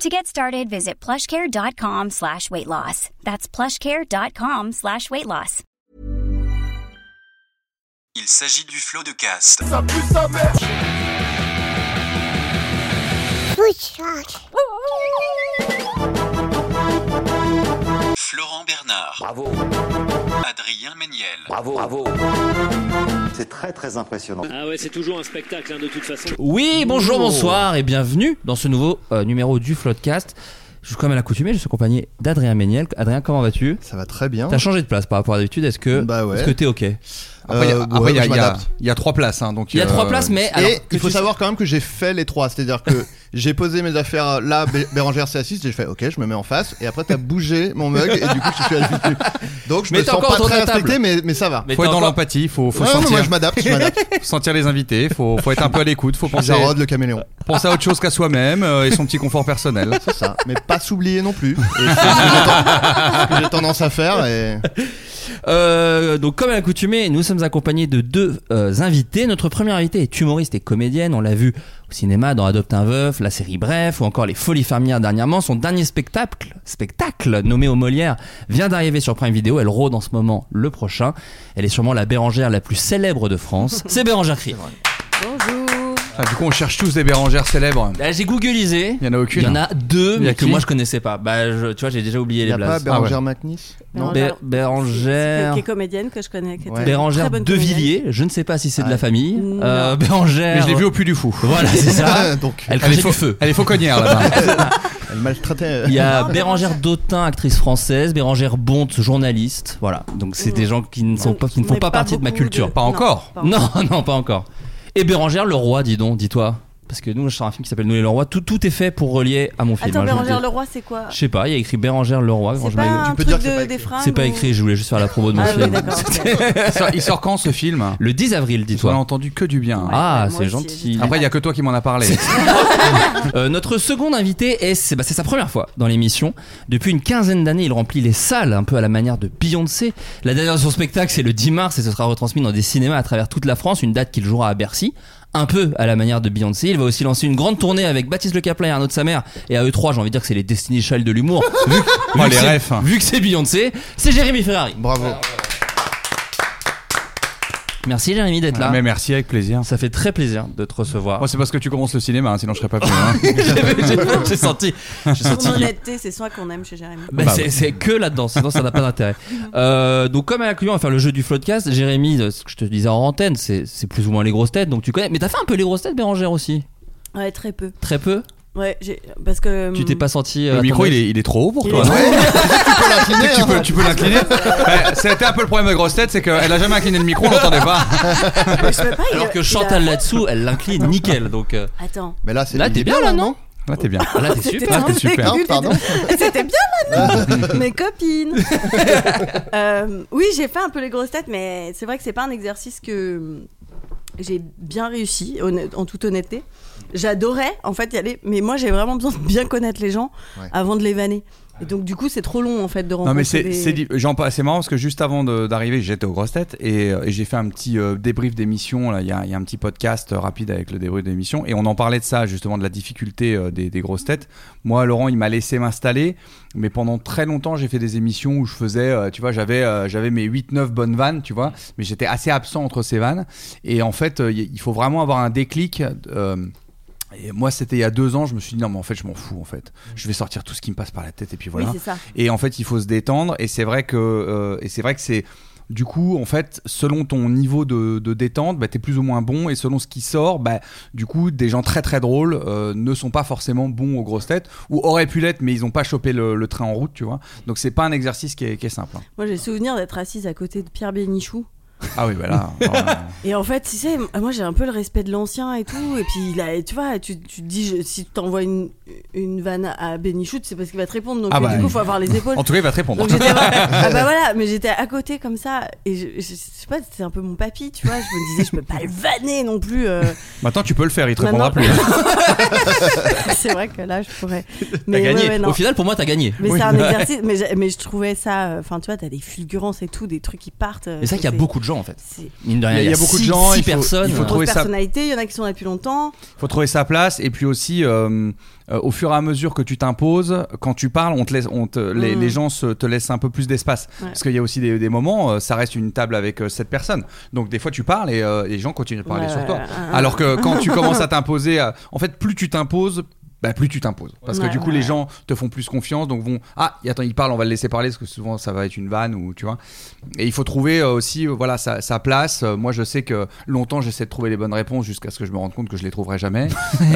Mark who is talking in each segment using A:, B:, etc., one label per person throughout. A: To get started, visit plushcare.com slash weight loss. That's plushcare.com slash weight loss.
B: Il s'agit du flot de cast. Florent Bernard,
C: Bravo,
B: Adrien Méniel,
C: bravo, bravo.
D: C'est très très impressionnant.
E: Ah ouais, c'est toujours un spectacle hein, de toute façon.
F: Oui, bonjour, bonsoir et bienvenue dans ce nouveau euh, numéro du Floodcast. Je suis comme à l'accoutumée, je suis accompagné d'Adrien Méniel. Adrien, comment vas-tu
G: Ça va très bien.
F: T'as changé de place par rapport à d'habitude, est-ce que
G: Bah ouais.
F: est-ce que t'es ok
H: Après, il y a-
G: Euh,
H: après,
G: ouais,
H: il y a-
G: je
H: il y a-
G: m'adapte.
H: il y a trois places. hein, donc,
F: Il y a
H: euh,
F: trois places, mais alors,
G: et
F: que
G: il faut
F: tu-
G: savoir quand même que j'ai fait les trois, c'est-à-dire que j'ai posé mes affaires là, Bé- Bérangère s'est assise, j'ai fait ok, je me mets en face, et après t'as bougé mon mug, et du coup je suis à l'habitude. Donc je
F: Mais
G: me
F: t'es
G: sens
F: encore
G: pas
F: autour de
G: très
F: la table.
G: respecté, mais, mais ça va.
F: Mais
H: Faut
F: t'es
H: être dans
F: encore-
H: l'empathie, faut, faut
G: Ouais, non,
H: sentir,
G: moi je m'adapte, je m'adapte.
H: sentir les invités, faut, faut être un peu à l'écoute, faut penser,
G: Jarod le caméléon,
H: penser à autre chose qu'à soi-même euh, et son petit confort personnel.
G: c'est ça. Mais pas s'oublier non plus. Et c'est ce que j'ai ten- j'ai tendance à faire. Et...
F: Euh, donc comme à l'accoutumée, nous sommes accompagnés de deux euh, invités. Notre première invitée est humoriste et comédienne. On l'a vu au cinéma dans Adopte un veuf, la série Bref ou encore Les Folies fermières dernièrement. Son dernier spectacle, spectacle nommé aux Molières, vient d'arriver sur Prime Video. Elle rôde en ce moment le prochain. Elle est sûrement la Bérangère la plus célèbre de France. C'est Bérangère Crier.
I: Bonjour.
H: Ah, du coup, on cherche tous des Bérangères célèbres.
F: Là, Bah, J'ai googlisé.
H: Il y en a aucune.
F: Il y en a deux,
H: Il y a
F: mais que
H: qui
F: moi je connaissais pas. Bah, je- tu vois, j'ai déjà oublié
G: Il y
F: les
G: a pas
H: Ah
F: blagues.
G: Bérangère McNiss
F: Non,
I: Bérangère-
F: Bé- Bérangère.
I: C'est- Qui est comédienne que je connais. Qui
G: Ouais.
I: était
F: Bérangère
I: très bonne
F: de
I: comédienne.
F: Villiers, je ne sais pas si c'est de
H: Ah.
F: la
G: Ouais.
F: famille.
I: Non.
F: Euh, Bérangère.
H: Mais je l'ai vu au puits du faux.
F: Voilà, c'est
H: Ah.
F: ça.
G: Donc
F: Elle
H: Elle
F: crachait
H: est, faux,
F: du feu.
H: elle est fauconnière là-bas.
G: elle maltraitait. euh,
F: Il y a Bérangère Dautin, actrice française, Bérangère Bonte, journaliste. Voilà. Donc c'est
I: Mm.
F: des gens qui ne sont
I: Donc,
F: pas, qui ne
I: on
F: font
I: n'est
F: pas partie de ma
I: beaucoup
F: culture.
H: Pas encore.
I: pas
F: Non, non, pas encore. Et Bérangère Leroy, dis donc, dis-toi. Parce que nous, je sors un film qui s'appelle Nous les Leroy. Tout, tout est fait pour relier à mon film.
I: Attends,
F: hein, je vous le
I: Bérangère
F: dis.
I: Leroy, c'est quoi
F: Je sais pas, il y a écrit Bérangère Leroy.
I: C'est
F: Bérangère
I: pas
F: Leroy.
I: un
G: peux
I: truc
G: dire que
I: de,
G: c'est pas
I: des
G: écrit.
I: fringues
F: C'est pas
I: ou-
F: écrit, je voulais juste faire la promo de mon
I: Ah oui,
F: film.
I: d'accord. ok.
H: Il sort, il sort quand ce film
F: Le 10 avril,
H: On a
F: dis-toi.
H: entendu que du bien.
F: Ah,
I: Ouais, moi
F: c'est
I: aussi,
F: gentil.
H: Après, il y a que toi qui m'en as parlé.
F: Euh, notre second invité, est, c'est, bah, c'est sa première fois dans l'émission. Depuis une quinzaine d'années, il remplit les salles, un peu à la manière de Beyoncé. La dernière de son spectacle, c'est le 10 mars et ce sera retransmis dans des cinémas à travers toute la France, une date qu'il jouera à Bercy. Un peu à la manière de Beyoncé. Il va aussi lancer une grande tournée avec Baptiste Le Caplin et Arnaud de sa mère. Et à eux trois, j'ai envie de dire que c'est les Destiny Child de l'humour. Vu, que-
H: Oh,
F: vu que
H: les
F: c'est-
H: refs.
F: vu que c'est Beyoncé, c'est Jérémy Ferrari.
G: Bravo.
F: Merci Jérémy d'être là.
H: Mais merci, avec plaisir.
F: Ça fait très plaisir de te recevoir.
H: Oh, c'est parce que tu commences le cinéma, hein, sinon je serais pas venu. hein.
F: j'ai, j'ai- j'ai senti. J'ai senti
I: Son
F: qu'il y a-
I: honnêteté, c'est soin qu'on aime chez Jérémy. Mhm.
F: Bah,
H: Bah,
F: c'est,
H: ouais.
F: c'est que là-dedans, sinon ça n'a pas d'intérêt. Euh, donc comme à l'inclusion, on va faire le jeu du floodcast. Jérémy, euh, ce que je te disais en antenne, c'est, c'est plus ou moins les grosses têtes, donc tu connais. Mais t'as fait un peu les grosses têtes, Bérangère aussi
I: Ouais, très peu.
F: Très peu
I: Ouais, j'ai- parce que.
F: Tu t'es pas senti... euh,
H: Le micro,
F: attendu
H: il est, il est trop haut pour
I: Il
H: toi.
I: est
H: non
I: trop
H: tu peux, tu peux l'incliner. Eh, C'était un peu le problème de grosse tête, c'est qu'elle a jamais incliné le micro, on l'entendait pas.
I: Je sais pas, il
F: Alors
I: a- il
F: que
I: a- Ah,
F: Chantal là-dessous, elle l'incline nickel. Donc euh,
I: Attends.
G: Mais là, c'est
F: là,
G: il
F: t'es
G: est
F: bien là, non
H: Là, t'es bien.
F: Ah, Là, t'es
I: C'était
F: super.
I: un
H: super.
I: peu
G: Non, pardon.
I: culotté. C'était bien maintenant Mes copines Euh, Oui, j'ai fait un peu les grosses têtes, mais c'est vrai que c'est pas un exercice que hum, j'ai bien réussi, honnête- en toute honnêteté. J'adorais en fait y aller, mais moi j'ai vraiment besoin de bien connaître les gens
G: Ouais.
I: avant de les vanner. Et donc du coup c'est trop long en fait de rencontrer
H: Non mais c'est
I: des-
H: c'est di- j'en pa- c'est marrant parce que juste avant de- d'arriver j'étais aux grosses têtes et, euh, et j'ai fait un petit euh, débrief d'émission là il y a, il y a un petit podcast euh, rapide avec le débrief d'émission et on en parlait de ça justement de la difficulté euh, des, des grosses têtes moi Laurent il m'a laissé m'installer mais pendant très longtemps j'ai fait des émissions où je faisais euh, tu vois j'avais euh, j'avais mes 8-9 bonnes vannes tu vois mais j'étais assez absent entre ces vannes et en fait euh, y- il faut vraiment avoir un déclic euh, et moi, c'était il y a deux ans, je me suis dit non, mais en fait, je m'en fous, en fait. Je vais sortir tout ce qui me passe par la tête, et puis
I: Oui
H: voilà
I: c'est ça.
H: et en fait il faut se détendre et c'est vrai que euh, et c'est vrai que c'est Du coup, en fait, selon ton niveau de, de détente, bah, t'es plus ou moins bon. Et selon ce qui sort, bah, du coup, des gens très très drôles euh, ne sont pas forcément bons aux grosses têtes ou auraient pu l'être, mais ils n'ont pas chopé le, le train en route, tu vois. Donc, c'est pas un exercice qui est, qui est simple. hein.
I: Moi, j'ai souvenir d'être assise à côté de Pierre Bénichou.
H: Ah oui, voilà.
I: Et en fait, tu sais, moi j'ai un peu le respect de l'ancien et tout. Et puis là, tu vois, tu, tu te dis, je- si tu t'envoies une, une vanne à Benichou, c'est parce qu'il va te répondre. Donc
H: Ah bah,
I: du coup, faut avoir les épaules.
H: en tout cas, il va te répondre.
I: Donc, j'étais vraiment- ah bah voilà, mais j'étais à côté comme ça. Et je, je sais pas, c'était un peu mon papy, tu vois. Je me disais, je peux pas le vanner non plus. euh,
H: Maintenant, tu peux le faire, il te
I: Maintenant-
H: répondra plus.
I: c'est vrai que là, je pourrais.
F: T'as gagné.
I: ouais, ouais, non.
F: Au final, pour moi, t'as gagné.
I: Mais
F: Oui.
I: c'est un exercice, mais, j'ai- mais je trouvais ça. euh, Enfin, tu vois, t'as des fulgurances et tout, des trucs qui partent. euh,
F: Mais c'est vrai qu'il y a
I: c'est-
F: beaucoup de gens en fait.
I: c'est-
F: Mine de rien,
H: Il y a beaucoup de
F: six-
H: gens,
F: six
H: il faut-
F: personnes.
H: il faut
F: euh,
H: trouver
I: Grosse
H: ça-
I: personnalité, il y en a qui sont là depuis longtemps.
H: faut trouver sa place et puis aussi euh, euh, au fur et à mesure que tu t'imposes quand tu parles on te laisse on te- les,
I: Mm.
H: les gens se, te laissent un peu plus d'espace
I: Ouais.
H: parce qu'il y a aussi des, des moments euh, ça reste une table avec euh, sept personnes donc des fois tu parles et euh, les gens continuent de parler
I: Ouais,
H: sur
I: ouais,
H: toi
I: ouais, ouais.
H: alors que quand tu commences à t'imposer euh, en fait plus tu t'imposes bah, plus tu t'imposes parce
I: Ouais,
H: que du coup
I: ouais,
H: les
I: ouais.
H: gens te font plus confiance donc vont ah attends il parle on va le laisser parler parce que souvent ça va être une vanne ou tu vois et il faut trouver euh, aussi euh, voilà sa, sa place. Euh, moi, je sais que longtemps j'essaie de trouver les bonnes réponses jusqu'à ce que je me rende compte que je les trouverai jamais.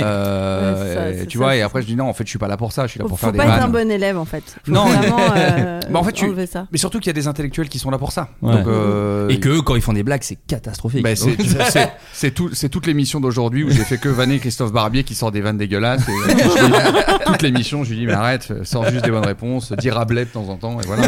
H: Euh,
I: Ouais, c'est ça,
H: et
I: c'est
H: tu
I: ça,
H: vois, et
I: c'est
H: après je dis non, en fait, je suis pas là pour ça. Je suis là
I: Faut,
H: Bah, pour
I: faut
H: faire des
I: pas être un
H: vannes.
I: bon élève en fait. Faut
H: Non.
I: vraiment, euh,
H: Bah, en fait, tu-
I: enlever ça.
H: Mais surtout qu'il y a des intellectuels qui sont là pour ça.
F: Ouais.
H: Donc, euh,
F: Et que eux, quand ils font des blagues, c'est catastrophique.
H: bah, c'est- c'est- c'est tout, c'est toute l'émission d'aujourd'hui où j'ai fait que vanner Christophe Barbier qui sort des vannes dégueulasses. Et, euh, je dis- toute l'émission, je lui dis mais arrête, sors juste des bonnes réponses, dis Rabelais de temps en temps et voilà,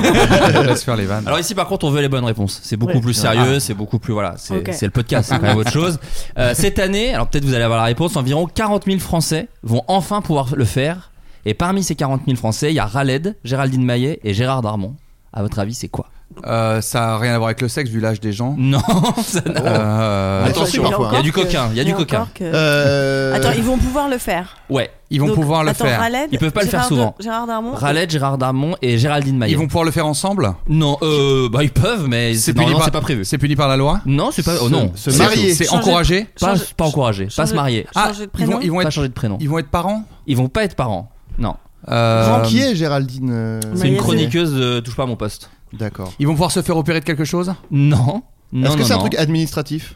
H: laisse faire les vannes.
F: Alors ici par contre on veut les bonnes réponses. C'est beaucoup
I: Ouais.
F: plus sérieux, c'est beaucoup plus voilà, c'est
I: Ok.
F: c'est le podcast, c'est quand même autre chose. Euh, cette année, alors peut-être vous allez avoir la réponse, environ 40 000 Français vont enfin pouvoir le faire. Et parmi ces 40 000 Français, il y a Raled, Géraldine Maillet et Gérard Darmon. À votre avis, c'est quoi
H: Euh, ça a rien à voir avec le sexe vu l'âge des gens.
F: Non, ça
G: Oh.
F: n'a-
H: Euh,
G: Attention,
I: Attends,
G: parfois,
F: il y a
I: encore
F: du
I: que-
F: coquin, il y a du
I: encore
F: coquin.
I: que-
G: Euh,
I: Attends, ils vont pouvoir le faire.
F: ouais.
H: Ils vont
I: Donc,
H: pouvoir le
I: attends,
H: faire.
I: Raled,
F: Ils peuvent pas le faire
I: Gérard
F: souvent.
I: Dar- Gérard Darmon.
F: Raled, Gérard Darmon et Géraldine Maillet.
H: Ils vont pouvoir le faire ensemble
F: Non, euh, bah ils peuvent, mais c'est normalement, c'est pas prévu.
H: C'est puni par la loi
F: Non, c'est pas. Oh non,
G: Se
F: C'est-
G: marier.
H: C'est
I: Changer-
H: encouragé
F: Pas,
I: Changer-
F: pas encouragé, pas
I: changer-
F: se marier,
I: Ah, Changer de
H: ils vont,
I: prénom
H: ils vont
F: pas
H: être,
F: changer de prénom.
H: ils vont être parents
F: Ils vont pas être parents. Non,
H: Euh,
G: Grand qui est Géraldine euh,
F: c'est une
I: Maillet,
F: chroniqueuse. de touche pas à mon poste.
G: D'accord.
H: Ils vont pouvoir se faire opérer de quelque chose
F: Non. Non,
G: Est-ce que
F: non,
G: c'est un
F: non.
G: truc administratif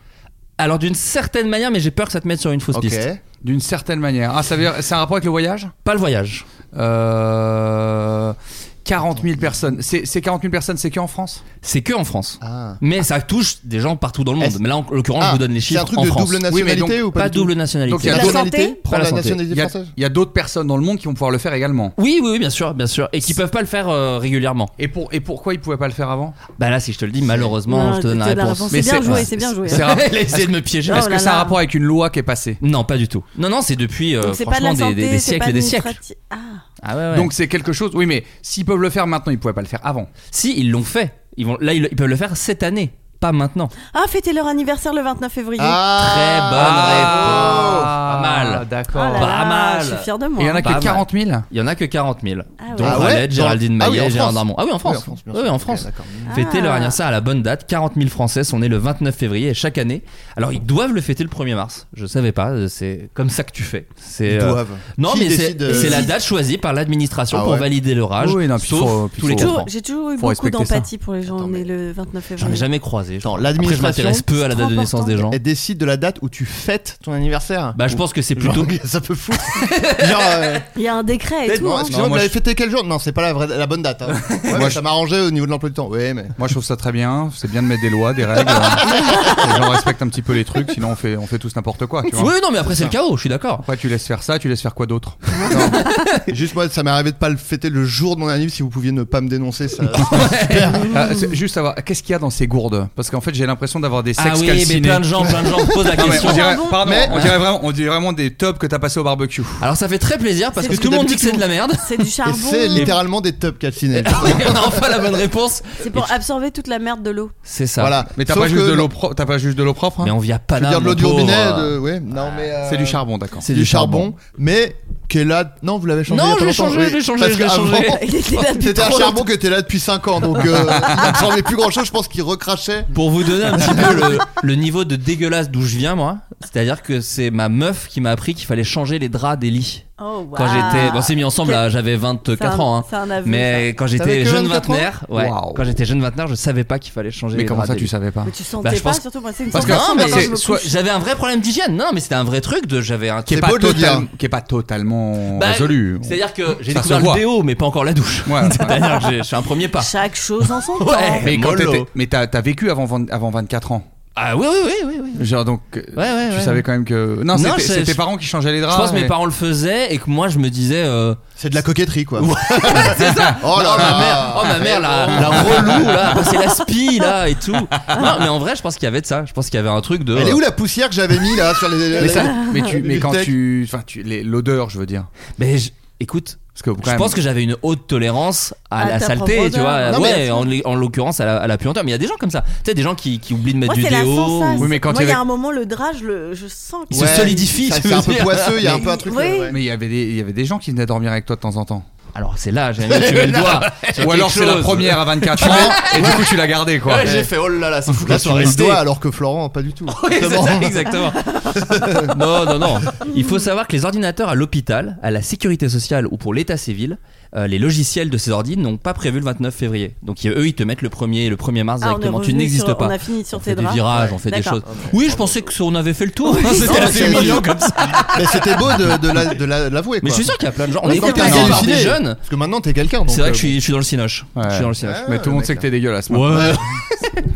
F: Alors d'une certaine manière, mais j'ai peur que ça te mette sur une fausse
G: Ok.
F: piste.
H: D'une certaine manière. Ah, ça veut dire, c'est un rapport avec le voyage
F: Pas le voyage.
H: euh, 40 000 personnes. C'est c'est 40 000 personnes, c'est que en France
F: C'est que en France.
G: Ah.
F: Mais ça touche des gens partout dans le monde.
G: Est-ce-
F: Mais là, en l'occurrence,
G: Ah,
F: je vous donne les
G: C'est
F: chiffres
G: un truc
F: en
G: de
F: France.
G: double
H: Oui, mais
G: nationalité
H: donc-
G: ou pas,
F: pas
G: du tout
F: double nationalité.
H: Donc, il y a
G: La
H: double-
G: nationalité
F: Pas
G: Prendre
F: la
G: la
F: santé.
H: Il
G: nationalité
H: y a,
G: française
H: il y a d'autres personnes dans le monde qui vont pouvoir le faire également.
F: Oui, oui, oui, bien sûr, bien sûr. Et qui peuvent pas le faire euh, régulièrement.
H: Et, pour, et pourquoi ils pouvaient pas le faire avant
F: Bah là, si je te le dis, malheureusement,
I: Non,
F: je te donne la
I: t'as la
F: réponse.
I: réponse. C'est
H: Mais
I: bien joué,
H: ouais,
I: c'est bien joué.
H: c'est rare.
F: Elle a essayé de me piéger.
I: Oh
H: Est-ce que
I: là
H: ça a
I: là.
H: rapport avec une loi qui est passée
F: Non, pas du tout. Non, non, c'est depuis euh,
I: Donc c'est pas de
F: franchement
I: la
F: des-
I: santé,
F: des, des
I: c'est
F: siècles
I: pas
F: et des siècles.
I: administratif. Ah,
F: Ah ouais, ouais.
H: Donc c'est quelque chose. Oui, mais s'ils peuvent le faire maintenant, ils pouvaient pas le faire avant.
F: si ils l'ont fait, ils vont là ils, ils peuvent le faire cette année, pas maintenant.
I: ah fêtez leur anniversaire le 29 février.
F: Très bonne
H: Ah,
F: réponse. Ah, Pas mal.
H: D'accord.
I: Ah là
F: pas
I: là,
F: mal.
I: Je suis fier de
H: Et
I: moi.
H: il y en a
F: Pas
H: que 40 000
F: Il y en a que 40 000.
I: Ah ouais.
F: Dont
G: Ah ouais
F: Valette,
G: Dans-
F: Géraldine
G: Ah oui,
F: Maillet,
G: en
F: Gérard
G: France.
F: Darmon. Ah oui, en
G: Oui,
F: France.
G: bien
F: Oui,
G: sûr.
F: en
G: Ok,
F: France.
G: d'accord.
F: Fêter
I: Ah.
F: leur anniversaire à la bonne date. 40 000 Français sont nés le 29 février et chaque année. Alors ils doivent le fêter le 1er mars. Je savais pas. euh, C'est comme ça que tu fais. C'est.
G: Ils
F: euh,
G: doivent.
F: Non,
G: Qui
F: mais c'est
G: décide, euh,
F: c'est la date choisie par l'administration
G: Ah
F: pour
G: ouais.
F: valider leur âge.
H: Oui, non, puis
F: sauf
H: faut- puis
F: tous les
H: faut-
F: 4 ans.
I: Toujours- J'ai toujours eu
H: Faut
I: beaucoup
H: respecter ça.
I: d'empathie pour les gens nés le 29
F: J'en ai
I: février.
F: jamais croisé.
G: Attends,
F: Après, je
G: l'administration,
F: m'intéresse peu à la date de naissance des gens.
G: Elle décide de la date où tu fêtes ton anniversaire.
F: Bah, je pense que c'est plutôt.
G: Genre, ça peut foutre. Genre, euh,
I: Il y a un décret et tout.
G: non,
I: hein.
H: moi,
G: excusez-moi, vous l'avez
H: je-
G: fêté quel jour Non, c'est pas la, vraie- la bonne date. hein. Ouais, mais ça m'a arrangé au niveau de l'emploi du temps. Ouais, mais.
H: Moi, je trouve ça très bien. C'est bien de mettre des lois, des règles. euh, les gens respectent un petit peu les trucs, sinon on fait, on fait tous n'importe quoi. Tu vois.
F: Oui, non, mais après c'est le chaos. Je suis d'accord.
H: Après, tu laisses faire ça, tu laisses faire quoi d'autre
G: Juste moi, ça m'est arrivé de pas le fêter le jour de mon anniversaire. Si vous pouviez ne pas me dénoncer, ça.
H: Euh, c'est- Juste savoir, qu'est-ce qu'il y a dans ces gourdes Parce qu'en fait, j'ai l'impression d'avoir des
F: Ah
H: sexes
F: oui, mais
H: calcinés.
F: plein de gens, plein de gens posent la
H: Non, mais
F: question.
H: on dirait, pardon,
G: Mais-
H: on, dirait vraiment, on dirait vraiment des tops que t'as passé au barbecue.
F: Alors ça fait très plaisir parce
I: C'est
F: que
I: du
F: tout le monde dit que
G: d'habitude.
F: c'est de la merde.
I: C'est du
G: Et
I: charbon.
G: c'est littéralement des tubs calcinés.
F: On a enfin la bonne réponse.
I: C'est pour absorber toute la merde de l'eau.
F: C'est ça.
G: voilà.
H: Mais t'as
G: Sauf
H: pas, juste
G: que-
H: de l'eau pro- t'as pas juste de l'eau propre hein
F: Mais on vit à
G: Je veux
F: Paname.
G: dire de l'eau
F: mon
G: du
F: pauvre,
G: robinet.
F: euh,
G: de- Ouais, non, mais. euh,
H: C'est du charbon, d'accord.
F: C'est
G: du charbon, mais qui est là. Non, vous l'avez changé.
F: Non,
G: il y a pas
F: je l'ai
G: longtemps,
F: changé,
G: oui.
F: je l'ai changé,
G: Parce
F: je l'ai
G: qu'avant,
F: changé.
I: Il était là depuis
G: C'était un
I: trop
G: charbon qui était là depuis 5 ans, donc euh, ça ne semblait plus grand chose. Je pense qu'il recrachait.
F: Pour vous donner un petit peu le, le niveau de dégueulasse d'où je viens, moi, c'est-à-dire que c'est ma meuf meuf qui m'a appris qu'il fallait changer les draps des lits.
I: Oh, wow.
F: Quand j'étais, bon, c'est mis ensemble, là, j'avais 24
I: C'est un-
F: ans, hein.
I: c'est un aveu,
F: mais
I: ça.
F: quand
I: T'avais
F: j'étais
I: que
F: jeune
I: 24 ans
F: vingtenaire, ouais,
H: Waouh.
F: quand j'étais jeune vingtenaire, je savais pas qu'il fallait changer
H: Mais
F: les
H: comment
F: draps
H: ça,
F: des
H: tu
F: lits.
H: savais pas
I: Mais tu sentais
F: Bah, je
I: pas,
F: pense-
I: surtout moi, c'est une
F: Parce que
I: sensation
F: non, mais
I: quand je
F: c'est-
I: me
F: soit-
I: couche.
F: j'avais un vrai problème d'hygiène. Non, mais c'était un vrai truc de j'avais un
H: qui est,
F: truc
H: pas
G: beau de le
H: total-
G: dire.
H: qui est pas totalement
F: Bah,
H: résolu.
F: C'est-à-dire que j'ai
H: Ça se
F: découvert le
H: voit.
F: déo, mais pas encore la douche.
H: Ouais.
F: C'est-à-dire que j'ai- je suis un premier pas.
I: Chaque chose en son temps.
F: Ouais.
H: Mais quand
F: Mollo.
H: t'étais- mais t'as t'as vécu avant, vingt- avant 24 ans.
F: Ah oui, oui, oui, oui. oui.
H: Genre donc, euh,
F: ouais,
H: tu
F: ouais.
H: savais quand même que non,
F: Non,
H: c'était-
F: je-
H: c'est tes
F: je-
H: parents qui changeaient les
F: Je
H: draps.
F: pense que
H: Ah,
F: mes
H: mais-
F: parents le faisaient et que moi je me disais. euh,
G: C'est de la coquetterie, quoi.
F: c'est ça
G: Oh là
F: Non,
G: là.
F: ma mère, oh ma mère, la, la relou là, c'est la spie là et tout. Non, mais en vrai, je pense qu'il y avait de ça. Je pense qu'il y avait un truc de.
G: Elle est où la poussière que j'avais mis là sur les.
H: Mais, ça- mais tu, mais quand
G: Bibliothèque.
H: tu, enfin, tu, les- l'odeur, je veux dire.
F: euh, Mais je- écoute,
H: Parce que
F: je pense que j'avais une haute tolérance à,
I: À
F: la
I: ta
F: saleté,
I: propre
F: tu vois.
I: odeur. Non,
F: ouais,
I: mais-
F: en, l'é- en l'occurrence à la, à la puanteur. Mais il y a des gens comme ça. Tu sais, des gens qui, qui oublient de mettre
I: Moi,
F: du
I: c'est la
F: déo.
I: sensation.
F: ou-
H: Oui, mais quand
I: Moi,
H: il
I: il
H: y
I: y
H: avait-
I: a un moment, le drap, je, le- je sens que.
F: Il se solidifie,
G: ça-
F: je
G: C'est
F: veux
G: un peu
F: dire.
G: poisseux, il y a un peu un truc.
I: Oui.
G: euh, ouais.
H: Mais il y avait des, il y avait des gens qui venaient dormir avec toi de temps en temps.
F: Alors c'est là, j'ai mis le doigt. sur
H: Ou alors
F: quelque
H: c'est la
F: chose.
H: première à 24 ans et du coup tu l'as gardé quoi.
F: Ouais, j'ai fait oh là là, c'est fou que
G: Là,
F: la
G: tu mets
F: soirée Oh,
G: le
F: se
G: doigt alors que Florent, pas du tout.
F: Oui, c'est
G: Vraiment.
F: ça, exactement. non, non, non. Il faut savoir que les ordinateurs à l'hôpital, à la sécurité sociale ou pour l'état civil, euh, les logiciels de ces ordi n'ont pas prévu le 29 février. Donc ils- eux, ils te mettent le 1er, le 1er mars
I: Ah, on est
F: directement. Tu
I: revenu
F: n'existes
I: sur-
F: pas.
I: On a fini sur
F: on
I: tes
F: fait des
I: draps.
F: virages, on fait des
I: D'accord.
F: choses. Oui, je pensais que on avait fait le tour. C'était
G: Non,
F: assez
G: mais-
F: humiliant comme ça.
G: Mais c'était beau de, de la- de la- de l'avouer.
F: Mais je suis
G: quoi.
F: sûr qu'il y a plein de gens. On
G: Oui,
F: est
G: quand t'es
F: contacté par des
G: halluciné.
F: jeunes.
G: Parce que maintenant t'es quelqu'un. donc,
F: C'est vrai
G: euh,
F: que je suis, je suis dans le cinoche. Je suis dans le cinoche.
G: Ouais.
H: Mais tout le monde sait que t'es dégueulasse. maintenant.
F: Ouais.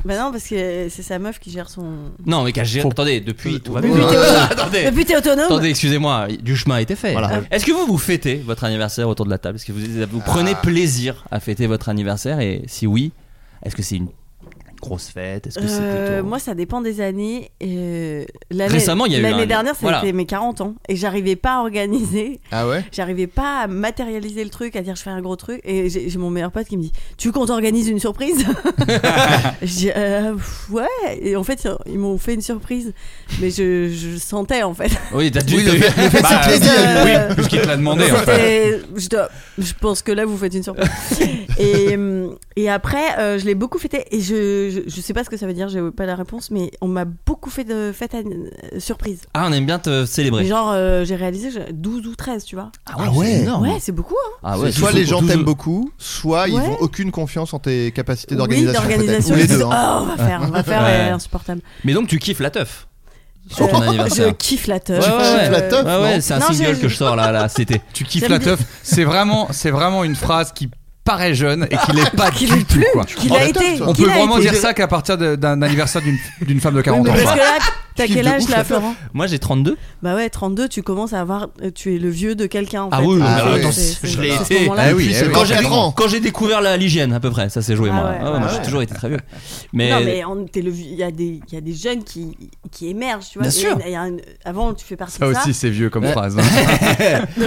I: Bah non, parce que c'est sa meuf qui gère son.
F: Non, mais qu'à gérer- Attendez, depuis tout va bien.
I: Depuis, t'es autonome.
F: Attendez.
I: Depuis, t'es autonome.
F: Attendez, excusez-moi, du chemin a été fait.
G: Voilà.
F: Ah Est-ce que vous vous fêtez votre anniversaire autour de la table Est-ce que vous, vous prenez plaisir à fêter votre anniversaire Et si oui, est-ce que c'est une grosse fête Est-ce que c'est
I: Euh,
F: plutôt...
I: moi, ça dépend des années. Euh, l'année-
F: Récemment, il y a eu un-
I: L'année dernière, c'était
F: voilà.
I: mes 40 ans. Et j'arrivais pas à organiser.
G: Ah ouais
I: J'arrivais pas à matérialiser le truc, à dire je fais un gros truc. Et j'ai j'ai mon meilleur pote qui me dit Tu veux qu'on t'organise une surprise Je dis Euh, pff, Ouais. Et en fait, ils m'ont fait une surprise. Mais je, je sentais, en fait.
F: Oui, t'as dû...
G: Oui, le fait- le fait de
H: Bah,
G: se plaisir.
I: Euh,
H: Oui, puisqu'il te l'a demandé en fait.
I: C'était- je, dois- je pense que là, vous faites une surprise. et, hum, et après, euh, je l'ai beaucoup fêté. Et je, je, je sais pas ce que ça veut dire, j'ai pas la réponse, mais on m'a beaucoup fait de fêtes à euh, surprise.
F: Ah, on aime bien te célébrer.
I: Genre, euh, j'ai réalisé que j'ai 12 ou 13, tu vois.
F: Ah
G: ouais.
F: c'est énorme.
I: Ouais, c'est beaucoup. Hein.
F: Ah
G: C'est
F: ouais,
G: soit
F: douze-
G: les gens
F: douze-
G: t'aiment beaucoup, soit ils
I: Ouais.
G: n'ont aucune confiance en tes capacités
I: Oui,
G: d'organisation.
I: d'organisation.
G: peut-être. Ou les
I: Ils disent,
G: deux.
I: Oh,
G: hein.
I: on va faire, on va faire
F: Ouais.
I: euh, insupportable.
F: Mais donc tu kiffes la teuf sur ton
I: Euh,
F: anniversaire.
I: Je kiffe la teuf.
F: Ouais, ouais,
G: kiffes
F: ouais.
G: la teuf,
F: Ah Ouais, ouais,
G: non
F: c'est un
I: Non,
F: single
I: j'ai-
F: que je sors là, là cet été.
H: Tu kiffes
I: J'aime
H: la
I: bien.
H: teuf. C'est vraiment, c'est vraiment une phrase qui paraît jeune et qui l'est pas du tout. quoi.
I: Ah, Qu'il a été.
H: On
I: qu'il
H: peut
I: a
H: vraiment
I: été.
H: dire ça qu'à partir de- d'un anniversaire d'une- d'une femme de 40 ans.
I: Mais Parce que là, t'as
F: Kiffe
I: quel
F: de
I: âge
F: ouf,
I: là,
F: la teuf.
I: Florent
F: Moi j'ai 32.
I: Bah ouais, 32, tu commences à avoir. euh, Tu es le vieux de quelqu'un en
F: Ah
I: fait.
F: oui,
G: Ah
F: mais
G: oui.
F: attends,
I: C'est-
F: je
I: c'est-
F: l'ai
I: c'est ce
F: été.
I: moment-là.
G: Ah oui,
F: Puis,
G: ah oui.
F: eh quand j'ai-
G: 4 ans.
F: quand j'ai découvert la- l'hygiène à peu près, ça s'est joué
I: Ah
F: moi.
I: ouais,
F: Ah ouais, moi
I: ouais,
F: j'ai
I: ouais.
F: toujours été très vieux.
I: Non, mais on- t'es le vieux- il y, a des- il y a des jeunes qui, qui émergent, tu vois.
F: Bien
I: Et
F: sûr.
I: il y a un- avant, tu fais partie
H: Ça
I: de ça.
H: aussi, c'est vieux comme
F: Ouais.
H: phrase. hein.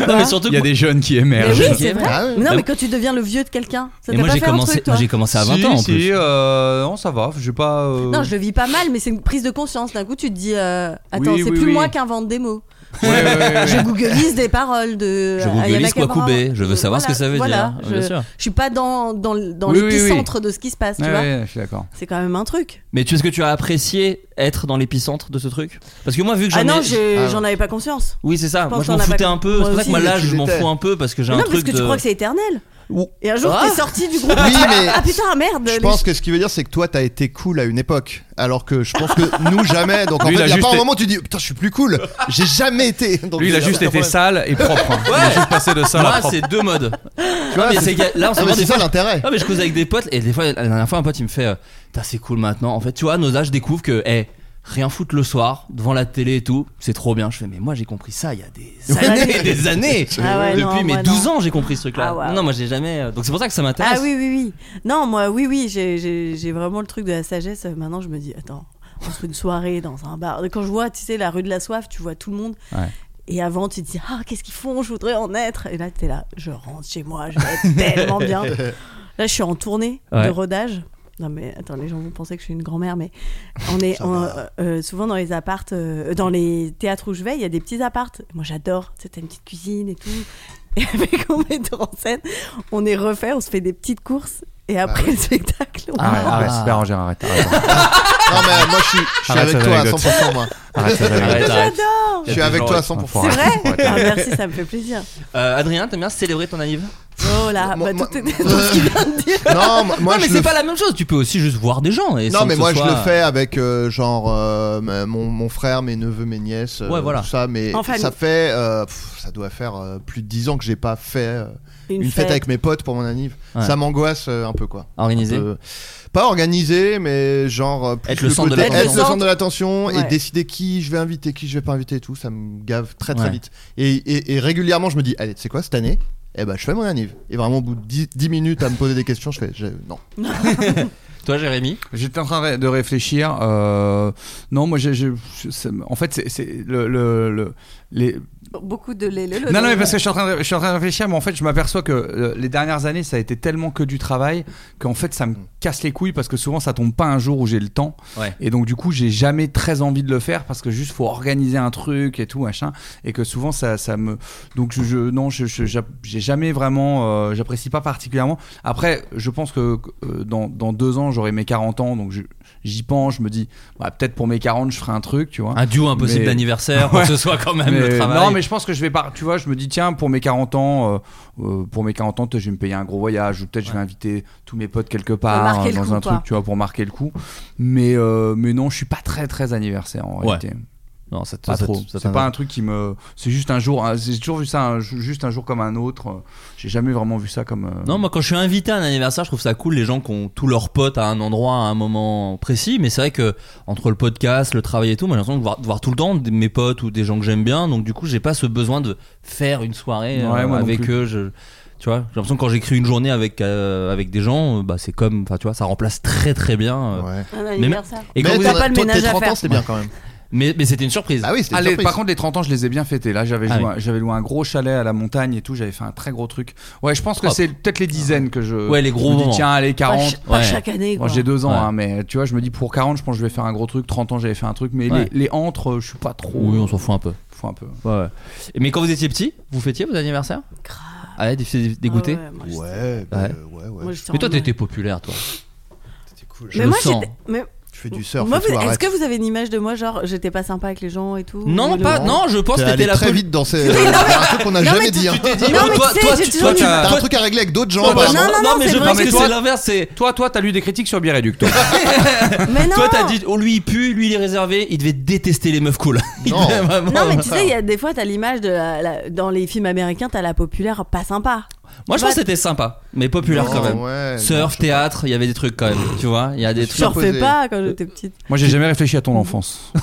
F: Non, mais surtout
H: Il y a
F: que-
H: des jeunes qui
I: Mais
H: émergent.
I: oui, c'est vrai.
G: Ah ouais.
I: Mais non,
F: Bah-
I: mais quand tu deviens le vieux de quelqu'un, ça
F: Et
I: t'a
F: moi
I: pas
F: j'ai
I: fait
F: commencé,
I: un truc, toi
F: moi j'ai commencé à 20
H: Si,
F: ans en
H: si,
F: plus.
H: euh, non, ça va. J'ai pas. euh,
I: Non, je le vis pas mal, mais c'est une prise de conscience. D'un coup, tu te dis, euh, attends,
H: Oui,
I: c'est
H: oui,
I: plus
H: oui.
I: moi qui invente des mots.
H: Ouais, ouais, ouais, ouais.
I: Je googleise des paroles de. euh,
F: Je
I: Ayana
F: googleise
I: Kamura.
F: Kwakubé, je veux savoir ce que ça veut
I: euh, voilà,
F: dire,
I: Je,
F: bien sûr.
I: je suis pas dans, dans, le- dans
H: Oui, oui, oui.
I: l'épicentre de ce qui se passe, tu
H: Ouais,
I: vois.
H: ouais, je suis d'accord.
I: C'est quand même un truc.
F: Mais tu est-ce que tu as apprécié être dans l'épicentre de ce truc Parce que moi vu que j'en
I: Ah non,
F: ai-
I: j'ai-
G: Ah.
I: j'en avais pas conscience.
F: Oui, c'est ça.
I: Je
F: Moi
I: pense
F: je m'en
I: qu'on a
F: foutais
I: pas-
F: un
I: moi
F: peu, c'est pour ça que
I: aussi.
F: moi là
G: Tu
F: je m'en
G: l'étais.
F: fous un peu parce que j'ai
I: Mais
F: un
I: non, parce
F: truc
I: que tu crois que
F: de
I: c'est éternel.
F: Ouh.
I: Et un jour,
F: Ah.
I: t'es sorti du groupe.
G: Oui, mais-
I: Ah putain, merde.
G: Je
I: les-
G: pense que ce qui veut dire, c'est que toi, t'as été cool à une époque, alors que je pense que nous jamais. Donc en
H: Lui, il
G: fait,
H: a
G: il y a
H: juste
G: pas un
H: été-
G: moment où tu dis putain, je suis plus cool. J'ai jamais été. Donc,
H: Lui, il a
G: c'est-
H: juste
G: c'est un
H: été
G: problème.
H: sale et propre. hein. Il a
F: Ouais.
H: juste passé de sale à
I: Ah,
F: Moi,
H: propre.
F: c'est deux modes.
G: Tu vois,
F: mais
G: c'est-
F: c'est que là, on se
G: Ah, mais
F: demande
G: c'est
F: des
G: ça
F: fois-
G: l'intérêt.
F: Non mais je cause avec des potes et des fois la dernière fois un pote il me fait euh, putain c'est cool maintenant en fait tu vois à nos âges je découvre que eh, rien foutre le soir devant la télé et tout c'est trop bien je fais mais moi j'ai compris ça il y a des années et des années
I: Ah ouais, non,
F: depuis mes
I: moi,
F: 12
I: non.
F: ans j'ai compris ce truc là
I: Ah ouais.
F: non moi j'ai jamais euh, donc c'est pour ça que ça m'intéresse
I: Ah oui, oui, oui. Non, moi, oui, oui, j'ai- j'ai j'ai vraiment le truc de la sagesse. Maintenant, je me dis, attends, on se fait une soirée dans un bar. Quand je vois, tu sais, la rue de la soif, tu vois tout le monde.
H: Ouais.
I: Et avant, tu te dis, ah, qu'est-ce qu'ils font Je voudrais en être. Et là, t'es là, je rentre chez moi, je vais être tellement bien. Là, je suis en tournée
F: Ouais.
I: de rodage. Non mais attends, les gens vont penser que je suis une grand-mère, mais on est en- euh, euh, souvent dans les appartes, euh, dans les théâtres où je vais, il y a des petits appartes. Moi j'adore, tu sais, t'as une petite cuisine et tout. Et avec mon metteur en scène, on est refait, on se fait des petites courses et après le spectacle, on
H: Ah, Arrête,
I: mange.
H: arrête, Bérangère, arrête. arrête.
G: Non, mais moi, je suis, je suis
H: Arrête
G: avec
H: cette
G: toi à
H: anecdote.
G: 100%, moi.
H: Arrête, arrête, arrête.
I: J'adore
G: Je suis avec toi à 100%.
I: C'est vrai Ah, Merci, ça me fait plaisir.
F: Euh, Adrien, t'aimes bien célébrer ton anniversaire
I: Oh là,
G: Moi-
I: bah,
G: moi-
I: tout est tout ce qu'il vient de dire.
G: Non, moi, moi,
F: Non, mais
G: je
F: c'est
G: le
F: pas la même chose. Tu peux aussi juste voir des gens. Et
G: Non
F: sans
G: mais
F: que ce
G: moi je
F: soit-
G: le fais avec euh, genre euh, ma- mon, mon frère, mes neveux, mes nièces, euh,
F: Ouais, voilà.
G: tout ça mais
I: En famille.
G: ça fait euh, pff, ça doit faire euh, plus de 10 ans que j'ai pas fait euh, une, fête. avec mes potes pour mon anniv.
F: Ouais.
G: Ça m'angoisse euh, un peu quoi.
F: Organisé.
G: Euh, pas organisé mais genre euh, plus
F: Être le centre de
G: côté-
F: l'attention.
G: être le centre de l'attention et
I: Ouais.
G: décider qui je vais inviter, qui je vais pas inviter et tout, ça me gave très très
F: Ouais.
G: vite. Et, et- et régulièrement je me dis allez, tu sais quoi cette année eh ben je fais mon anniv. Et vraiment au bout de 10, 10 minutes à me poser des questions, je fais je- non.
F: Toi, Jérémy.
H: J'étais en train ré- de réfléchir. euh, Non, moi, j'ai- j'ai- je- c'est- en fait, c'est- c'est le, le- le- les...
I: Beaucoup de lait. le- le-
H: Non, non,
I: le-
H: mais parce que je suis en train de, je suis en train de réfléchir, mais en fait, je m'aperçois que euh, les dernières années, ça a été tellement que du travail qu'en fait, ça me casse les couilles parce que souvent, ça tombe pas un jour où j'ai le temps.
F: Ouais.
H: Et donc, du coup, j'ai jamais très envie de le faire parce que juste faut organiser un truc et tout machin, et que souvent, ça, ça me. Donc, je, je- non, je, je- j'a- j'ai jamais vraiment, euh, j'apprécie pas particulièrement. Après, je pense que euh, dans, dans deux ans, j'aurai mes 40 ans, donc je- j'y pense, je me dis, bah, peut-être pour mes 40, je ferai un truc, tu vois.
F: Un duo impossible
H: Mais-
F: d'anniversaire, pour que ce soit quand même
H: Mais-
F: le travail.
H: Non, mais je pense que je vais pas. Tu vois, je me dis tiens, pour mes 40 ans, euh, euh, pour mes 40 ans, peut-être je vais me payer un gros voyage ou peut-être je vais inviter tous mes potes quelque part hein,
I: marquer le
H: dans
I: coup,
H: un
I: quoi.
H: truc, tu vois, pour marquer le coup. Mais euh, mais non, je suis pas très très anniversaire en
F: Ouais.
H: réalité.
F: Non, ça te-
H: Pas
F: ça te-
H: trop.
F: ça
H: C'est
F: te-
H: pas un truc qui me. C'est juste un jour. hein, J'ai toujours vu ça un- juste un jour comme un autre. J'ai jamais vraiment vu ça comme. euh,
F: Non, moi quand je suis invité à un anniversaire, je trouve ça cool les gens qui ont tous leurs potes à un endroit à un moment précis. Mais c'est vrai que entre le podcast, le travail et tout, moi j'ai l'impression de voir, de voir tout le temps des- mes potes ou des gens que j'aime bien. Donc du coup, j'ai pas ce besoin de faire une soirée euh,
H: Ouais, moi non
F: avec
H: plus.
F: eux. Je, tu vois, j'ai l'impression que quand j'écris une journée avec euh, avec des gens, euh, bah c'est comme, enfin tu vois, ça remplace très très bien. euh.
G: Ouais.
I: Un anniversaire.
F: Et quand
G: Mais
F: vous-
G: t'as
I: êtes- pas le
G: toi,
I: ménage
G: tes
I: à
G: 30 ans,
I: faire.
G: c'était bien quand même.
F: mais mais c'était une surprise.
G: Bah oui, c'était
H: Ah,
G: une
H: les-
G: surprise.
H: par contre, les 30 ans, je les ai bien fêtés. Là, j'avais
F: Ah
H: joué
F: oui.
H: un- j'avais loué un gros chalet à la montagne et tout. J'avais fait un très gros truc. Ouais, je pense que
F: Hop.
H: c'est peut-être les dizaines que je.
F: Ouais, les gros
H: je me dis,
F: moments.
H: tiens, allez, 40.
I: Pas, ch- pas
F: ouais.
I: chaque année.
H: Moi
I: quoi.
H: j'ai deux ans,
F: Ouais.
H: hein, mais tu vois, je me dis pour 40, je pense que je vais faire un gros truc. 30 ans, j'avais fait un truc, mais
F: Ouais.
H: les, les entre, euh, je suis pas trop.
F: Oui, on s'en fout un peu.
H: Faut un peu.
F: Ouais, ouais. Et- Mais quand vous étiez petit, vous fêtiez vos anniversaires
I: Grave.
F: Ah ouais, dé- dé- dégoûté.
I: Ah ouais, moi, je-
G: Ouais, bah,
F: Ouais.
G: euh, ouais, ouais.
I: moi, j'étais
F: Mais toi,
I: en-
F: t'étais populaire, toi.
G: C'était cool.
F: je
I: Mais
F: le
I: moi,
F: sens.
I: j'étais. mais-
G: Je fais du surf.
I: Moi,
G: et tout,
I: vous- Est-ce
G: arrête.
I: que vous avez une image de moi, genre j'étais pas sympa avec les gens et tout
F: Non,
I: Le-
F: pas.
G: non.
F: Non, je pense
G: T'es
F: que t'étais
G: allé
F: la
G: très
F: pop-
G: vite dans ces. C'est un truc qu'on n'a
I: Non, mais
G: jamais
I: tu-
G: dit. hein.
I: tu t'es dit-
F: Non,
I: Non, mais
F: toi,
I: tu sais,
F: toi,
I: j'ai
F: tu-
I: toujours
F: toi,
I: eu-
F: t'as-
G: T'as un
F: toi-
G: truc à régler avec d'autres gens.
F: Non,
G: apparemment.
I: non, non,
F: mais
I: c'est
F: je
I: vrai.
F: pense
I: Non, mais
F: que
H: toi-
F: c'est l'inverse. C'est
H: Toi, toi, t'as lu des critiques sur Biéréduc, toi.
I: Mais non
F: toi, t'as dit, oh lui il pue, lui il est réservé, il devait détester les meufs cool. Il devait
G: Non.
F: vraiment-
I: Non, mais tu sais, il y a des fois, t'as l'image de. la- la- Dans les films américains, t'as la populaire pas sympa.
F: Moi, je
I: Ouais.
F: pense que c'était sympa, mais populaire
G: Non,
F: quand même.
G: Oh, ouais, non,
F: Surf,
G: je sais
F: théâtre, il y avait des trucs quand même. Tu vois, il y a des
G: Je
I: Je
F: trucs.
G: suis
I: refais
G: imposé.
I: pas quand j'étais petite.
H: Moi, j'ai jamais réfléchi à ton enfance.
G: pas.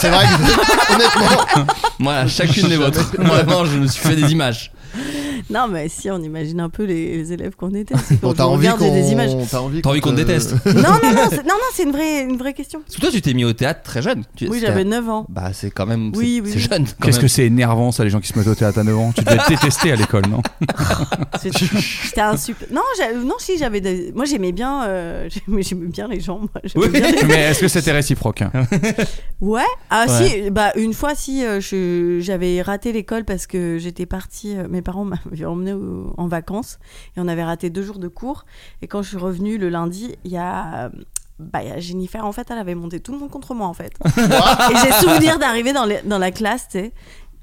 G: C'est vrai que honnêtement,
F: Voilà, chacune des vôtres. Vraiment, je me suis fait des images.
I: Non, mais si, on imagine un peu les, les élèves qu'on était. c'est
G: bon,
I: quand
G: t'as
I: je
G: envie
I: regarde, j'ai des images.
G: qu'on t'as envie
F: T'as envie qu'on te
G: te-
F: déteste.
I: Non, non, non, c'est- non, non, c'est une vraie, une vraie question.
F: Parce que toi, tu t'es mis au théâtre très jeune. Tu-
I: Oui,
F: c'était-
I: j'avais 9 ans.
F: Bah, c'est quand même.
I: Oui,
F: c'est-
I: oui,
F: C'est
I: oui.
F: jeune. quand
H: Qu'est-ce
F: même.
H: que c'est énervant, ça, les gens qui se mettent au théâtre à 9 ans. Tu devais être détesté à l'école, non
I: C'est- J'étais un super. Non, j'a- non, si, j'avais. des- Moi, j'aimais bien, euh, j'aimais j'aimais bien les gens. Moi, j'aimais
F: Oui. Euh,
I: bien les-
H: Mais est-ce que c'était réciproque
I: Ouais. Ah
F: Ouais.
I: si, bah une fois si euh, je- j'avais raté l'école parce que j'étais partie, euh, mes parents m'avaient emmené en vacances et on avait raté deux jours de cours et quand je suis revenue le lundi, il y a euh, bah, il y a Jennifer, en fait, elle avait monté tout le monde contre moi, en fait. et j'ai souvenir d'arriver dans, les- dans la classe, tu sais,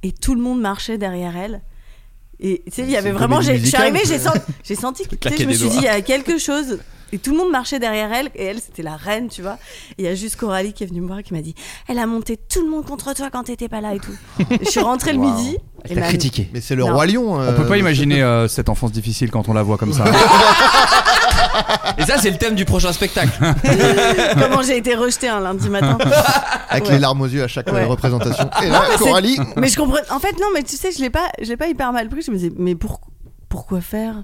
I: et tout le monde marchait derrière elle. Et tu sais, il y avait
G: une
I: vraiment.
G: comédie
I: j'ai- Je suis
G: musicale.
I: arrivée, j'ai senti, j'ai senti que tu sais,
F: claquer
I: je me
F: des
I: suis dit,
F: doigts.
I: il y a quelque chose. Et tout le monde marchait derrière elle, et elle, c'était la reine, tu vois. Et Il y a juste Coralie qui est venue me voir et qui m'a dit Elle a monté tout le monde contre toi quand t'étais pas là et tout. Et je suis rentrée le midi. et
F: T'as
I: ma-
F: critiqué.
G: Mais c'est le
I: Non.
G: roi lion.
H: On peut pas imaginer euh, cette enfance difficile quand on la voit comme ça.
F: Et ça, c'est le thème du prochain spectacle.
I: Comment j'ai été rejetée un lundi matin.
G: Avec
I: Ouais.
G: les larmes aux yeux à chaque euh,
I: Ouais.
G: représentation. Et là,
I: c'est-
G: Coralie.
I: mais je comprends. En fait, non, mais tu sais, je l'ai pas, je l'ai pas hyper mal pris. Je me disais Mais pour- pourquoi faire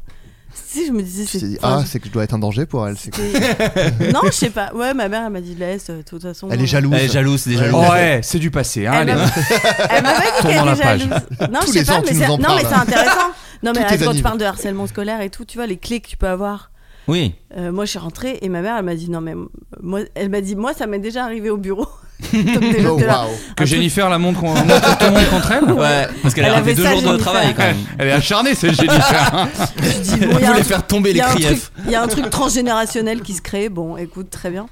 I: Si je me disais
G: Tu t'es dit,
I: enfin,
G: ah, c'est que je dois être un danger pour elle. c'est que-
I: c'était- Non, je sais pas. Ouais, ma mère, elle m'a dit Laisse, euh, de toute façon.
G: Elle est jalouse.
F: Elle est jalouse, c'est des jaloux.
H: Oh, ouais, c'est du passé.
F: Ah,
H: Hein,
I: Elle
H: les-
I: m'a- Elle m'a pas dit qu'elle
H: Tournons la
I: était
H: page.
I: jalouse. Non,
G: Tous
I: je sais
G: les
I: pas,
G: ans, tu
I: mais
G: nous
I: c'est
G: en
I: non, mais
G: parles.
I: c'est intéressant. Non, mais
G: Tous
I: arrête,
G: tes
I: quand tu
G: annives.
I: parles de harcèlement scolaire et tout, tu vois, les clés que tu peux avoir.
F: Oui.
I: Euh, moi, je suis rentrée et ma mère, elle m'a dit non mais euh, moi, elle m'a dit moi, ça m'est déjà arrivé au bureau. Donc, t'es-
G: Oh,
I: t'es là.
G: waouh.
H: Que
I: Un
H: Jennifer la montre qu'on- montre tout le monde contre elle
F: Ouais, parce qu'elle
I: Elle
F: a fait
I: avait
F: deux
I: ça,
F: jours de
I: Jennifer.
F: travail quand même.
H: Elle est acharnée, cette Euh, Jennifer.
I: Tu dis, bon, il
F: Elle
I: y a un
F: voulait
I: truc-
F: faire tomber
I: il y
F: les
I: a un
F: criefs.
I: truc- Il y a un truc transgénérationnel qui se crée. Bon, écoute, très bien.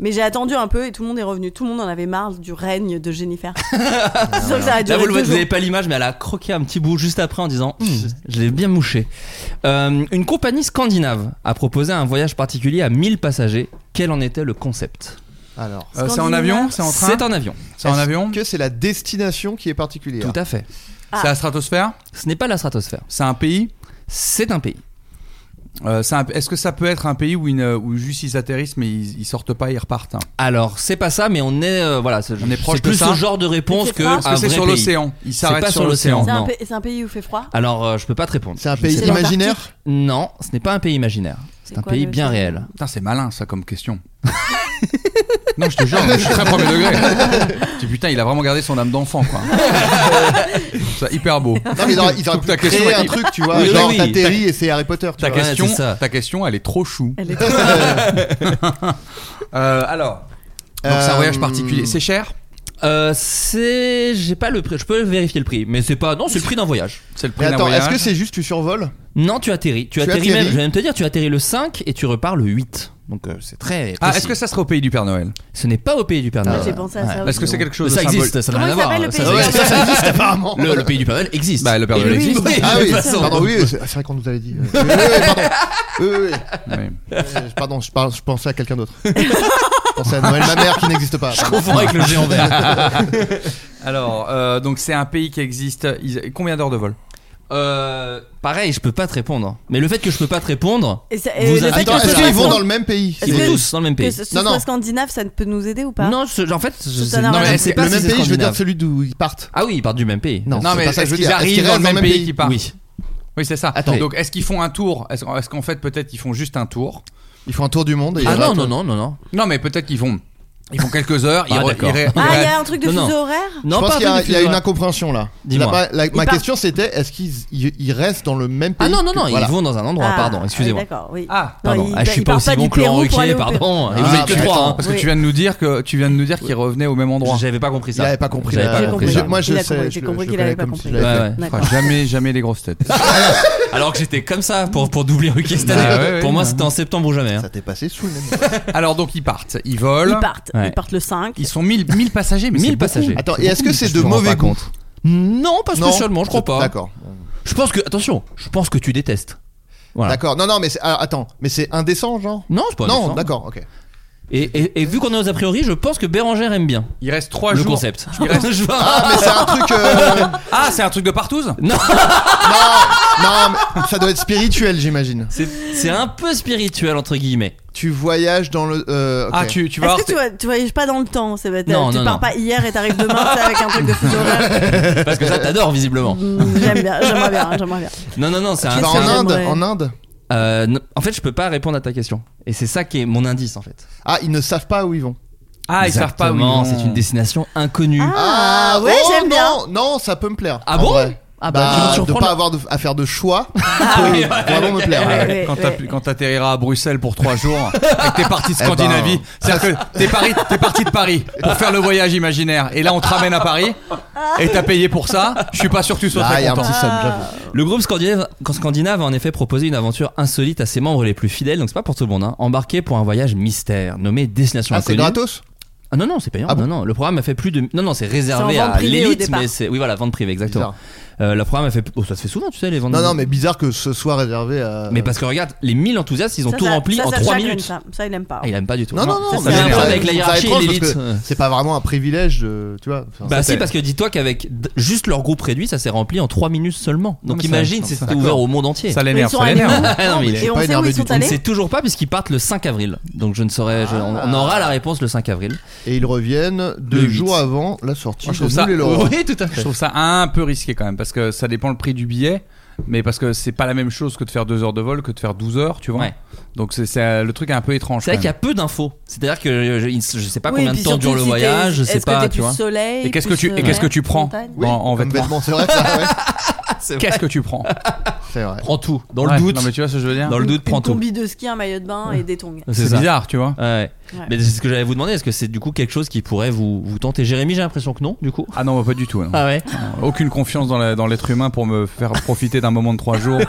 I: Mais j'ai attendu un peu et tout le monde est revenu. Tout le monde en avait marre du règne de Jennifer. Sauf que ça a
F: Là,
I: duré deux
F: vous le voyez, vous
I: jours.
F: n'avez pas l'image, mais elle a croqué un petit bout juste après en disant Hum, Je l'ai bien mouché. Euh, une compagnie scandinave a proposé un voyage particulier à 1000 passagers. Quel en était le concept
G: Alors,
H: Euh, c'est en avion C'est en train
F: hein, C'est en avion,
H: C'est en
G: Est-ce
H: avion
G: Que c'est la destination qui est particulière.
F: tout à fait.
H: C'est
F: Ah.
H: la stratosphère
F: Ce n'est pas la stratosphère,
H: C'est un pays
F: c'est un pays.
H: Euh, c'est un- Est-ce que ça peut être un pays où, une, où juste ils atterrissent mais ils, ils sortent pas, ils repartent hein
F: Alors, c'est pas ça, mais on est, euh, voilà, c'est-
H: On est proche
F: c'est
H: de
F: plus
H: ça.
F: ce genre de réponse
I: C'est
F: que.
I: pas-
H: Est-ce que
F: un
H: c'est
F: vrai
H: sur
F: pays.
H: l'océan Ils
F: C'est
H: s'arrêtent
F: pas
H: sur
F: sur
H: l'océan.
F: l'océan.
I: C'est un,
F: non.
I: pa- c'est un pays où il fait froid.
F: Alors, euh, je peux pas te répondre.
G: C'est un
F: Je
G: pays
F: sais pas.
I: l'Antarctique.
G: imaginaire
F: Non, ce n'est pas un pays imaginaire. C'est
I: C'est
F: un
I: quoi,
F: pays
I: le-
F: bien réel.
H: Putain, c'est malin ça comme question. non, je te jure, je suis très premier degré. Tu putain, il a vraiment gardé son âme d'enfant quoi. c'est hyper beau.
G: Non, mais ils auraient, ils auraient
H: Donc, ta
G: pu
H: question
G: créer
H: est-
G: un truc, tu vois.
F: Oui, oui,
G: genre,
F: oui.
G: t'atterris et c'est Harry Potter, tu
H: Ta
G: vois.
F: Ouais,
H: question,
F: c'est ça.
H: ta question, elle est trop chou.
I: Elle est
H: Euh, alors, donc c'est un
G: Euh,
H: voyage particulier. C'est cher
F: Euh, c'est. J'ai pas le prix. Je peux vérifier le prix, mais c'est pas. Non, c'est le prix d'un voyage.
H: C'est le prix
G: Mais
H: d'un
G: attends,
H: voyage.
G: est-ce que c'est juste tu survoles
F: Non, tu atterris. Tu,
G: Tu
F: atterris,
G: atterris.
F: même. Je vais même te dire, tu atterris le 5 et tu repars le 8. Donc euh, c'est très. Précis.
H: Ah, est-ce que ça serait au pays du Père Noël
F: Ce n'est pas au pays du Père Noël.
I: J'ai pensé à ça
H: Est-ce que c'est quelque chose
F: ça
H: de symbole-
F: existe, ça n'a
I: Comment
F: rien
I: il
F: à voir.
I: s'appelle, le
F: Ça
I: pays du
F: existe.
I: Père Noël
G: existe apparemment.
F: Le, le pays du Père Noël existe.
H: Bah, le Père
F: Et
H: Noël
F: oui,
H: existe.
F: oui,
G: Ah
F: de
G: oui,
F: toute façon.
G: pardon, oui, c'est c'est vrai qu'on nous avait dit. Oui, oui, oui, pardon. Oui, oui, oui.
H: Ouais.
G: Euh, Pardon, je, parle- je pensais à quelqu'un d'autre. Je pensais à Noël, ma mère qui n'existe pas.
F: Je confonds avec le géant vert.
H: Alors, euh, donc c'est un pays qui existe. Ils- Combien d'heures de vol
F: Euh, pareil, je peux pas te répondre. Mais le fait que je peux pas te répondre,
I: Et ça- et
F: Vous
I: le fait
G: Attends,
I: que ce
G: est-ce
I: soit
G: qu'ils vont
I: scan-
G: dans le même pays
I: Est-ce
F: ils vont
I: que-
F: tous dans le même
I: que
F: pays.
I: ce- ce
G: Non,
I: soit
G: non.
I: scandinave, ça ne peut nous aider ou pas
F: Non, ce- en fait, je-
I: Ça n'a
F: non,
I: rien
F: mais
I: à
F: elle
I: voir.
F: sait
G: Le
F: pas si
G: même
F: c'est
G: pays, je veux dire
F: scandinave.
G: celui d'où ils partent.
F: Ah oui, ils partent du même pays.
G: Non,
H: Non,
G: c'est
H: mais
G: pas ça que
H: est-ce
G: je veux
H: qu'ils
G: dire. Est-ce qu'ils
H: arrivent dans
G: restent
H: le
G: dans
H: même
G: le même
H: pays
G: pays
H: qu'ils partent
F: Oui.
H: Oui, c'est ça.
G: Attends.
H: Donc, est-ce qu'ils font un tour Est-ce est-ce qu'en fait, peut-être, ils font juste un tour
G: Ils font un tour du monde. Et
F: Ah
G: ils
F: non,
G: ratent.
F: non, non, non, non.
H: Non, mais peut-être qu'ils vont. Ils font quelques heures. ils
F: Ah,
H: re-
F: d'accord.
H: ils ré-
I: Ah,
H: ils
I: il y
H: ré-
I: a un truc de
F: Non, non.
I: fuseau horaire
F: Non,
G: Je pense
F: pas
G: qu'il y
F: un
G: a,
F: truc
G: il y a
F: de
G: une
F: fuseau.
G: incompréhension là.
F: Dis-moi.
G: La- la- ma
I: part-
G: question c'était est-ce qu'ils ils, ils restent dans le même pays
F: Ah non, non,
G: que-
F: non,
G: voilà.
F: ils vont dans un endroit,
I: Ah,
F: pardon,
I: ah
F: excusez-moi.
I: oui, D'accord, oui.
H: Ah,
I: Non,
F: Pardon,
I: il-
F: ah, je suis
I: il
F: pas
I: part
F: aussi
I: pas
F: bon
I: du
F: que Laurent
I: Pérou pour aller
F: Ruquier,
I: au
F: pardon. Et
G: Ah,
F: vous êtes que
G: putain.
F: trois. hein.
H: Parce que
I: Oui.
H: tu viens de nous dire que tu viens de nous dire qu'ils revenaient au même endroit.
F: J'avais pas compris
G: Il
F: ça.
G: avait pas compris.
F: J'avais
G: la-
F: pas
I: J'ai
F: compris
I: compris.
G: Je-
F: ça.
G: Moi je
I: Il a
G: sais.
I: compris,
G: je
I: j'ai
G: le-
I: compris
G: je le
I: qu'il avait
G: connais
I: pas
G: comme tu
I: compris.
G: l'avais fait.
F: Ouais, ouais.
H: Enfin, jamais, jamais les grosses têtes.
F: Alors que j'étais comme ça pour, pour doubler Ruquier cette
H: Bah
F: année.
H: ouais, ouais,
F: pour moi,
H: ouais.
F: c'était en septembre ou jamais. hein.
G: Ça t'est passé sous le nez.
H: Alors donc ils partent, ils volent.
I: Ils partent,
F: Ouais.
I: ils partent le 5.
H: Ils sont 1000 1000 passagers, mais
F: 1000
H: c'est beaucoup.
F: passagers.
G: Attends, et est-ce que c'est
F: Je
G: de
F: me rends pas
G: mauvais goût
F: compte. Non, pas spécialement, je crois pas.
G: D'accord.
F: Je pense que, attention, je pense que tu détestes. Voilà.
G: D'accord. Non, non, mais c'est- ah, attends, mais c'est indécent, genre
F: Non, c'est pas
G: Non,
F: indécent.
G: d'accord, ok.
F: Et, et- et vu qu'on est aux a priori, je pense que Bérangère aime bien
H: Il reste 3
F: le
H: jours.
F: concept.
H: Il reste-
F: Je vois.
G: Ah, mais c'est un truc. euh,
H: Ah, c'est un truc de partouze
F: Non,
G: non, non, mais ça doit être spirituel, j'imagine.
F: c'est c'est un peu spirituel entre guillemets.
G: Tu voyages dans le. euh, ok.
H: Ah, tu, tu vas voir.
I: Est-ce que tu, vois- tu voyages pas dans le temps c'est Tu
F: Non, non,
I: pars
F: non.
I: pas hier et t'arrives demain tu sais, avec un truc de fuseau horaire
F: Parce que ça t'adore visiblement.
I: Mm, J'aime bien, j'aimerais bien, j'aimerais bien.
F: Non, non, non, Ah, c'est
G: Tu
F: un.
G: vas
I: c'est
G: en
I: un
G: Inde
I: vrai.
G: En Inde
F: Euh, non, en fait, je peux pas répondre à ta question. Et c'est ça qui est mon indice en fait.
G: Ah, ils ne savent pas où ils vont.
H: Ah, ils savent pas où ils
F: Exactement,
H: vont.
F: C'est une destination inconnue.
I: Ah, ouais,
G: oh,
I: j'aime bien.
G: Non, non, ça peut me plaire.
F: Ah
G: en
F: bon
G: vrai.
F: Ah bah, tu vas
G: bah,
F: me
G: de
F: surprendre. Ah,
G: pas avoir de- à faire de choix peut
F: oui, ouais.
G: vraiment me plaire.
I: Ouais, ouais.
H: Quand t'as- Quand t'atterriras à Bruxelles pour 3 jours et que t'es parti
G: Eh ben,
H: de Scandinavie, c'est-à-dire que t'es pari- t'es parti de Paris pour faire le voyage imaginaire et là on te ramène à Paris et t'as payé pour ça, je suis pas sûr que tu sois
G: Là, Ah, il y
H: très
G: a un
H: content.
G: petit somme, j'avoue.
F: Le groupe scandinave, scandinave a en effet proposé une aventure insolite à ses membres les plus fidèles, donc c'est pas pour tout le monde, hein, embarqué pour un voyage mystère nommé Destination
G: Ah, c'est
F: Inconnue.
G: gratos
F: Ah non, non, c'est payant.
G: Ah bon
F: non, non, le programme a fait plus de. Non, non, c'est réservé
I: C'est en vente
F: à
I: privée au
F: l'élite,
I: départ.
F: mais c'est. Oui, voilà, vente privée, exactement.
G: Bizarre.
F: Euh, le programme a fait. Oh, ça se fait souvent, tu sais, les ventes.
G: Non, non, mais bizarre que ce soit réservé à.
F: Mais parce que regarde, les 1000 enthousiastes, ils ont
I: Ça,
F: tout
I: ça-
F: rempli
I: ça,
F: en
I: ça
F: 3
I: chagrine,
F: minutes.
I: Ça, ça, il aime pas.
F: Ah, il aime pas du tout.
G: Non, non, non,
F: ça,
G: mais
F: c'est un
G: c'est-
F: problème avec la
G: c'est
F: hiérarchie et
G: étrange parce
F: l'élite.
G: que
F: Euh.
G: C'est pas vraiment un privilège, de- tu vois. enfin,
F: Bah
G: ça,
F: si parce que dis-toi qu'avec d- juste leur groupe réduit ça s'est rempli en 3 minutes seulement.
H: Non,
F: Donc
H: mais ça-
F: imagine
H: ça-
F: si
H: ça-
F: c'était ouvert au monde entier.
H: Ça
I: Mais Ah. ils
H: l'énerve,
I: sont
H: ça
I: allés
H: l'énerve.
I: où
F: Ah, non, mais il est-
I: Et on
G: pas
I: sait où
G: énervé
I: ils
G: du
I: sont
G: tout.
F: On ne
I: allés
F: sait toujours pas puisqu'ils partent le 5 avril. Donc je ne saurais, je- on, on aura la réponse le 5 avril.
G: Et ils reviennent deux
F: Le huit.
G: jours avant la sortie
H: Moi, je
G: de
H: trouve ça-
G: Nous les Laurents.
F: Oui, tout à
H: Je
F: fait.
H: trouve ça un peu risqué quand même parce que ça dépend le prix du billet. Mais parce que c'est pas la même chose que de faire 2 heures de vol que de faire 12 heures, tu vois.
F: Ouais.
H: Donc c'est- c'est euh, le truc est un peu étrange.
F: C'est vrai
H: quand
F: qu'il y a
H: même.
F: peu d'infos. C'est-à-dire que euh, je, je- je sais pas
I: Oui,
F: combien
I: et
F: de
I: puis
F: temps dure
I: surtout
F: le
I: si t'es-
F: voyage, je sais
I: est-ce que t'es
F: pas,
I: plus
F: tu vois.
I: soleil,
H: Et qu'est-ce que
I: plus,
H: tu
I: euh,
H: et qu'est-ce que tu prends
I: montagne
H: en, en
G: Comme
H: vêtements
G: vêtements, c'est vrai. ça, ouais.
H: Qu'est-ce que tu prends
G: C'est vrai.
F: Prends tout. Dans le
H: Ouais,
F: doute.
H: Non, mais tu vois ce que je veux dire
F: Dans le doute, prends
I: Une
F: tout.
I: combi de ski, un maillot de bain et des tongs.
F: C'est
H: C'est
F: ça.
H: bizarre, tu vois.
F: Ouais.
I: Ouais.
F: Mais c'est ce que j'allais vous demander. Est-ce que c'est du coup quelque chose qui pourrait vous, vous tenter Jérémy, j'ai l'impression que non, du coup.
H: Ah non, bah, pas du tout. non.
F: Ah ouais.
H: Aucune confiance dans la- dans l'être humain pour me faire profiter d'un moment de trois jours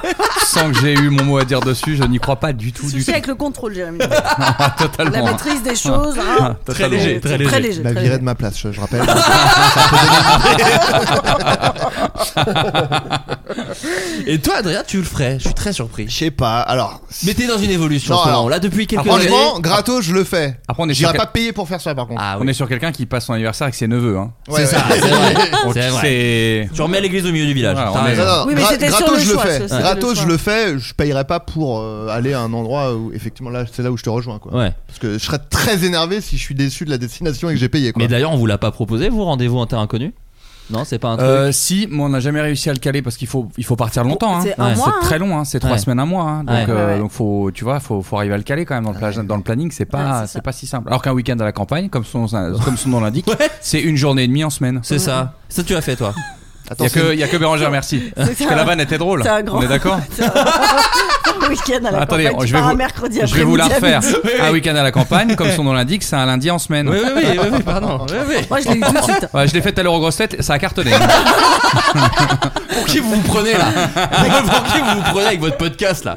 H: sans que j'ai eu mon mot à dire dessus. Je n'y crois pas du tout, du
I: Souci
H: tout.
I: avec le contrôle, Jérémy. La
H: Totalement. Ah,
I: maîtrise des choses. hein.
F: Très léger, très
I: C'est
F: léger.
I: Très léger.
G: La
I: très
G: virée
I: léger.
G: de ma place, je, je rappelle.
F: Et toi, Adrien, tu le ferais. Je suis très surpris.
G: Je sais pas. Alors,
F: Mais t'es dans une évolution
G: Non,
F: en ce
G: alors- ah,
F: moment. Là, depuis quelques années.
G: franchement, gratos, je le fais.
H: Après, on est
G: Je
H: sur,
G: serais pas payé pour faire ça, par contre.
F: Ah
H: on
F: oui.
H: est sur quelqu'un qui passe son anniversaire avec ses neveux. Hein.
F: C'est
G: Ouais,
F: ça.
G: ouais.
F: C'est vrai.
H: Donc,
F: Ah, C'est vrai.
H: c'est-
F: Tu remets l'église au milieu du village.
H: Voilà,
F: T'as
H: on est-
F: raison.
G: Non, non,
I: Oui, mais
G: gra-
I: c'était sur
G: gratos,
I: le
G: je le
I: choix,
G: fais.
I: ça, c'était
G: gratos,
I: le
G: je le fais. Je payerai pas pour euh, aller à un endroit où, effectivement, là, c'est là où je te rejoins, quoi.
F: Ouais.
G: Parce que je serais très énervé si je suis déçu de la destination et que j'ai payé, quoi.
F: Mais d'ailleurs, on vous l'a pas proposé, vous, rendez-vous en terre inconnue Non, c'est pas un truc.
H: Euh, si, mais on n'a jamais réussi à le caler parce qu'il faut, il faut partir longtemps. hein.
I: C'est un
F: Ouais.
I: mois. hein.
H: Très long, hein, c'est trois
F: Ouais.
H: semaines, un mois. hein. Donc,
F: Ouais.
H: euh,
I: Ouais, ouais.
H: donc faut, tu vois, faut, faut arriver à le caler quand même dans le, plage- dans le planning. C'est pas,
I: Ouais, c'est
H: c'est
I: ça.
H: pas si simple. Alors qu'un week-end à la campagne, comme son, comme son nom l'indique, c'est une journée et demie en semaine.
F: C'est ça. Ça, tu as fait, toi.
H: Il
G: Attends,
H: y a
G: c'est
H: que, y a que Bérangère, merci. Parce que
I: un-
H: la vanne était drôle.
I: c'est un grand-
H: On est d'accord.
I: Un week-end à la
H: Attendez,
I: campagne,
H: je
I: tu
H: vais
I: pars un
H: vous-
I: mercredi
H: Je vais vous la
I: après-midi à
H: refaire.
I: midi.
H: Un week-end à la campagne, comme son nom l'indique, c'est un lundi en semaine.
F: Oui, oui, oui, oui, oui, pardon. Oui, oui.
I: Moi, je l'ai eu tout de suite.
H: Ouais, je l'ai fait tout à l'heure aux grosses têtes, ça a cartonné.
F: Pour qui vous vous prenez là Pour qui vous vous prenez avec votre podcast là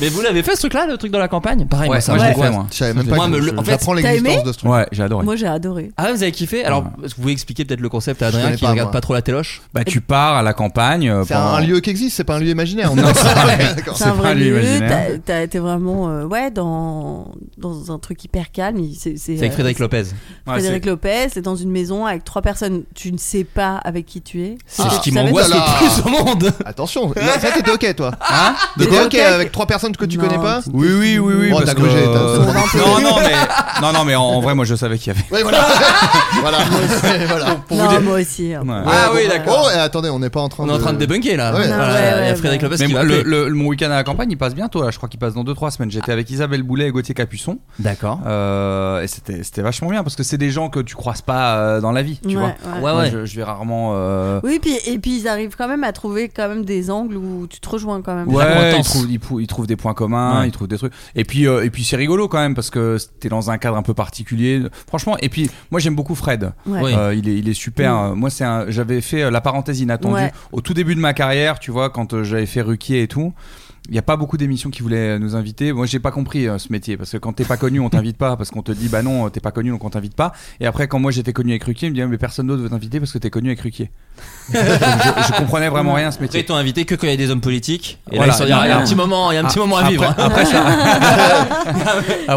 F: Mais vous l'avez fait ce truc-là, le truc dans la campagne Pareil,
H: Ouais,
F: moi, ça
H: moi je l'ai
F: m'angoisse.
H: fait, moi.
G: Je savais même pas
F: Moi,
G: que
F: me
G: je-
F: le- en fait,
G: j'apprends
I: t'as
G: l'existence
I: aimé
G: de ce truc.
H: Ouais, j'ai adoré.
I: Moi, j'ai adoré.
F: Ah, vous avez kiffé Alors, est-ce que vous pouvez expliquer peut-être le concept à
G: Je
F: Adrien
G: connais
F: qui
G: pas,
F: regarde
G: moi.
F: pas trop la téloche
H: Bah, tu pars à la campagne. euh,
G: C'est un,
H: pendant-
G: un lieu qui existe, c'est pas un lieu imaginaire. On
H: Non,
G: est-
H: c'est vrai.
G: D'accord.
I: C'est un
H: C'est pas
I: vrai
H: lui,
I: lieu.
H: imaginaire.
I: T'as t'as été vraiment euh, ouais, dans, dans un truc hyper calme. Il- C'est c'est,
F: C'est avec
I: euh,
F: Frédéric Lopez.
H: Ouais, c'est-
I: Frédéric Lopez, c'est dans une maison avec trois personnes. Tu ne sais pas avec qui tu es.
F: C'est
G: Ah,
F: ce
I: tu
F: qui
I: savais
F: m'angoisse
G: ça, là.
F: le plus au monde
G: Attention, là, ça t'étais ok toi.
H: Hein
G: T'étais
I: T'étais
G: ok,
I: ok
G: avec trois personnes que tu
I: Non,
G: connais pas
I: tu-
H: Oui, oui, oui, oui.
G: Oh,
H: parce
G: t'as
H: que-
G: grugé, t'as-
H: non, non, mais, non, non, mais en, en vrai, moi, je savais qu'il y avait.
G: Oui, voilà. voilà. voilà.
I: non, moi aussi. hein.
H: Ouais. Euh,
F: Ah
G: Ouais,
F: oui,
G: bon.
F: d'accord.
G: Oh, et attendez, on n'est pas en train
F: On
G: de.
F: est en train de débunker là.
G: Ouais.
F: Voilà,
I: Non, ouais,
F: Euh, il y a
I: ouais,
F: Frédéric
I: ouais.
F: Lopez
H: Mais
F: qui va
H: le,
F: appeler.
H: le- mon week-end à la campagne, il passe bientôt. Là. Je crois qu'il passe dans 2-3 semaines. J'étais avec Isabelle Boulet et Gauthier Capuçon.
F: D'accord.
H: Euh, et c'était c'était vachement bien parce que c'est des gens que tu croises pas euh, dans la vie. Tu
I: Ouais,
H: vois.
I: ouais.
F: Ouais,
H: Moi,
F: ouais.
H: Je, je vais rarement. euh,
I: Oui, puis, et puis ils arrivent quand même à trouver quand même des angles où tu te rejoins quand même.
F: Des accords
H: Ouais, ils
F: intenses.
H: trouvent, ils, pou- ils trouvent des points communs,
F: Ouais.
H: ils trouvent des trucs. Et puis, euh, et puis c'est rigolo quand même parce que t'es dans un cadre un peu particulier. Franchement, et puis moi j'aime beaucoup Fred.
I: Ouais. Mm.
F: Oui.
H: Euh, il, est, il est super. Euh, Moi, c'est un- j'avais fait euh, la parenthèse inattendue
I: Ouais.
H: au tout début de ma carrière, tu vois, quand euh, j'avais fait Ruquier et tout. Il n'y a pas beaucoup d'émissions qui voulaient euh, nous inviter. Moi, j'ai pas compris euh, ce métier parce que quand t'es pas connu, on t'invite pas parce qu'on te dit bah non, euh, t'es pas connu donc on t'invite pas. Et après, quand moi j'étais connu avec Ruquier, ils me disaient mais personne d'autre veut t'inviter parce que t'es connu avec Ruquier. Donc, je, je comprenais vraiment rien à ce
F: Après,
H: métier.
F: ils t'ont invité que quand il y a des hommes politiques. Et
H: Voilà.
F: là, ils se sont dit, ah, il y a un petit moment, il y a un petit moment à vivre. hein.
H: Après,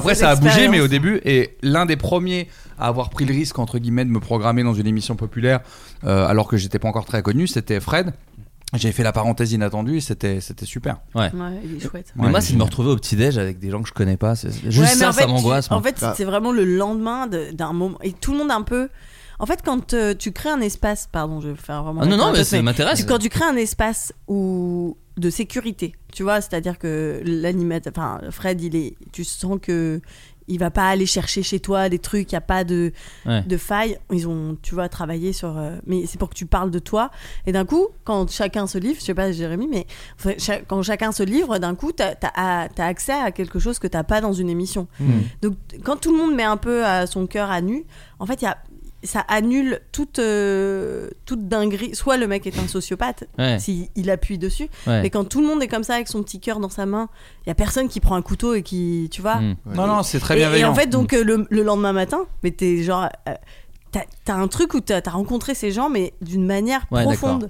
I: C'est
H: ça a bougé,
I: l'expérience.
H: mais au début, et l'un des premiers à avoir pris le risque, entre guillemets, de me programmer dans une émission populaire, euh, alors que j'étais pas encore très connu, c'était Fred. J'ai fait la parenthèse inattendue, et c'était c'était super.
I: Ouais, il est chouette.
F: Mais
H: Ouais,
F: moi, c'est de me
H: génial.
F: retrouver au petit-déj avec des gens que je connais pas. c'est- Juste
I: Ouais, mais
F: ça,
I: en fait,
F: ça m'angoisse.
I: tu- En
F: moi.
I: fait,
G: Ah.
I: c'est vraiment le lendemain de- d'un moment. Et tout le monde un peu. En fait, quand euh, tu crées un espace. Pardon, je vais faire vraiment.
F: Ah non, non, mais
I: parce
F: ça
I: que-
F: m'intéresse.
I: tu- Quand tu crées un espace où de sécurité, tu vois, c'est-à-dire que l'animateur, enfin Fred, il est, tu sens que il va pas aller chercher chez toi des trucs, il y a pas de
F: Ouais.
I: de faille. Ils ont, tu vois, travaillé sur, euh, mais c'est pour que tu parles de toi. Et d'un coup, quand chacun se livre, je sais pas, Jérémy, mais enfin, cha- quand chacun se livre, d'un coup, t'as as, accès à quelque chose que t'as pas dans une émission. Donc, t- quand tout le monde met un peu euh, son cœur à nu, en fait, il y a ça annule toute, euh, toute dinguerie. Soit le mec est un sociopathe,
F: Ouais.
I: s'il il appuie dessus.
F: Ouais.
I: Mais quand tout le monde est comme ça avec son petit cœur dans sa main, il y a personne qui prend un couteau et qui, tu vois.
F: Mm.
H: Non, non, c'est très
I: Et, et
H: bienveillant.
I: en fait, donc euh, le, le lendemain matin, mais t'es genre, euh, t'as t'as un truc où t'as t'as rencontré ces gens, mais d'une manière
F: Ouais, Eh.
I: profonde.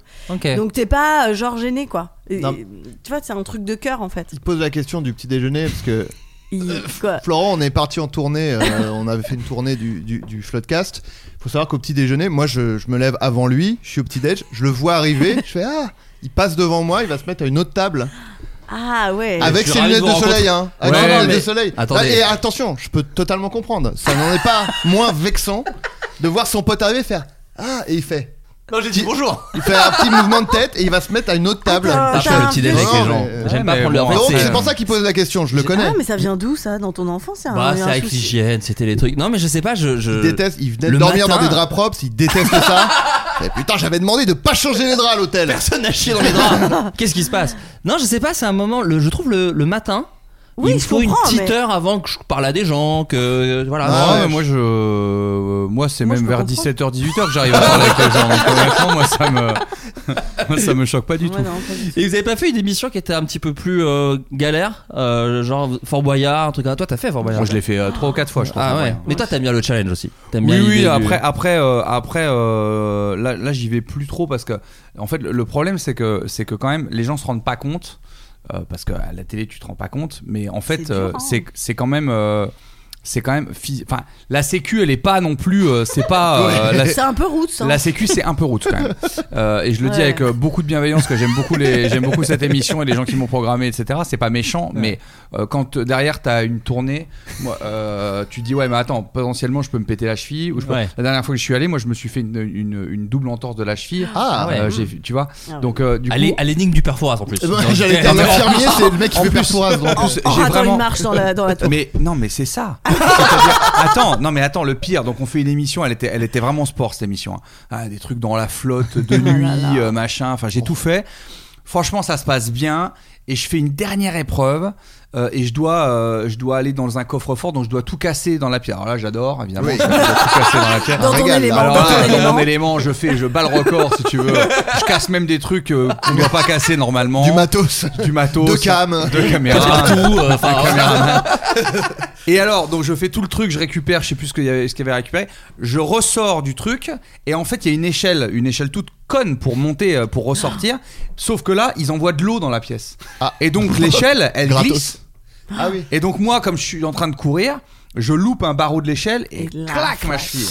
I: Donc t'es pas euh, genre gêné quoi. Et-
G: Non.
I: et- tu vois, c'est un truc de cœur en fait.
G: Il pose la question du petit déjeuner parce que
I: Il- quoi.
G: Florent, on est parti en tournée, euh, on avait fait une tournée du, du, du Floodcast. Faut savoir qu'au petit déjeuner, moi je, je me lève avant lui, je suis au petit déj, je le vois arriver, je fais ah, il passe devant moi, il va se mettre à une autre table
I: Ah ouais.
G: avec
F: je suis
G: ses
F: ravi de
G: lunettes de,
F: vous
G: soleil, hein, avec
H: Ouais,
G: ses lunettes
H: mais-
G: de soleil.
F: Attendez.
G: Là, et attention, je peux totalement comprendre, ça n'en est pas moins vexant de voir son pote arriver faire ah et il fait Non, j'ai dit bonjour. Il fait un petit mouvement de tête et il va se mettre à une autre table.
I: Attends,
F: Pas pour le petit déj avec les gens.
G: mais- euh,
F: J'aime pas
H: mais
F: prendre leur
H: bon,
F: en
G: Donc
F: fait,
G: c'est pour ça qu'il pose la question, je le connais.
I: Ah, mais ça vient d'où ça Dans ton enfance c'est un,
F: Bah,
I: un
F: c'est avec
I: souci.
F: l'hygiène, c'était les trucs. Non, mais je sais pas, je. je...
G: Il déteste, il venait de
F: Le
G: dormir
F: matin-
G: dans des draps propres, il déteste ça. Et putain, j'avais demandé de pas changer les draps à l'hôtel.
F: Personne n'a chié dans les draps. Qu'est-ce qui se passe Non, je sais pas, c'est un moment. Le, je trouve le, le matin.
I: Oui,
F: il me
I: je
F: faut une
I: comprends,
F: petite
I: mais-
F: heure avant que je parle à des gens, que. euh, Voilà.
G: Ah,
H: Non,
G: ouais,
H: mais
G: je-
H: moi je euh, moi c'est
I: Moi, je
H: même
I: peux
H: vers
I: comprendre.
H: 17h 18h que j'arrive à parler avec les gens. Donc, honnêtement, moi ça me moi, ça me choque pas du
I: Ouais,
H: tout.
I: non, pas du tout.
F: Et euh, vous avez pas fait une émission qui était un petit peu plus euh, galère euh, Genre Fort Boyard, un truc comme ça. Toi, t'as fait Fort Boyard
H: Moi je l'ai fait 3 ou 4 fois je crois.
F: Ah ouais.
H: Ouais.
F: Mais toi, t'aimes bien le challenge aussi. T'aimes
H: Oui,
F: bien l'idée
H: oui,
F: du-
H: après, après, euh, après euh, là, là j'y vais plus trop parce que, en fait, le le problème, c'est que, c'est que quand même, les gens se rendent pas compte, euh, parce qu'à la télé, tu te rends pas compte, mais en fait,
I: dur,
H: euh,
I: hein.
H: c'est c'est quand même. euh, c'est quand même. phys- Enfin, la Sécu, elle est pas non plus. euh, c'est pas. euh, la,
I: C'est un peu hein. rude ça.
H: la sécu c'est un peu route quand même Euh, et je le dis
I: Ouais.
H: avec euh, beaucoup de bienveillance parce que j'aime beaucoup les j'aime beaucoup cette émission et les gens qui m'ont programmé etc c'est pas méchant mais euh, quand euh, derrière t'as une tournée moi, euh, tu dis ouais mais attends potentiellement je peux me péter la cheville ou je peux-
F: Ouais.
H: la dernière fois que je suis allé moi je me suis fait une, une, une double entorse de la cheville
G: Ah,
F: ouais.
H: Euh, j'ai tu vois
I: Ah ouais.
H: donc euh, du coup
F: À l'é- à l'énigme du perforas en plus.
G: Eh ben,
F: Donc,
G: J'allais dire l'infirmier, c'est le mec qui fait perforas. donc.
H: en plus,
I: Oh,
H: j'ai
I: attends,
H: vraiment
I: il marche dans la, dans la tour.
H: mais non, mais c'est ça. C'est-à-dire, attends, non, mais attends, le pire. Donc on fait une émission, elle était, elle était vraiment sport cette émission. hein. Ah, des trucs dans la flotte de nuit, euh, machin. Enfin, j'ai tout fait. Franchement, ça se passe bien. Et je fais une dernière épreuve. euh, et je dois, euh, je dois aller dans un coffre-fort, donc je dois tout casser dans la pierre. Alors là, j'adore, évidemment.
G: Oui.
H: Je dois tout casser dans la pierre.
I: Dans
G: Un
I: ton
G: régal.
I: élément,
H: Alors
I: dans
H: là,
I: ton
H: dans
I: élément.
H: mon élément, je fais, je bats le record si tu veux. Je casse même des trucs euh, qu'on ne doit pas casser normalement.
G: Du matos.
H: du matos.
G: De cam.
H: De
F: Parce
H: caméra.
F: que tout, euh, enfin,
H: Et alors, donc je fais tout le truc, je récupère, je sais plus ce qu'il y avait, ce qu'il y avait récupéré. Je ressors du truc et en fait il y a une échelle, une échelle toute conne pour monter, euh, pour ressortir. Sauf que là, ils envoient de l'eau dans la pièce.
G: Ah.
H: Et donc l'échelle, elle
G: Gratos.
H: glisse.
G: Ah oui.
H: Et donc moi, comme je suis en train de courir, je loupe un barreau de l'échelle et,
I: Et là,
H: clac ma cheville.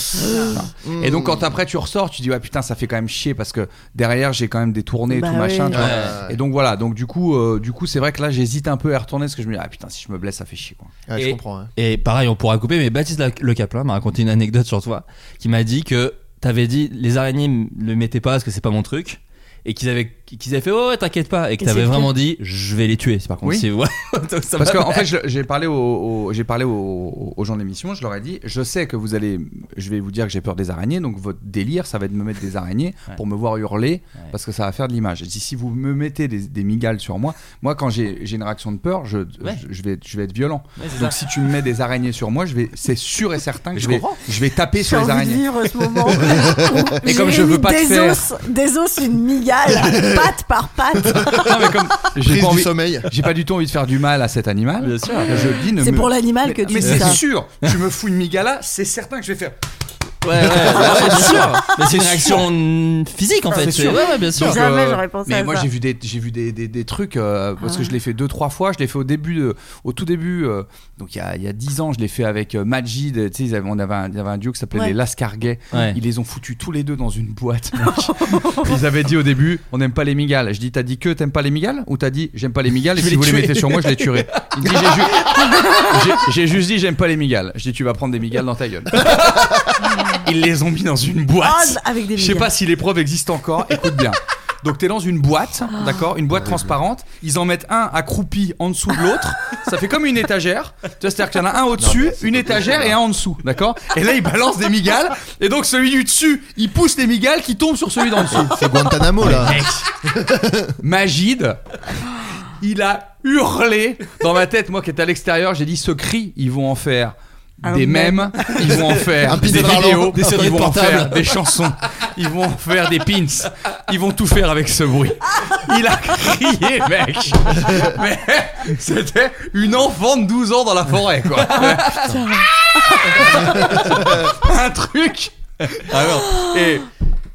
H: Et donc quand après tu ressors, tu dis ouais putain ça fait quand même chier parce que derrière j'ai quand même des tournées et
I: Bah
H: tout machin.
I: ouais.
H: tu vois.
G: Ouais.
H: Et donc voilà, donc du coup, euh, du coup c'est vrai que là j'hésite un peu à y retourner parce que je me dis ah putain si je me blesse ça fait chier quoi.
G: Ouais, je
F: Et-
G: comprends. hein.
F: Et pareil, on pourra couper, mais Baptiste Lac- Le Caplin m'a raconté une anecdote sur toi qui m'a dit que t'avais dit les araignées m- le mettaient pas parce que c'est pas mon truc. Et qu'ils avaient, qu'ils avaient fait, oh ouais, t'inquiète pas. Et que
I: Et
F: t'avais
I: c'est
F: vraiment dit, je vais les tuer. C'est par contre,
H: Oui.
F: si ouais. Donc, ça
H: Parce
F: va-
H: qu'en fait, je- j'ai parlé, au, au- j'ai parlé au- aux gens de l'émission, je leur ai dit, je sais que vous allez, je vais vous dire que j'ai peur des araignées, donc votre délire, ça va être de me mettre des araignées pour me voir hurler, parce que ça va faire de l'image. Je dis, si vous me mettez des, des migales sur moi, moi quand j'ai j'ai une réaction de peur, je,
F: Ouais.
H: je, je vais, être- je vais être violent.
F: Ouais, c'est
H: donc
F: ça.
H: si tu me mets des araignées sur moi, je vais, c'est sûr et certain que
F: Mais
H: je
F: je
H: vais,
F: comprends.
H: je vais taper
I: J'ai
H: sur les
I: envie de
H: araignées.
I: vivre ce moment.
H: Et comme je veux pas te faire-
I: Des os, une migale, patte par patte.
H: Non, mais comme j'ai
G: Prise
H: pas
G: du
H: envie-
G: sommeil.
H: j'ai pas du tout envie de faire du mal à cet animal.
F: Bien sûr.
H: Je dis, ne
I: C'est
H: me-
I: pour l'animal que
H: Mais-
I: tu
H: Mais
I: dis
H: c'est
I: ça.
H: sûr, tu me fous une migala, c'est certain que je vais faire.
F: Ouais, ouais, ouais, bien sûr. Mais c'est une réaction physique, en
H: Ah,
F: fait.
H: c'est
F: C'est-
H: sûr.
F: Ouais, ouais, bien sûr.
H: Donc,
I: Jamais j'aurais pensé
H: mais
I: à
H: moi
I: ça. Ah.
H: j'ai vu des j'ai vu des, des, des trucs euh, parce que je l'ai fait deux trois fois je l'ai fait au début de- au tout début euh, donc il y a il y a dix ans je l'ai fait avec euh, Majid tu sais ils avaient- on avait un, il y avait un duo qui s'appelait
I: Ouais.
H: les Lascarguet
F: Ouais.
H: ils les ont foutus tous les deux dans une boîte mec. ils avaient dit au début on n'aime pas les migales je dis t'as dit que t'aimes pas les migales ou t'as dit j'aime pas les migales et
F: Je vais
H: si
F: les
H: vous les
F: tuer.
H: mettez sur moi je les tuerai il me dit j'ai ju- j'ai- j'ai juste dit j'aime pas les migales je dis tu vas prendre des migales dans ta gueule ils les ont mis dans une boîte
I: Ah, avec des
H: je sais
I: migales.
H: pas si l'épreuve existe encore, écoute bien. Donc t'es dans une boîte,
I: Ah.
H: d'accord, une boîte transparente. Ils en mettent un accroupi en dessous de l'autre. Ça fait comme une étagère. Tu vois, c'est-à-dire qu'il y en a un au-dessus, une étagère et un en dessous, d'accord. Et là ils balancent des migales. Et donc celui du dessus, il pousse les migales qui tombent sur celui d'en dessous.
G: C'est Guantanamo là.
H: Magide, il a hurlé dans ma tête. Moi qui étais à l'extérieur, j'ai dit ce cri, ils vont en faire. des mèmes, ils vont en faire
G: Un
H: des
G: pizza parlant,
H: vidéos,
G: des
F: sonneries
H: ils vont en
F: portables.
H: faire des chansons, ils vont en faire des pins, ils vont tout faire avec ce bruit. Il a crié, mec. Mais c'était une enfant de 12 ans dans la forêt, quoi. Un truc. Alors, Ah et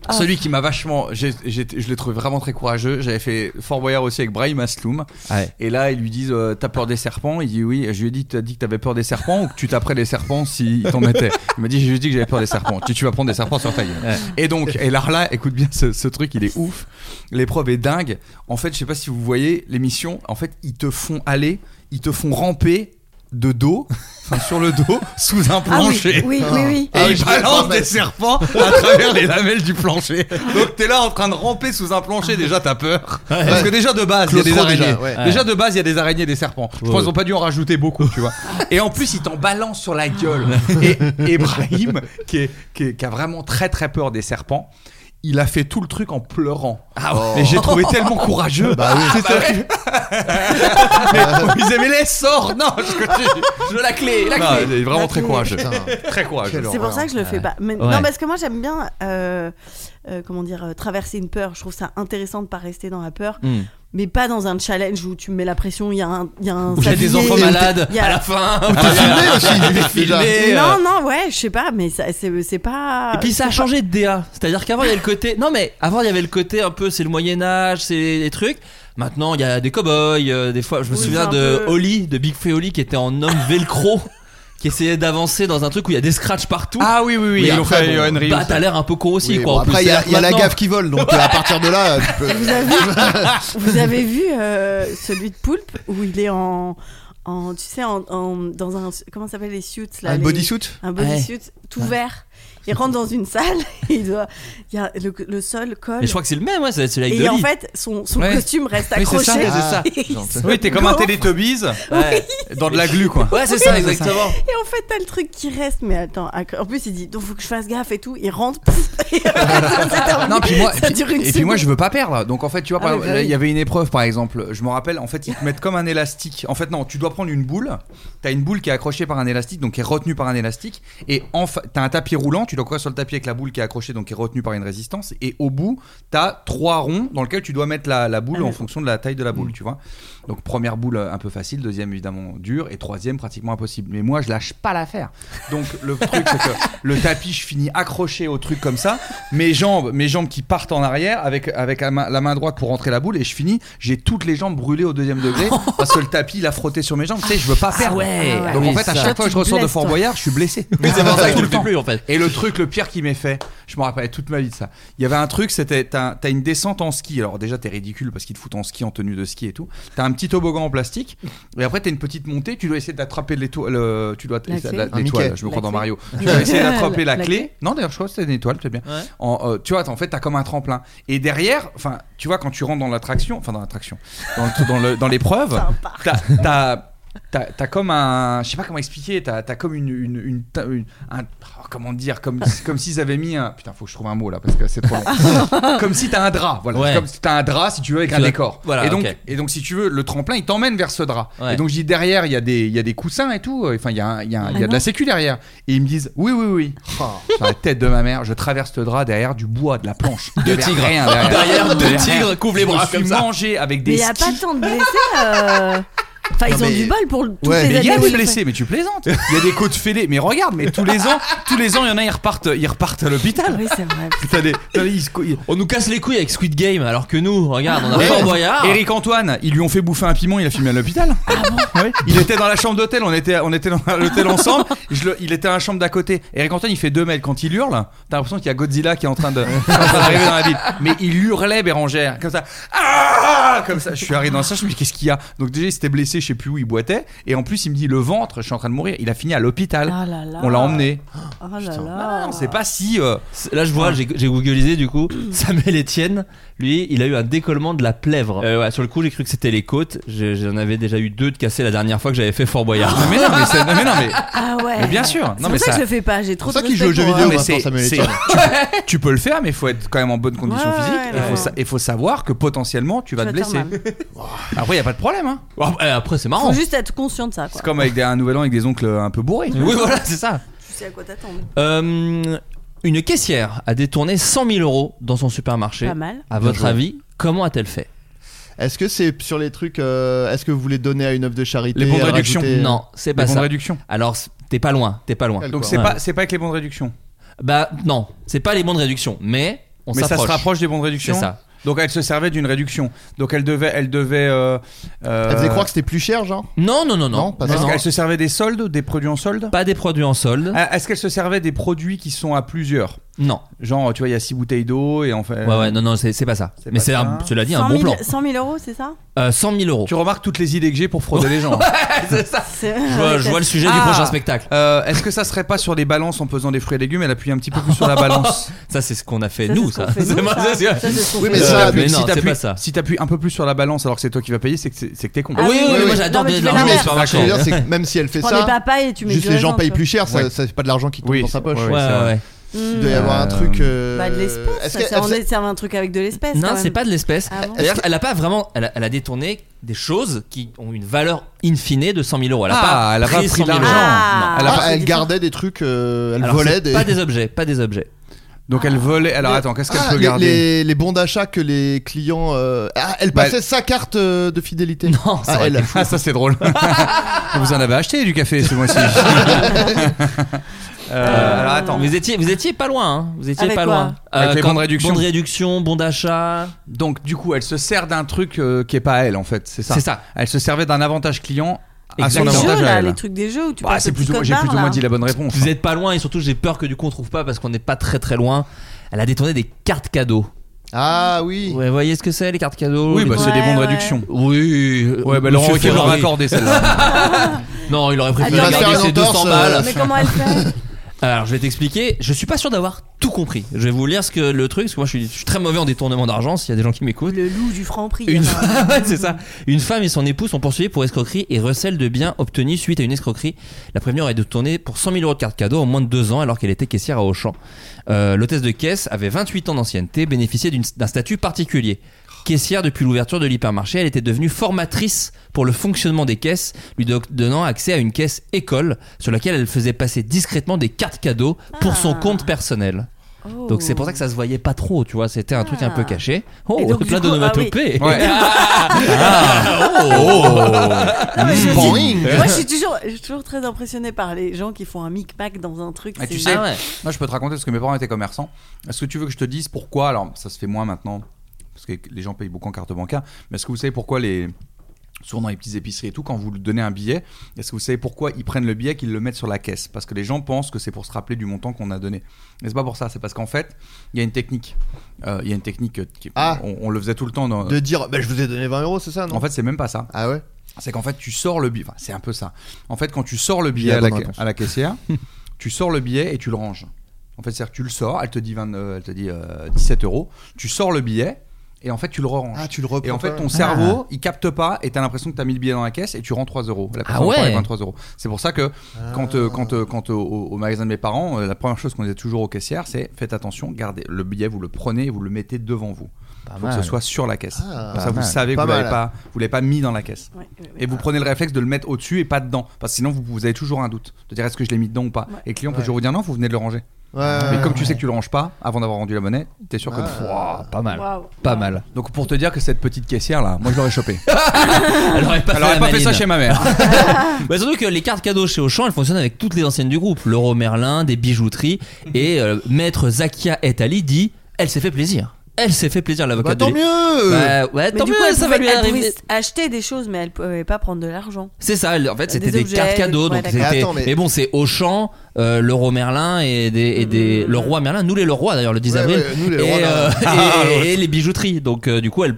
I: Ah.
H: celui qui m'a vachement, j'ai- j'ai- je l'ai trouvé vraiment très courageux. J'avais fait Fort Boyard aussi avec Brahim Asloum.
F: Ouais.
H: Et là, ils lui disent euh, T'as peur des serpents Il dit Oui. Je lui ai dit T'as dit que t'avais peur des serpents ou que tu taperais les serpents s'ils t'en mettaient Il m'a dit J'ai juste dit que j'avais peur des serpents. Tu, tu vas prendre des serpents sur ta gueule. Et donc, et là, là, écoute bien ce, ce truc, il est ouf. L'épreuve est dingue. En fait, je sais pas si vous voyez l'émission. En fait, ils te font aller, ils te font ramper de dos, enfin sur le dos, sous un
I: Ah oui,
H: plancher.
I: oui, oui, oui.
H: Et
G: Ah oui,
H: il
G: je comprends,
H: balance
G: mais-
H: des serpents à travers les lamelles du plancher. Donc t'es là en train de ramper sous un plancher, déjà t'as peur. Parce que déjà de base, il y a des
G: Claustro, déjà,
H: araignées.
G: ouais.
H: Déjà de base, il y a des araignées et des serpents. Je pense qu'ils ont pas dû en rajouter beaucoup, tu vois. Et en plus, ils t'en balancent sur la gueule. Et Ebrahim, qui, est- qui est- qui a vraiment très très peur des serpents, il a fait tout le truc en pleurant. Et j'ai trouvé tellement courageux.
G: Ah Bah oui.
H: C'est ça. mais, ils mais laisse, sors Non, je, je- je- la clé,
F: Ah,
H: la
G: Ah,
H: clé. il est vraiment très courageux.
G: Putain.
H: Très courageux.
I: C'est pour ça que je le fais pas. Mais-
F: Ouais.
I: Non, parce que moi j'aime bien, euh, euh, comment dire, euh, traverser une peur. Je trouve ça intéressant de pas rester dans la peur,
F: Hmm.
I: mais pas dans un challenge où tu me mets la pression. Il y a un, il y a un.
F: Où il Ah, y a des
I: sablier,
F: enfants
I: il y a-
F: malades
I: il y a-
F: à la fin.
G: T'as Ah, filmé aussi,
F: Il est
G: déjà.
F: filmé, euh.
I: Non, non, ouais, je sais pas, mais ça- c'est c'est pas.
F: Et puis ça a changé de DA, c'est-à-dire qu'avant il y avait le côté non mais avant il y avait le côté un peu c'est le Moyen Âge, c'est des trucs. Maintenant il y a des cowboys, euh, des fois je me
I: Oui,
F: souviens
I: c'est un
F: de
I: peu-
F: Holly, de Big Free Holly qui était en homme velcro, qui essayait d'avancer dans un truc où il y a des scratchs partout.
H: Ah oui, oui, oui.
F: Mais
H: ils l'ont
F: après,
H: fait,
F: bon,
H: Henry
F: bah
H: aussi.
F: t'as l'air un peu con aussi
G: Oui,
F: quoi.
G: bon,
F: en plus.
G: après, il y a, il y a la
F: Maintenant-
G: gaffe qui vole, donc euh, à partir de là, tu peux.
I: Vous avez vu euh, celui de Poulpe où il est en, en tu sais, en, en- dans un comment ça s'appelle les suits là
G: Un
I: les-
G: bodysuit
I: un bodysuit tout vert. Il rentre dans une salle, et il doit, il y a le, le sol colle.
F: Mais je crois que c'est le même ouais, c'est c'est avec
I: et en
F: Dolly.
I: fait, son, son
H: Ouais.
I: costume reste
H: Oui, c'est
I: accroché.
H: ça, c'est ça.
I: Et il se
H: Oui, t'es comme un
I: gonfle.
H: Teletubbies euh,
F: Ouais.
H: dans de la glu, quoi.
F: Ouais, c'est ça exactement.
I: Et en fait, t'as le truc qui reste. Mais attends, acc- en plus, il dit donc faut que je fasse gaffe et tout. Il rentre. pouf, et ça termine.
H: Non, puis moi,
I: ça dure une
H: et puis moi, je
I: seconde.
H: veux pas perdre. Donc en fait, tu vois,
I: Ah,
H: par
I: mais
H: exemple,
I: bah oui.
H: il y avait une épreuve, par exemple. Je me rappelle, en fait, ils te mettent comme un élastique. En fait, non, tu dois prendre une boule. T'as une boule qui est accrochée par un élastique, donc qui est retenue par un élastique. Et en fa- t'as un tapis roulant. Tu dois courir sur le tapis avec la boule qui est accrochée, donc qui est retenue par une résistance. Et au bout, t'as trois ronds dans lesquels tu dois mettre la, la boule
I: Ah,
H: en
I: mais- Mm.
H: fonction de la taille de la boule, tu vois. Donc première boule euh, un peu facile, deuxième évidemment dure et troisième pratiquement impossible. Mais moi je lâche pas l'affaire. Donc le truc c'est que le tapis je finis accroché au truc comme ça, mes jambes, mes jambes qui partent en arrière avec avec la main, la main droite pour rentrer la boule et je finis, j'ai toutes les jambes brûlées au deuxième degré parce que le tapis il a frotté sur mes jambes. Tu sais je veux pas perdre.
F: ouais. Ah ouais.
H: Donc
F: Oui,
H: en fait à
F: ça.
H: chaque fois que je
I: Tu te
H: ressors de
I: blesses,
H: Fort
I: toi.
H: Boyard je suis blessé.
F: Mais c'est pour ça que
H: Tout
F: tu le
H: le
F: fais
H: temps.
F: plus en fait.
H: Et le truc, le pire qui m'est fait, je me rappelle toute ma vie de ça. Il y avait un truc, c'était t'as t'as une descente en ski. Alors déjà, t'es ridicule parce qu'ils te foutent en ski, en tenue de ski et tout. T'as un petit toboggan en plastique. Et après, t'as une petite montée. Tu dois essayer d'attraper l'étoile. le- Tu dois
I: La clé.
H: la-
I: Un
H: l'étoile.
G: Mickey.
H: Je me crois
I: La
H: dans
I: clé.
H: Mario. Tu dois essayer d'attraper la,
I: La
H: clé.
I: clé.
H: Non, d'ailleurs, je crois que c'était une étoile. C'est bien.
F: Ouais.
H: En, euh, tu vois, en fait, t'as comme un tremplin. Et derrière, enfin, tu vois, quand tu rentres dans l'attraction, enfin dans l'attraction, dans le- dans le- dans l'épreuve,
I: C'est un parc.
H: t'as t'as- t'as t'as comme un je sais pas comment expliquer t'as t'as comme une, une, une, ta- une- un- oh, comment dire comme comme s'ils avaient mis un putain faut que je trouve un mot là parce que c'est trop long comme si t'as un drap voilà
F: Ouais.
H: comme si t'as un drap si tu veux avec
F: Tu
H: un
F: dois-
H: décor
F: voilà,
H: et donc
F: ok.
H: et donc si tu veux le tremplin il t'emmène vers ce drap et
F: Ouais.
H: donc je dis derrière il y a des il y a des coussins et tout enfin il y a un- il y a, un- il y a
I: Ah
H: de
I: non.
H: la sécu derrière et ils me disent oui oui oui sur la tête de ma mère je traverse le drap derrière du bois de la planche
F: Deux
H: Il y avait
F: tigres.
H: rien derrière,
F: Derrière, deux
H: Il y avait
F: tigres
H: rien.
F: couvrent les
H: je
F: bras
H: me
F: comme
H: suis
F: ça.
H: mangé avec
I: Mais
H: des
I: il y a pas
H: skis
I: tant de blessés. euh. Enfin, ils
G: Non,
I: ont
G: mais-
I: du bol pour le- toutes les
G: Ouais,
H: mais il y a
I: années
H: des
I: qu'ils
H: blessés, mais tu plaisantes. Il y a des côtes fêlées. Mais regarde, mais tous les ans, tous les ans, il y en a, ils repartent, ils repartent à
I: font.
H: l'hôpital.
I: Oui, c'est vrai.
H: T'as des- t'as des- ils se cou- ils-
F: On nous casse les couilles avec Squid Game alors que nous, regarde, on a
H: Ouais.
F: Fort Boyard.
H: Eric Antoine, ils lui ont fait bouffer un piment, il a filmé à l'hôpital. Ouais. Il était dans la chambre d'hôtel, on était, on était dans l'hôtel ensemble. Je le- il était dans la chambre d'à côté. Eric Antoine, il fait 2 mètres. Quand il hurle, t'as l'impression qu'il y a Godzilla qui est en train de- qui est en train d'arriver dans la ville. Mais il hurlait Bérangère, comme ça. Ah comme ça. Je suis arrivé dans ça, je me dis qu'est-ce qu'il y a Donc déjà, il s'était blessé, je sais plus où, il boitait. Et en plus, il me dit le ventre, je suis en train de mourir. Il a fini à l'hôpital.
I: Ah là là.
H: On l'a emmené.
I: Oh là
H: Ah,
I: là.
H: non, c'est pas si. euh,
F: Là, je vois, j'ai j'ai googlisé du coup. Samuel Etienne, lui, il a eu un décollement de la plèvre. Euh, ouais, sur le coup, j'ai cru que c'était les côtes. Je- J'en avais déjà eu deux de cassés la dernière fois que j'avais fait Fort Boyard.
H: Mais non, mais, c'est- non, mais, non, mais-
I: Ah ouais.
H: mais bien sûr.
I: C'est
H: Non,
I: pour
H: mais
I: ça,
H: ça-
I: que je le fais pas. J'ai trop
G: ça
I: de
G: qu'il
I: respect
G: joue aux jeux
I: pour, euh,
G: vidéo.
H: mais
G: maintenant,
H: c'est-
G: Samuel
H: c'est-
G: Etienne.
H: tu, tu peux le faire, mais il faut être quand même en bonne condition
I: Ouais,
H: physique. et
I: ouais,
H: il faut,
I: ouais.
H: sa- et faut savoir que potentiellement tu vas te
I: Twitter
H: blesser.
I: Man.
H: Après, il n'y a pas de problème. Hein.
F: Oh, euh, après, c'est marrant.
I: Faut juste être conscient de ça. Quoi.
H: C'est comme avec des- un nouvel an avec des oncles un peu bourrés.
F: Oui, voilà, c'est ça.
I: Tu sais à quoi t'attendre.
F: Euh, une caissière a détourné 100 000 euros dans son supermarché.
I: Pas mal.
F: À votre
G: joué.
F: avis, comment a-t-elle fait
G: Est-ce que c'est sur les trucs. euh, Est-ce que vous voulez donner à une œuvre de charité
H: Les bons de
G: à
H: réduction.
G: rajouter- euh,
F: Non, c'est
H: Les
F: pas
H: bons de
F: ça.
H: réduction.
F: Alors, c'est- t'es pas loin, t'es pas loin.
G: Quel
H: Donc
G: quoi.
H: c'est
F: Ouais.
H: pas c'est pas avec les bons de réduction.
F: Bah non, c'est pas les bons de réduction, mais on
H: mais ça se
F: s'approche.
H: rapproche des bons de
F: C'est
H: réduction.
F: ça.
H: Donc elle se servait d'une réduction. Donc elle devait elle devait. euh, euh,
G: Elle faisait croire que c'était plus cher, genre
F: Non, non, non, non.
G: Non, pas ça.
H: Est-ce
G: Non.
H: qu'elle se servait des soldes, des produits en solde Euh,
F: Pas des produits en solde.
H: Ah, Est-ce qu'elle se servait des produits qui sont à plusieurs
F: Non.
H: Genre, tu vois, il y a 6 bouteilles d'eau et en fait.
F: Ouais, ouais, non, non, c'est c'est pas ça. Mais
H: Euh, pas
F: c'est
H: ça.
F: un- cela dit, un
I: 100
F: bon
I: 000
F: plan.
I: 100 000 euros, c'est ça
F: Euh, 100 000 euros.
H: Tu remarques toutes les idées que j'ai pour frauder les gens. hein.
I: C'est-
F: Je vois, je vois le sujet du
H: Ah.
F: prochain spectacle.
H: Euh, Est-ce que ça serait pas sur les balances en pesant des fruits et légumes Elle appuie un petit peu plus sur la balance.
F: Ça, c'est ce qu'on a fait,
I: Ça, c'est
F: nous,
I: ce qu'on
F: ça.
I: fait, nous,
F: moi-
I: ça.
F: c'est-
I: Ça, c'est ce qu'on
G: Oui,
I: fait,
G: mais
I: nous.
G: ça,
F: Euh, mais
H: Si
F: non, c'est
H: t'appuies-
F: pas ça.
H: Si t'appuies un peu plus sur la balance alors que c'est toi qui vas payer, c'est que c'est- c'est que t'es con.
I: Ah
F: oui, oui,
I: oui,
F: oui, moi
G: oui.
F: j'adore
I: Non, mais tu
F: donner de
I: fais
G: Non,
F: l'argent
G: mais
F: au
I: la-
G: ce que je veux
F: supermarché.
G: dire, c'est que même si elle fait
I: Tu prends des
G: ça,
I: papas et tu mets
G: juste
I: du
G: les
I: raisin,
G: gens payent
I: toi.
G: plus cher, ça,
H: Ouais.
G: ça fait pas de l'argent qui tombe
H: Oui,
G: dans sa
H: c'est-
G: poche.
H: ouais,
F: Ouais,
H: c'est
F: ouais,
H: vrai.
F: ouais.
G: Il doit y avoir un truc. euh,
I: Mmh. Bah, de l'espèce.
G: Est-ce
I: ça,
G: que-
I: c'est- on
G: est-ce-
I: est- C'est un truc avec de l'espèce.
F: Non,
I: quand
F: c'est
I: même.
F: pas de l'espèce.
I: Ah bon
F: D'ailleurs, elle a pas vraiment. Elle a, elle a détourné des choses qui ont une valeur in fine de 100 000 euros. Elle a
H: Ah,
F: pas
H: elle a pas
F: pris
H: pris
F: 100 000 euros.
H: d'argent.
I: Ah.
H: Elle
G: Elle,
H: a
G: a-
H: pas-
I: c'est
G: elle
I: différent.
G: gardait des trucs, euh, elle
F: Alors,
G: volait
F: c'est
G: des.
F: Pas des objets, pas des objets.
H: Donc elle volait. Alors attends, qu'est-ce qu'elle
G: Ah,
H: peut
G: les,
H: garder
G: les, les bons d'achat que les clients. euh, Ah, elle
H: Bah,
G: passait sa carte euh, de fidélité.
F: Non, ça
G: Ah,
F: aurait
G: elle.
H: Ah, ça c'est drôle. vous en avez acheté du café ce mois-ci. Euh, alors attends.
F: Vous étiez, vous étiez pas loin. hein. Vous étiez
I: Avec
F: pas
I: quoi
F: loin.
H: Avec les
F: quand-
H: bons de réduction.
F: Bons de réduction, bons d'achat.
H: Donc du coup, elle se sert d'un truc euh, qui est pas à elle en fait, c'est ça.
F: C'est ça.
H: Elle se servait d'un avantage client à son
F: Exactement.
I: Les jeux,
H: avantage à
I: là,
H: elle.
I: les trucs des jeux où tu
H: Bah,
I: passes
H: c'est
I: au
H: plus
I: petit
H: ou moins-
I: code
H: j'ai
I: barre,
H: plus ou moins
I: là.
H: dit la bonne réponse.
F: Vous êtes pas loin et surtout j'ai peur que du coup on trouve pas parce qu'on n'est pas très très loin. Elle a détourné des cartes cadeaux.
G: Ah oui.
F: Ouais, vous voyez ce que c'est les cartes cadeaux
H: Oui,
F: les-
H: bah c'est des
I: Ouais,
H: bons de
I: ouais.
H: réduction.
F: Oui.
H: Ouais, bah
F: Monsieur
H: Laurent Ruquier l'aurait
F: Ferrari.
H: accordé celle-là.
F: Non, il aurait
I: Attends,
F: préféré
I: regarde,
F: garder ses
G: une entorse,
F: 200
G: euh,
F: balles.
I: Mais comment elle fait
F: Alors, je vais t'expliquer. Je suis pas sûr d'avoir tout compris. Je vais vous lire ce que le truc, parce que moi, je suis, je suis très mauvais en détournement d'argent. S'il y a des gens qui m'écoutent.
I: Le loup du franc prix.
F: Une femme, ouais, c'est ça. Une femme et son époux sont poursuivis pour escroquerie et recel de biens obtenus suite à une escroquerie. La prévenue aurait détourné pour 100 000 euros de carte cadeau en moins de deux ans alors qu'elle était caissière à Auchan. Euh, L'hôtesse de caisse avait 28 ans d'ancienneté, bénéficiait d'une- d'un statut particulier. Caissière depuis l'ouverture de l'hypermarché, elle était devenue formatrice pour le fonctionnement des caisses, lui do- donnant accès à une caisse école sur laquelle elle faisait passer discrètement des cartes cadeaux pour son
I: Ah.
F: compte personnel. Donc c'est pour ça que ça se voyait pas trop, tu vois, c'était un truc un peu caché. Oh,
I: Ah. Et donc,
F: plein
I: du coup, ah
F: d'onomatopées.
H: Ouais.
F: Ah.
H: Oh.
F: Oh.
H: Ah
G: Boing.
I: Moi, je suis toujours, je suis toujours très impressionnée par les gens qui font un micmac dans un truc.
H: Ah, tu
I: c'est-
H: sais,
F: Ah ouais.
H: Moi, je peux te raconter parce que mes parents étaient commerçants. Est-ce que tu veux que je te dise pourquoi Alors, ça se fait moins maintenant parce que les gens payent beaucoup en carte bancaire. Mais est-ce que vous savez pourquoi les souvent dans les petites épiceries et tout, quand vous donnez un billet, est-ce que vous savez pourquoi ils prennent le billet qu'ils le mettent sur la caisse Parce que les gens pensent que c'est pour se rappeler du montant qu'on a donné. Mais c'est pas pour ça. C'est parce qu'en fait, il y a une technique. Euh, Il y a une technique. Qui,
G: Ah.
H: on, on le faisait tout le temps. Dans,
G: De dire, bah, je vous ai donné 20 euros, c'est ça, non
H: En fait, c'est même pas ça.
G: Ah ouais
H: C'est qu'en fait, tu sors le billet. Enfin, c'est un peu ça. En fait, quand tu sors le
G: J'ai
H: billet
G: la
H: à la,
G: bonne réponse.
H: à la caissière, tu sors le billet et tu le ranges. En fait, c'est-à-dire que tu le sors, elle te dit, 20, euh, elle te dit euh, 17 euros, tu sors le billet et en fait, tu le ranges.
G: Ah, tu le reprends.
H: et en fait,
G: quand
H: ton
G: même.
H: cerveau, il capte pas et t'as l'impression que t'as mis le billet dans la caisse et tu rends 3 euros. La personne
F: Ah ouais.
H: prend les 23 euros. C'est pour ça que
G: Ah.
H: quand, euh, quand, euh, quand euh, au, au magasin de mes parents, euh, la première chose qu'on disait toujours aux caissières, c'est faites attention, gardez le billet, vous le prenez et vous le mettez devant vous. Il faut que ce soit sur la caisse.
G: Ah,
H: Comme ça,
G: pas
H: vous
G: mal.
H: savez que
G: Pas
H: vous l'avez
G: mal.
H: pas, vous l'avez pas mis dans la caisse.
I: Ouais, ouais, ouais.
H: Et vous prenez le réflexe de le mettre au-dessus et pas dedans. Parce que sinon, vous, vous avez toujours un doute de dire est-ce que je l'ai mis dedans ou pas. Et le client peut toujours vous dire non, vous venez de le ranger.
G: Euh, Ouais.
H: Mais comme tu sais que tu le ranges pas avant d'avoir rendu la monnaie, t'es sûr que. Ouah, pas mal.
I: Waouh.
F: Pas mal.
H: Donc pour te dire que cette petite caissière là, moi je l'aurais chopée. Ah,
F: Elle aurait pas,
H: Elle aurait
F: la
H: pas fait ça
F: maline.
H: chez ma mère.
F: Bah, surtout que les cartes cadeaux chez Auchan, elles fonctionnent avec toutes les anciennes du groupe. L'Euro Merlin, des bijouteries. Et euh, maître Zakia et Ali dit elle s'est fait plaisir. Elle s'est fait plaisir, l'avocat
G: Bah, tant
F: de lui.
G: mieux
F: Bah, ouais,
I: Mais
F: tant
I: du
F: mieux,
I: coup, elle
F: ça va
I: pouvait-
F: lui
I: elle
F: arriver.
I: pouvait acheter des choses, mais elle pouvait pas prendre de l'argent.
F: C'est ça, elle- en fait, c'était des,
I: objets,
F: cartes cadeaux.
I: ouais,
F: donc
I: d'accord.
F: c'était-
G: Mais attends,
F: mais...
G: mais-
F: bon, c'est Auchan, euh, l'Euro Merlin et des, et des- le roi Merlin. Nous, les Leroy d'ailleurs, le 10
G: Ouais,
F: avril.
G: ouais, nous, les
F: et,
G: Leroy, là.
F: euh, et-
H: Ah, l'autre.
F: et les bijouteries. Donc, euh, du coup, elle.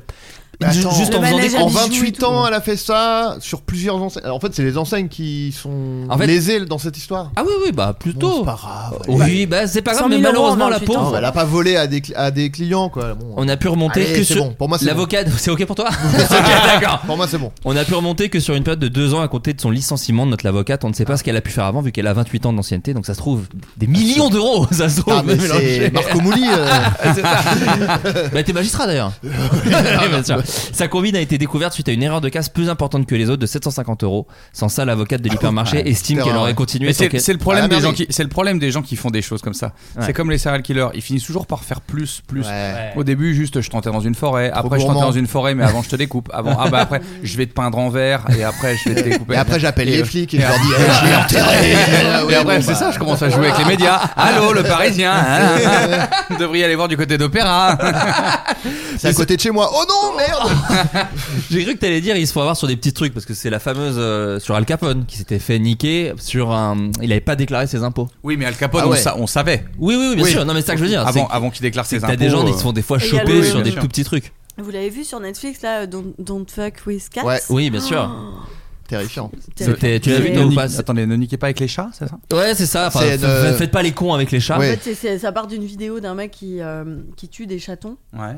G: Mais
F: ju-
G: attends.
F: juste en
I: Le
F: faisant des
I: manager
G: En
I: bijoux et
G: 28
I: tout.
G: ans, elle a fait ça sur plusieurs enseignes. Alors, en fait, c'est les enseignes qui sont
F: En fait-
G: lésées dans cette histoire.
F: Ah oui, oui, bah
G: Bon,
F: plutôt.
G: c'est pas grave. Ah,
F: oui, bah c'est pas grave,
I: 100
F: mais
I: 000 euros en
F: malheureusement, la
I: 28 ans,
F: pauvre.
G: Non, elle a pas volé à des, cli- à des clients, quoi. Bon,
F: On a pu remonter
G: Allez,
F: que
G: c'est
F: sur
G: bon, pour moi, c'est
F: l'avocat. C'est ok pour toi Ok, d'accord.
G: Pour moi, c'est bon.
F: On a pu remonter que sur une période de deux ans à compter de son licenciement de notre avocate. On ne sait pas ce qu'elle a pu faire avant, vu qu'elle a 28 ans d'ancienneté. Donc ça se trouve des millions d'euros. Ça se trouve.
G: Ah, mais
F: mélangé.
G: c'est Marco Mouli. euh,
F: C'est ça. bah t'es magistrat d'ailleurs. Oui, bien sûr. Sa combine a été découverte suite à une erreur de casse plus importante que les autres de 750 euros. Sans ça, l'avocate de l'hypermarché estime
G: putain,
F: qu'elle aurait
G: Ah, ouais.
F: continué.
H: Mais
F: sans
H: c'est
F: qu'elle-
H: c'est le problème
G: Ah,
H: des
G: mais
H: gens
G: oui.
H: qui c'est le problème des gens qui font des choses comme ça.
F: Ouais.
H: C'est comme les serial killers, ils finissent toujours par faire plus plus.
G: Ouais.
H: Au début, juste je t'enterre dans une forêt, après je
G: gourmand.
H: t'enterre dans une forêt, mais avant je te découpe. Avant, ah bah après je vais te peindre en vert et après je vais te découper.
G: Et après, j'appelle
H: Et,
G: les
H: euh,
G: flics et je leur dis, Eh, je l'ai enterré. Ah ouais,
H: et après,
G: bon,
H: c'est
G: bah.
H: ça, je commence à jouer avec les médias.
F: Ah,
H: Allô, le Parisien. hein, hein, hein. Vous devriez aller voir du côté d'Opéra.
G: C'est à côté de chez moi. Oh non, merde
F: J'ai cru que t'allais dire ils se font avoir sur des petits trucs parce que c'est la fameuse euh, sur Al Capone qui s'était fait niquer sur un. Il avait pas déclaré ses impôts.
H: Oui, mais Al Capone,
F: Ah ouais.
H: on, sa- on savait.
F: Oui, oui, oui, bien sûr. Non, mais c'est ça que je veux dire.
H: Avant,
F: C'est-
H: avant qu'il déclare
F: c'est
H: ses
F: que
H: impôts.
F: T'as des gens
H: euh,
F: qui se font des fois
I: Et il y a
F: choper
I: le-
F: sur
I: Oui,
F: des
H: bien
F: tout
H: sûr.
F: petits trucs.
I: Vous l'avez vu sur Netflix là, euh, Don't, Don't Fuck with Cats
G: Ouais.
F: Oui, bien sûr.
I: Oh,
G: Terrifiant.
F: C'était- tu l'as vu,
I: Et-
F: toi, ou
H: Ne
F: pas
H: nique- Attendez, ne niquez pas avec les chats, c'est ça
F: Ouais, c'est euh, ça. Enfin,
G: C'est
F: f-
G: une-
F: Faites pas les cons avec les chats.
I: En
G: Ouais.
I: fait, c'est- c'est- ça part d'une vidéo d'un mec qui, euh, qui tue des chatons.
H: Ouais.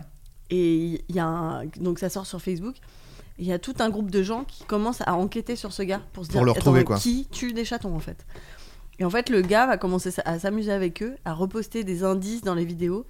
I: Et il y a un- donc ça sort sur Facebook. Il y a tout un groupe de gens qui commencent à enquêter sur ce gars pour se
G: Pour
I: dire
G: le retrouver,
I: attends,
G: quoi.
I: qui tue des chatons en fait. Et en fait, le gars va commencer sa- à s'amuser avec eux, à reposter des indices dans les vidéos.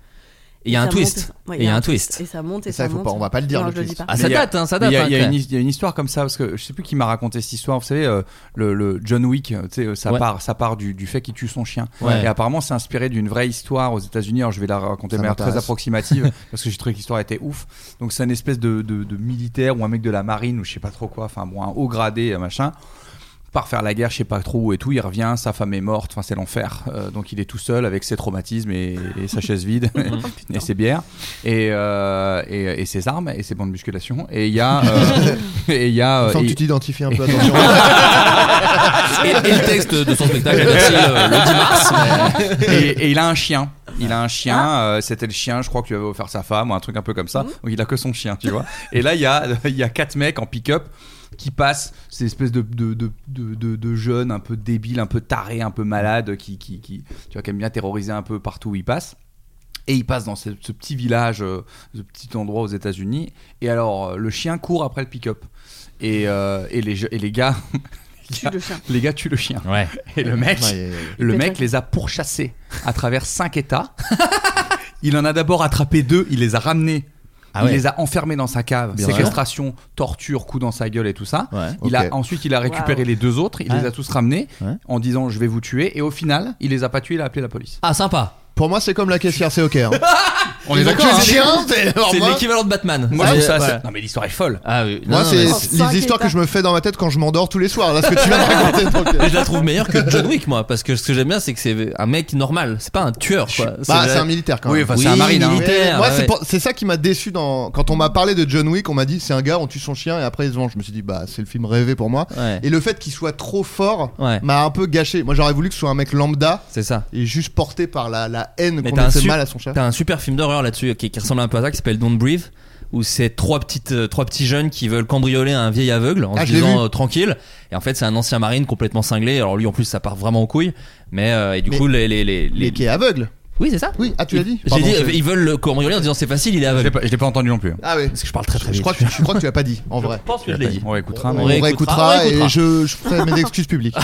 F: Et il y a
I: Et
F: un
I: ça
F: twist.
I: monte. Ouais,
F: Et il y a un twist.
I: Et ça monte et
G: Ça,
I: ça,
G: faut
I: monte.
G: pas- on va pas le dire,
I: Non,
G: le
I: je le dis
G: twist.
I: pas.
F: Ah, ça
H: Mais il y a-
F: date, hein, ça
H: Mais
F: date.
H: Il y, a-
F: hein,
H: il y a
F: quand
H: une
F: même.
H: his- il y a une histoire comme ça parce que je sais plus qui m'a raconté cette histoire. Vous savez, euh, le, le John Wick, euh, tu sais, euh, ça
F: Ouais.
H: part, ça part du, du fait qu'il tue son chien.
F: Ouais.
H: Et apparemment, c'est inspiré d'une vraie histoire aux États-Unis. Alors, je vais la raconter de
G: Ça
H: manière très
G: m'intéresse.
H: approximative parce que j'ai trouvé que l'histoire était ouf. Donc, c'est une espèce de, de- de militaire ou un mec de la marine ou je sais pas trop quoi. Enfin, bon, un haut gradé, euh, machin. Part faire la guerre, je sais pas trop où et tout. Il revient, sa femme est morte. Enfin, c'est l'enfer. Euh, donc, il est tout seul avec ses traumatismes et, et sa chaise vide et ses bières et, euh, et, et ses armes et ses bandes de musculation. Et il y a. euh, et il y a. euh,
G: Sans que
H: et-
G: tu t'identifies un peu, attention.
F: Et, et le texte de son spectacle est sorti, euh, le 10 mars. mais-
H: et, et il a un chien. Il a un chien, euh, c'était le chien, je crois que lui avait offert sa femme ou un truc un peu comme ça. Donc il a que son chien, tu vois. Et là, il y a, il y a quatre mecs en pick-up qui passent, ces espèces de, de, de, de, de- de jeunes un peu débiles, un peu tarés, un peu malades, qui, qui, qui, tu vois, qui aiment bien terroriser un peu partout où ils passent. Et ils passent dans ce, ce petit village, euh, ce petit endroit aux États-Unis. Et alors, euh, le chien court après le pick-up. Et, euh, et, les, je- et les gars. les
I: Tue
H: gars-
I: le chien.
H: Les gars tuent le chien.
F: Ouais.
H: Et le mec,
G: Ouais, ouais, ouais.
H: le
I: Pète
H: mec
I: la-
H: les a pourchassés à travers cinq États. il en a d'abord attrapé deux, il les a ramenés.
F: Ah
H: il
F: ouais.
H: les a enfermés dans sa cave,
F: Bien
H: séquestration, torture, coup dans sa gueule et tout ça.
F: Ouais.
H: Il
G: Ok.
H: a ensuite il a récupéré
I: Waouh.
H: les deux autres, il
F: Ouais.
H: les a tous ramenés
F: Ouais.
H: en disant je vais vous tuer et au final il les a pas tués, il a appelé la police.
F: Ah, sympa.
G: Pour moi, c'est comme la caissière, c'est ok. hein.
H: On
G: Ils ont tué le
H: hein
G: chien, c'est alors
F: C'est
G: moi-
F: l'équivalent de Batman.
H: Moi
F: Ouais,
H: je trouve ça.
F: ouais.
H: assez- Non mais l'histoire est folle.
F: Ah oui. Non,
G: Moi,
F: non,
G: c'est
F: mais
I: Cinq
G: les histoires
I: étapes.
G: que je me fais dans ma tête quand je m'endors tous les soirs. Là, ce que tu viens de raconter. donc,
F: Mais
G: euh,
F: je la trouve meilleure que John Wick, moi, parce que ce que j'aime bien, c'est que c'est un mec normal, c'est pas un tueur, quoi.
G: Bah,
F: vrai.
G: c'est un militaire quand
H: Oui,
G: même.
H: enfin
F: Oui,
H: c'est un marine. hein.
G: Mais
F: militaire,
G: moi,
F: ouais, ouais.
G: c'est, pour- c'est ça qui m'a déçu dans... quand on m'a parlé de John Wick. On m'a dit c'est un gars, on tue son chien et après il se venge. Je me suis dit bah c'est le film rêvé pour moi.
F: Ouais.
G: Et le fait qu'il soit trop fort
F: Ouais.
G: m'a un peu gâché. Moi j'aurais voulu que ce soit un mec lambda
F: C'est ça.
G: et juste porté par la, la haine
F: Mais
G: qu'on
F: t'as un,
G: a fait
F: su-
G: mal à son chien.
F: t'as un super film d'horreur là-dessus qui, qui ressemble un peu à ça qui s'appelle Don't Breathe où c'est trois petites euh, trois petits jeunes qui veulent cambrioler un vieil aveugle en
G: Ah,
F: se
G: je l'ai
F: disant
G: vu.
F: euh, tranquille et en fait c'est un ancien marine complètement cinglé alors lui en plus ça part vraiment en couille mais euh, et du
G: Mais-
F: coup les les, les, les-
G: Mais qui est aveugle.
F: oui c'est ça
G: Oui, ah tu l'as
F: Ils-
G: dit.
F: j'ai
G: Pardon,
F: dit
G: je-
F: euh, ils veulent le cambrioler en disant c'est facile il est
H: Je l'ai
F: aveugle
H: pas- je l'ai pas entendu non plus.
G: Ah oui.
F: parce que je parle très très
G: Je
F: vite
G: crois que je crois que tu l'as pas dit en vrai.
F: pense que je l'ai dit
H: On réécoutera.
G: On
H: mais-
F: réécoutera,
G: réécoutera
F: on réécoutera.
G: et je, je ferai mes excuses publiques.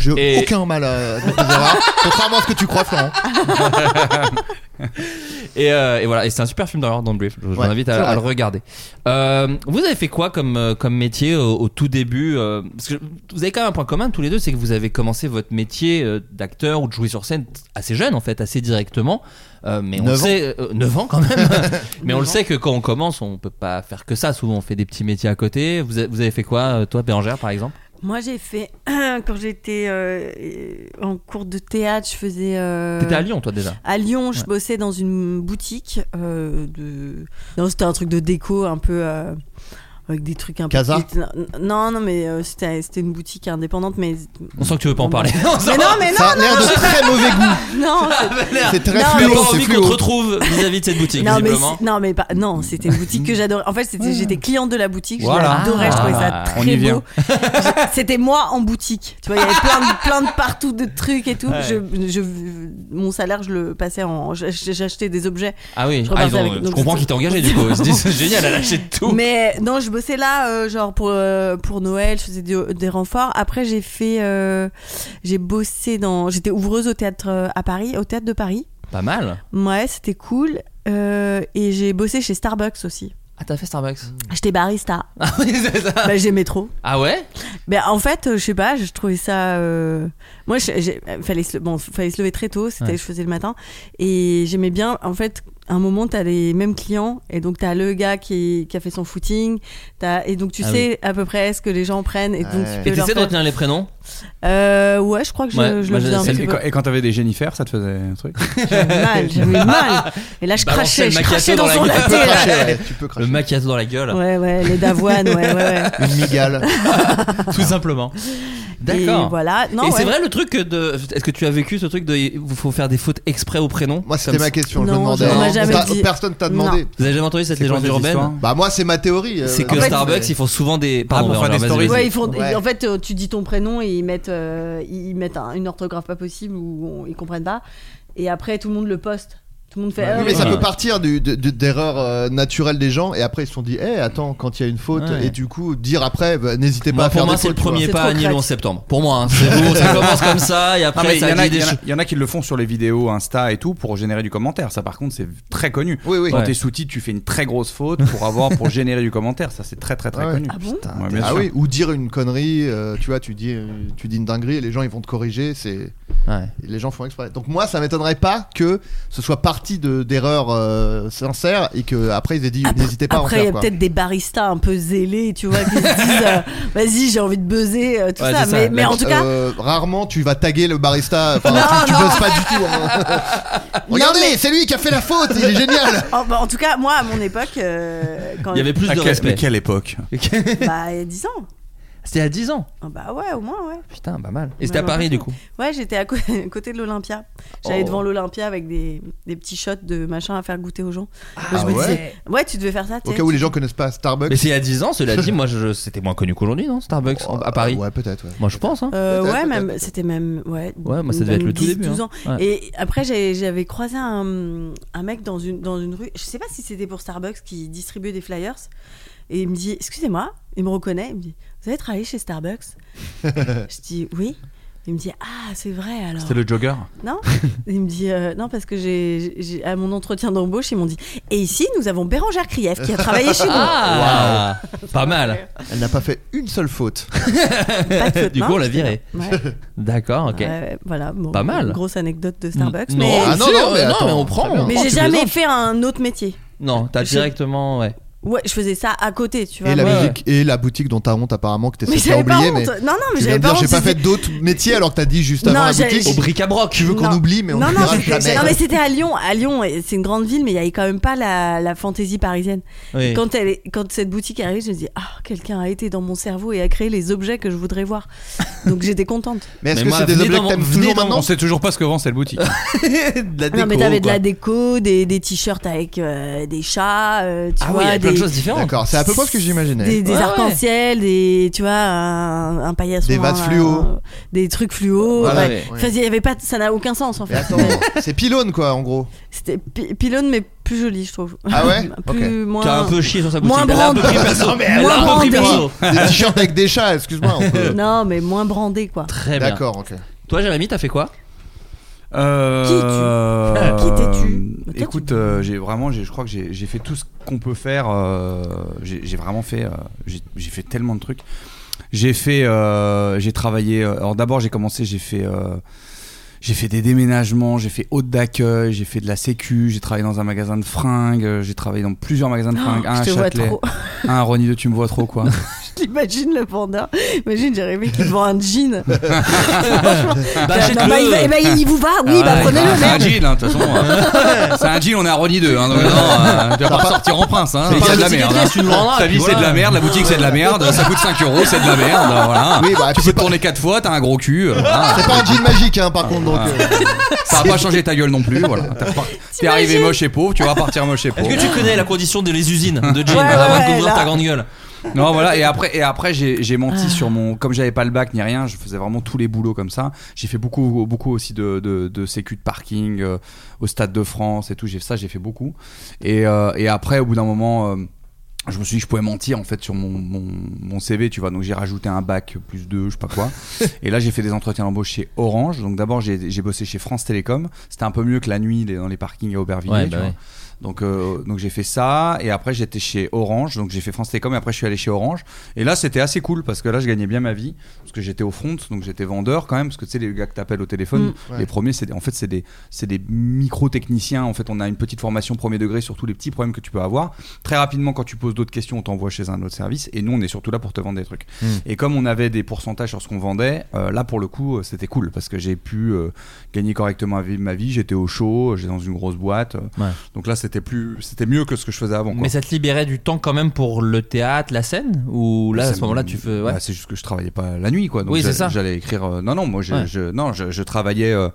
G: J'ai
F: Et-
G: aucun mal à à tes erreurs, contrairement à ce que tu crois, Florent.
I: Ah
F: et, euh, et voilà et c'est un super film d'horreur Don't Breathe je vous
G: Ouais,
F: invite
G: c'est
F: à,
G: vrai.
F: à le regarder Euh, vous avez fait quoi comme euh, comme métier au, au tout début euh, parce que vous avez quand même un point commun tous les deux c'est que vous avez commencé votre métier euh, d'acteur ou de jouer sur scène assez jeune en fait assez directement Euh, mais on
G: Neuf ans.
F: sait 9 ans quand même mais on le
I: ans.
F: sait que quand on commence on peut pas faire que ça souvent on fait des petits métiers à côté vous, a- vous avez fait quoi euh, toi Bérangère par exemple
G: Ah.
I: Moi, j'ai fait quand j'étais euh, en cours de théâtre, je faisais. euh,
F: t'étais à Lyon toi déjà
I: À Lyon, je
F: Ouais.
I: bossais dans une boutique euh, de. Non, c'était un truc de déco un peu. euh, avec des trucs un
G: Casa
I: peu. Non, non, mais euh, c'était c'était une boutique indépendante, mais.
F: on sent que tu veux pas en
I: Non,
F: parler On sent-
I: Mais non, mais non,
G: Ça a l'air de très mauvais goût.
I: non
G: C'est très
I: Non,
F: T'as
G: fluo,
F: pas
G: c'est
F: envie qu'on
G: fluo.
F: te retrouve vis-à-vis de cette boutique
I: Non mais,
F: visiblement
I: c'est- non mais pas non c'était une boutique que j'adorais en fait c'était j'étais cliente de la boutique je
H: Voilà.
I: l'adorais je trouvais ça
F: Ah,
H: on
I: très
H: y vient.
I: beau c'était moi en boutique tu vois il y avait plein de, plein de partout de trucs et tout
F: Ouais.
I: je, je- mon salaire je le passais en j'ach- j'achetais des objets
F: Ah oui,
I: Je
F: ah,
I: repartais
F: ils ont-
I: avec-
F: je
I: donc
F: comprends
I: c'est-
F: qu'ils t'ont engagé du coup. Ils se disent, c'est génial, elle a lâché tout.
I: Mais non, je bossais là, euh, genre pour, euh, pour Noël, je faisais du- des renforts. Après, j'ai fait. euh, j'ai bossé dans. J'étais ouvreuse au théâtre euh, à Paris, au théâtre de Paris.
F: Pas mal.
I: Ouais, c'était cool. Euh, et j'ai bossé chez Starbucks aussi.
F: Ah, t'as fait Starbucks
I: J'étais barista.
F: Ah oui, c'est ça.
I: bah, j'aimais trop.
F: Ah ouais
I: Ben, en fait, euh, je sais pas, je trouvais ça. euh, Moi, je- j'ai- euh, fallait se... le- Bon, fallait se lever très tôt, c'était
F: Ouais.
I: je faisais le matin. Et j'aimais bien, en fait, à un moment, tu as les mêmes clients, et donc tu as le gars qui, qui a fait son footing, t'as- et donc tu
F: Ah
I: sais à peu près ce que les gens prennent, et donc
G: Ouais.
I: tu
F: Et
I: peux leur
F: t'essaies de
I: faire-
F: retenir les prénoms
I: Euh, ouais, je crois que je,
F: Ouais,
I: je
F: moi,
I: le faisais un
F: celle
I: petit
H: Et
I: peu.
H: quand- et quand t'avais des Jennifer, ça te faisait un truc
I: J'avais mal, j'avais mal. Et là, je
F: Balancer
I: crachais,
F: le
I: je
F: macchiato
I: crachais dans,
F: dans la
I: son latte.
F: gueule.
G: Tu peux
I: là.
G: cracher, ouais, tu peux
F: Le
G: cracher.
F: macchiato dans la gueule,
I: Ouais, ouais, les d'avoine, ouais, ouais, ouais.
G: Une migale.
F: tout simplement.
I: Et
F: D'accord.
I: voilà. Non,
F: et c'est
I: ouais.
F: vrai le truc de. Est-ce que tu as vécu ce truc de. Il faut faire des fautes exprès au prénom
G: Moi, c'était
F: Comme-
G: ma question. je
I: Non,
G: me demandais.
I: on m'a jamais
G: T'as-
I: dit.
G: Personne t'a demandé.
F: Vous avez jamais entendu cette
H: C'est quoi
F: légende
H: cette
F: urbaine
H: histoire Ah,
G: Bah, moi, c'est ma théorie. euh,
F: C'est que
G: en fait,
F: Starbucks,
G: mais-
F: ils font souvent des. Pardon,
H: pour
F: on
H: faire
F: leur
H: des
F: vas-y,
H: stories.
F: vas-y.
I: Ouais, ils font,
G: Ouais.
I: En fait, euh, tu dis ton prénom et ils mettent, euh, ils mettent un- une orthographe pas possible ou on- ils comprennent pas. Et après, tout le monde le poste. Tout le monde fait.
G: Oui,
I: ah,
G: mais ça
F: Ouais.
G: peut partir du- de- de- d'erreurs euh, naturelles des gens et après ils se sont dit, eh attends, quand il y a une faute,
F: Ouais.
G: et du coup dire après, bah, n'hésitez pas
F: Moi,
G: à faire
F: pour moi,
G: des
F: c'est le
G: fautes, tu
F: premier
I: C'est
F: pas
I: trop
F: à annuler en
I: crack.
F: septembre. Pour moi, hein, c'est bon, ça commence comme ça, et
H: Ah,
F: après,
H: mais il y,
F: ça
H: en a-
F: dit des
H: il y en a-
F: choses.
H: il y en a qui le font sur les vidéos Insta et tout pour générer du commentaire. Ça, par contre, c'est très connu.
G: Oui, oui.
H: Dans
F: Ouais.
H: tes sous-titres, tu fais une très grosse faute pour avoir pour générer du commentaire. Ça, c'est très très très
G: Ah ouais.
H: connu.
I: Ah bon
G: vois.
H: Ouais, bien
G: ah
H: sûr.
G: oui, ou dire une connerie, euh, tu vois, tu dis, euh, tu dis une dinguerie et les gens ils vont te corriger, c'est
F: Ouais.
G: les gens font exprès. Donc moi, ça m'étonnerait pas que ce soit parti de d'erreurs euh, sincères et que après ils aient dit, n'hésitez pas
I: Après,
G: à
I: il y
G: en faire.
I: a
G: quoi.
I: peut-être des baristas un peu zélés, tu vois, qui se disent euh, Vas-y, j'ai envie de buzzer, euh, tout
F: Ouais,
I: ça.
F: c'est ça.
I: Mais,
F: La-
I: mais en tout cas,
G: Euh, rarement tu vas taguer le barista. Enfin, tu, tu bosses pas du tout. hein. Regardez, c'est lui qui a fait la faute. Il est génial.
I: en, bah, en tout cas, moi, à mon époque, euh, quand
F: Il y avait plus
H: Ah,
F: de
H: quel- mais
F: respect.
H: quelle époque
I: bah, il y a 10 ans.
F: C'était à 10 ans.
I: Ah Bah ouais, au moins, ouais.
F: Putain, pas mal. Et c'était à
I: Ouais, ouais,
F: Paris,
I: ouais.
F: du coup.
I: Ouais, j'étais à, cô- à côté de l'Olympia. J'allais
F: Oh.
I: devant l'Olympia avec des, des petits shots de machin à faire goûter aux gens.
G: Ah
I: je me
G: ouais
I: disais, ouais, tu devais faire ça.
G: Au
I: t'es-
G: cas où les gens connaissent pas Starbucks.
F: Mais c'est à 10 ans, cela dit, moi, je- c'était moins connu qu'aujourd'hui, non Starbucks
G: Oh,
F: à
I: bah,
F: Paris
G: Ouais, peut-être. ouais.
F: Moi, je pense, hein.
I: Euh,
G: Peut-être,
I: ouais,
G: peut-être,
I: même,
G: peut-être.
I: c'était même. Ouais,
F: Ouais, moi, ça devait être le tout
I: 10,
F: début,
I: 12
F: hein.
I: ans.
F: Ouais.
I: Et après, j'ai- j'avais croisé un, un mec dans une, dans une rue. Je sais pas si c'était pour Starbucks qui distribuait des flyers. Et il me dit Excusez-moi, il me reconnaît. Il me dit Vous avez travaillé chez Starbucks Je dis Oui. Il me dit Ah, c'est vrai alors.
H: C'était le jogger.
I: Non Il me dit euh, non parce que j'ai j'ai- à mon entretien d'embauche ils m'ont dit et ici nous avons Bérangère Krief qui a travaillé chez nous.
F: Ah Pas mal.
G: Elle n'a pas fait une seule faute.
I: Pas de faute,
F: Du
I: non,
F: coup, on l'a
I: j'étais
F: viré.
I: là. Ouais,
F: D'accord, ok.
I: hein, ouais, voilà. bon,
F: Pas mal. Mm.
I: Grosse anecdote de Starbucks.
F: Non,
I: mais
G: Ah non,
F: si,
G: non, oh,
F: euh,
G: mais attends,
F: on prend.
G: très bien.
F: on
I: mais
F: prend,
I: j'ai
F: tu
I: jamais
F: plaisantes.
I: fait un autre métier.
F: Non, t'as
I: Je-
F: directement, ouais.
I: Ouais, je faisais ça à côté, tu vois.
G: Et la
I: mais-
G: musique et la boutique dont t'as honte apparemment que t'es
I: Mais
G: censé
I: j'avais pas
G: oublier.
I: honte.
G: Mais
I: Non, non, mais
G: Tu viens
I: j'avais
G: de
I: pas
G: dire,
I: honte.
G: j'ai pas
I: je
G: fait
I: dis-
G: d'autres métiers alors que t'as dit juste avant
I: Non,
G: la
I: j'ai-
G: boutique.
F: Au bric-à-broc, tu veux
G: qu'on
I: Non.
G: oublie, mais on
I: non, non,
G: n'oubliera
I: c'était-
G: jamais.
I: non, mais c'était à Lyon. À Lyon, et c'est une grande ville, mais il y avait quand même pas la, la fantaisie parisienne.
F: Oui.
I: Quand, elle est- quand cette boutique est arrivée, je me dis, ah, quelqu'un a été dans mon cerveau et a créé les objets que je voudrais voir. Donc j'étais contente.
G: Mais
F: Mais
G: est-ce que
F: moi,
G: c'est des
F: venez
G: objets
F: dans
G: que t'aimes
F: mon-
G: toujours
F: venez dans
G: maintenant
H: On sait toujours pas ce que vend cette boutique.
F: de la
I: Ah non, mais
F: déco,
I: t'avais de
F: quoi.
I: la déco, des, des t-shirts avec euh, des chats, euh, tu
F: Ah
I: vois,
F: oui, il y a
I: des,
F: plein de choses différentes.
G: D'accord, c'est à peu près ce que j'imaginais.
I: des, des
F: Ouais, ouais.
I: arcs-en-ciel, des, tu vois, un, un paillasson.
G: Des vases
I: un-
G: fluo.
I: un- des trucs fluo.
F: Voilà,
I: ouais.
F: ouais.
I: Enfin, il y avait pas, ça n'a aucun sens en
G: Mais
I: fait.
G: attends, c'est pylône quoi en gros.
I: C'était pi- pylône, mais plus joli, je trouve.
G: Ah ouais
I: Plus, moins.
F: T'as un peu chié sur sa boutique.
I: Moins
F: Elle a un peu
I: brandé.
F: pris perso.
I: Non, mais
F: bah, Elle a
I: moins
F: un peu
I: brandé.
F: pris perso.
G: Des t-shirts avec des chats, excuse-moi. on peut-
I: Non, mais moins brandé, quoi.
F: Très bien.
G: D'accord, ok.
F: Toi, Jérémy, t'as fait quoi
H: Euh,
I: Qui es-tu Qui t'es-tu
H: euh,
I: Toi, tu-
H: Écoute, euh, j'ai vraiment, j'ai- je crois que j'ai j'ai fait tout ce qu'on peut faire. euh, j'ai j'ai vraiment fait, euh, j'ai j'ai fait tellement de trucs. J'ai fait, euh, j'ai travaillé. euh, alors d'abord, j'ai commencé, j'ai fait. euh, j'ai fait des déménagements, j'ai fait hôte d'accueil, j'ai fait de la sécu, j'ai travaillé dans un magasin de fringues, euh, j'ai travaillé dans plusieurs magasins de fringues, un
I: Oh, je
H: à
I: te vois
H: Châtelet,
I: trop.
H: un à Ronny 2, tu me vois trop quoi.
I: T'imagines le panda Imagine Jérémy qui te vend un jean. Non, bah, il, va- eh
F: Achète-le.
I: ben, il vous va Oui,
F: Ah
I: bah
F: ouais,
I: prenez-le,
H: C'est un
I: merde
H: deal, hein, de toute façon. euh, c'est un deal, on est à Ronny 2. Hein, donc, non, euh, tu vas pas sortir en prince. Hein,
G: pas
H: c'est de
G: le
H: la
G: ticket
H: merde.
F: de caisse, tu nous le rendras,
H: Ta
F: puis
H: vie, c'est de
F: voilà.
H: la merde. La boutique, c'est de la merde. Ça coûte 5 euros, c'est de la merde.
F: Ah,
H: Voilà.
G: Oui, bah,
H: tu
G: puis
H: peux
G: c'est pas-
H: tourner 4 fois, t'as un gros cul. euh, voilà.
G: C'est pas un jean magique hein, par contre donc.
F: Ah.
G: euh,
H: Ça va pas changer ta gueule non plus. Voilà. T'es repart- T'es arrivé moche et pauvre, tu vas partir moche et
F: Est-ce
H: pauvre.
F: que tu connais la condition des les usines de jeans
I: Ouais, ouais,
F: avant
I: ouais,
F: d'ouvrir
I: là.
F: ta grande gueule
H: Non, voilà. Et après, et après j'ai j'ai
F: Ah.
H: menti sur mon. Comme j'avais pas le bac ni rien, je faisais vraiment tous les boulots comme ça. J'ai fait beaucoup, beaucoup aussi de, de, de sécu de parking euh, au Stade de France et tout. J'ai ça, j'ai fait beaucoup. Et, euh, et après, au bout d'un moment. euh, je me suis dit, je pouvais mentir en fait sur mon, mon, mon CV, tu vois. Donc j'ai rajouté un bac plus deux, je sais pas quoi. et là, j'ai fait des entretiens d'embauche chez Orange. Donc d'abord, j'ai j'ai bossé chez France Télécom. C'était un peu mieux que la nuit les- dans les parkings à Aubervilliers,
F: Ouais,
H: tu
F: bah
H: vois.
F: ouais.
H: Donc, euh, donc j'ai fait ça et après j'étais chez Orange, donc j'ai fait France Télécom et après je suis allé chez Orange et là c'était assez cool parce que là je gagnais bien ma vie parce que j'étais au front donc j'étais vendeur quand même parce que tu sais les gars que t'appelles au téléphone
G: Mm. Ouais.
H: les premiers c'est des- en fait c'est des c'est des micro techniciens en fait on a une petite formation premier degré sur tous les petits problèmes que tu peux avoir très rapidement quand tu poses d'autres questions on t'envoie chez un autre service et nous on est surtout là pour te vendre des trucs
G: Mm.
H: et comme on avait des pourcentages sur ce qu'on vendait euh, là pour le coup euh, c'était cool parce que j'ai pu euh, gagner correctement ma vie- ma vie j'étais au chaud j'étais dans une grosse boîte euh,
F: Ouais.
H: donc là, c'était plus, c'était mieux que ce que je faisais avant. quoi.
F: Mais ça te libérait du temps quand même pour le théâtre, la scène Ou là, à
H: Ça
F: ce moment-là,
H: me-
F: tu fais. ouais.
H: Bah, c'est juste que je travaillais pas la nuit, quoi. Donc
F: Oui, c'est
H: j'a-
F: ça.
H: J'allais écrire. euh, Non, non, moi, je,
F: Ouais.
H: je- non, je, je travaillais. euh,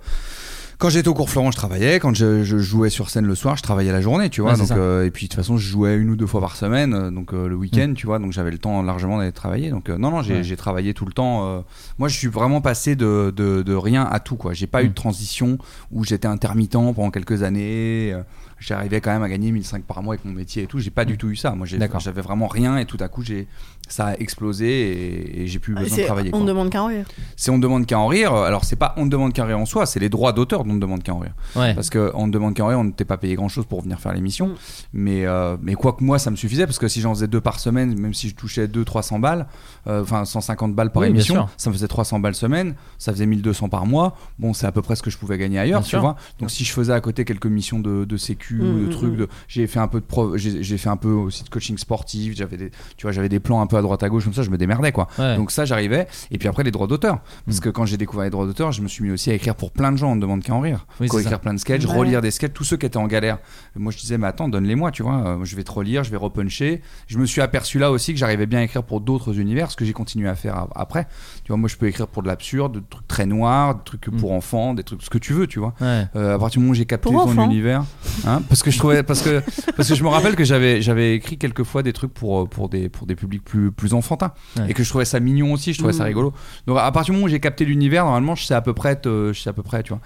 H: Quand j'étais au cours Florent, je travaillais. Quand je, je jouais sur scène le soir, je travaillais la journée, tu vois.
F: Ouais, c'est
H: donc,
F: ça.
H: euh, et puis de toute façon, je jouais une ou deux fois par semaine, euh, donc euh, le week-end, tu vois. Donc j'avais le temps largement d'aller travailler. Donc euh, non, non, j'ai
F: Mm. Ouais.
H: j'ai travaillé tout le temps. euh, Moi, je suis vraiment passé de, de, de rien à tout, quoi. J'ai
F: Mm.
H: pas eu de transition où j'étais intermittent pendant quelques années. euh, J'arrivais quand même à gagner 1005 par mois avec mon métier et tout. J'ai pas du tout eu ça. Moi, j'ai-
F: Mm. D'accord.
H: j'avais vraiment rien et tout à coup, j'ai ça a explosé et, et j'ai plus besoin de
I: C'est-
H: travailler.
I: on ne
H: quoi.
I: demande qu'à en rire.
H: C'est on ne demande qu'à en rire. Alors c'est pas on ne demande qu'à en rire en soi, c'est les droits d'auteur dont on ne demande qu'à en rire.
F: Ouais.
H: Parce que on ne demande qu'à en rire, on n'était pas payé grand chose pour venir faire l'émission.
I: Mm.
H: Mais euh, mais quoi que moi, ça me suffisait parce que si j'en faisais deux par semaine, même si je touchais 2 300 balles, euh, enfin 150 balles par
F: Oui, bien
H: émission,
F: sûr.
H: ça me faisait 300 balles semaine, ça faisait 1200 par mois. Bon, c'est à peu près ce que je pouvais gagner ailleurs,
F: Bien
H: tu
F: sûr.
H: vois. Donc si je faisais à côté quelques missions de, de sécu, ou de
I: Mm,
H: trucs,
I: mm,
H: de- j'ai fait un peu de pro- j'ai j'ai fait un peu aussi de coaching sportif. J'avais des, tu vois, j'avais des plans un peu à droite à gauche comme ça, je me démerdais quoi.
F: Ouais. Hmm.
H: Donc ça, j'arrivais. Et puis après, les droits d'auteur. Parce que quand j'ai découvert les droits d'auteur, je me suis mis aussi à écrire pour plein de gens. On ne demande qu'à en rire.
F: Oui,
H: Quoi,
F: c'est ça.
H: écrire plein de sketchs,
I: Ouais.
H: relire des sketchs, tous ceux qui étaient en galère. Et moi, je disais, mais attends, donne-les-moi, tu vois. Euh, Je vais te relire, je vais repuncher. Je me suis aperçu là aussi que j'arrivais bien à écrire pour d'autres univers, ce que j'ai continué à faire a- après. Tu vois, moi, je peux écrire pour de l'absurde, des trucs très noirs, des trucs
F: Hmm.
H: pour enfants, des trucs, ce que tu veux, tu vois.
F: Ouais.
H: Euh, à partir du moment où j'ai capté
I: Pour
H: ton
I: enfants.
H: univers, hein, parce que je trouvais, parce que parce que je me rappelle que j'avais j'avais écrit quelques fois des trucs pour euh, pour des pour des publics plus plus enfantins
F: Ouais.
H: et que je trouvais ça mignon aussi, je trouvais ça
I: Mm.
H: rigolo. Donc à partir du moment où j'ai capté l'univers, normalement je sais à peu près, être, euh, je sais à peu près, tu vois.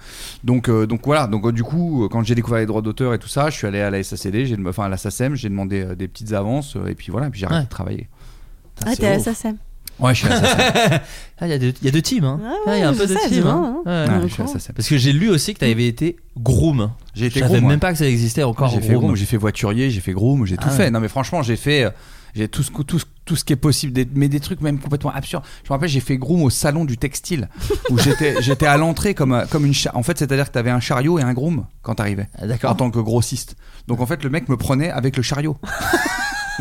H: Donc euh, donc voilà, donc euh, du coup euh, quand j'ai découvert les droits d'auteur et tout ça, je suis allé à la SACD, j'ai dem- enfin à la SACEM, j'ai demandé euh, des petites avances euh, et puis voilà, et puis j'ai arrêté
F: Ouais.
H: de travailler.
I: Ah, t'es à SACEM.
H: E Ouais, je suis à la SACEM.
F: Ah, il y, a deux- il y a deux teams. hein.
I: Ouais,
F: Ah, Il
I: ouais,
F: y a un
I: je
F: peu de
I: sais,
F: teams.
I: dis-moi,
F: hein. Ouais.
H: Ouais, je suis à la
I: D'accord.
H: SACEM.
F: Parce que j'ai lu aussi que tu avais été groom.
H: E J'ai
F: Je
H: été gros,
F: savais
H: moi.
F: même pas que ça existait encore.
H: J'ai fait
F: groom.
H: groom, j'ai fait voiturier, j'ai fait groom, j'ai tout
F: Ah ouais.
H: fait. Non mais franchement, j'ai fait euh, j'ai tout ce que- tout ce- tout ce qui est possible des- mais des trucs même complètement absurdes. Je me rappelle, j'ai fait groom au salon du textile où j'étais j'étais à l'entrée comme euh, comme une cha- en fait, c'est-à-dire que t'avais un chariot et un groom quand t'arrivais
F: Ah,
H: en
F: D'accord.
H: tant que grossiste. Donc en fait, le mec me prenait avec le chariot.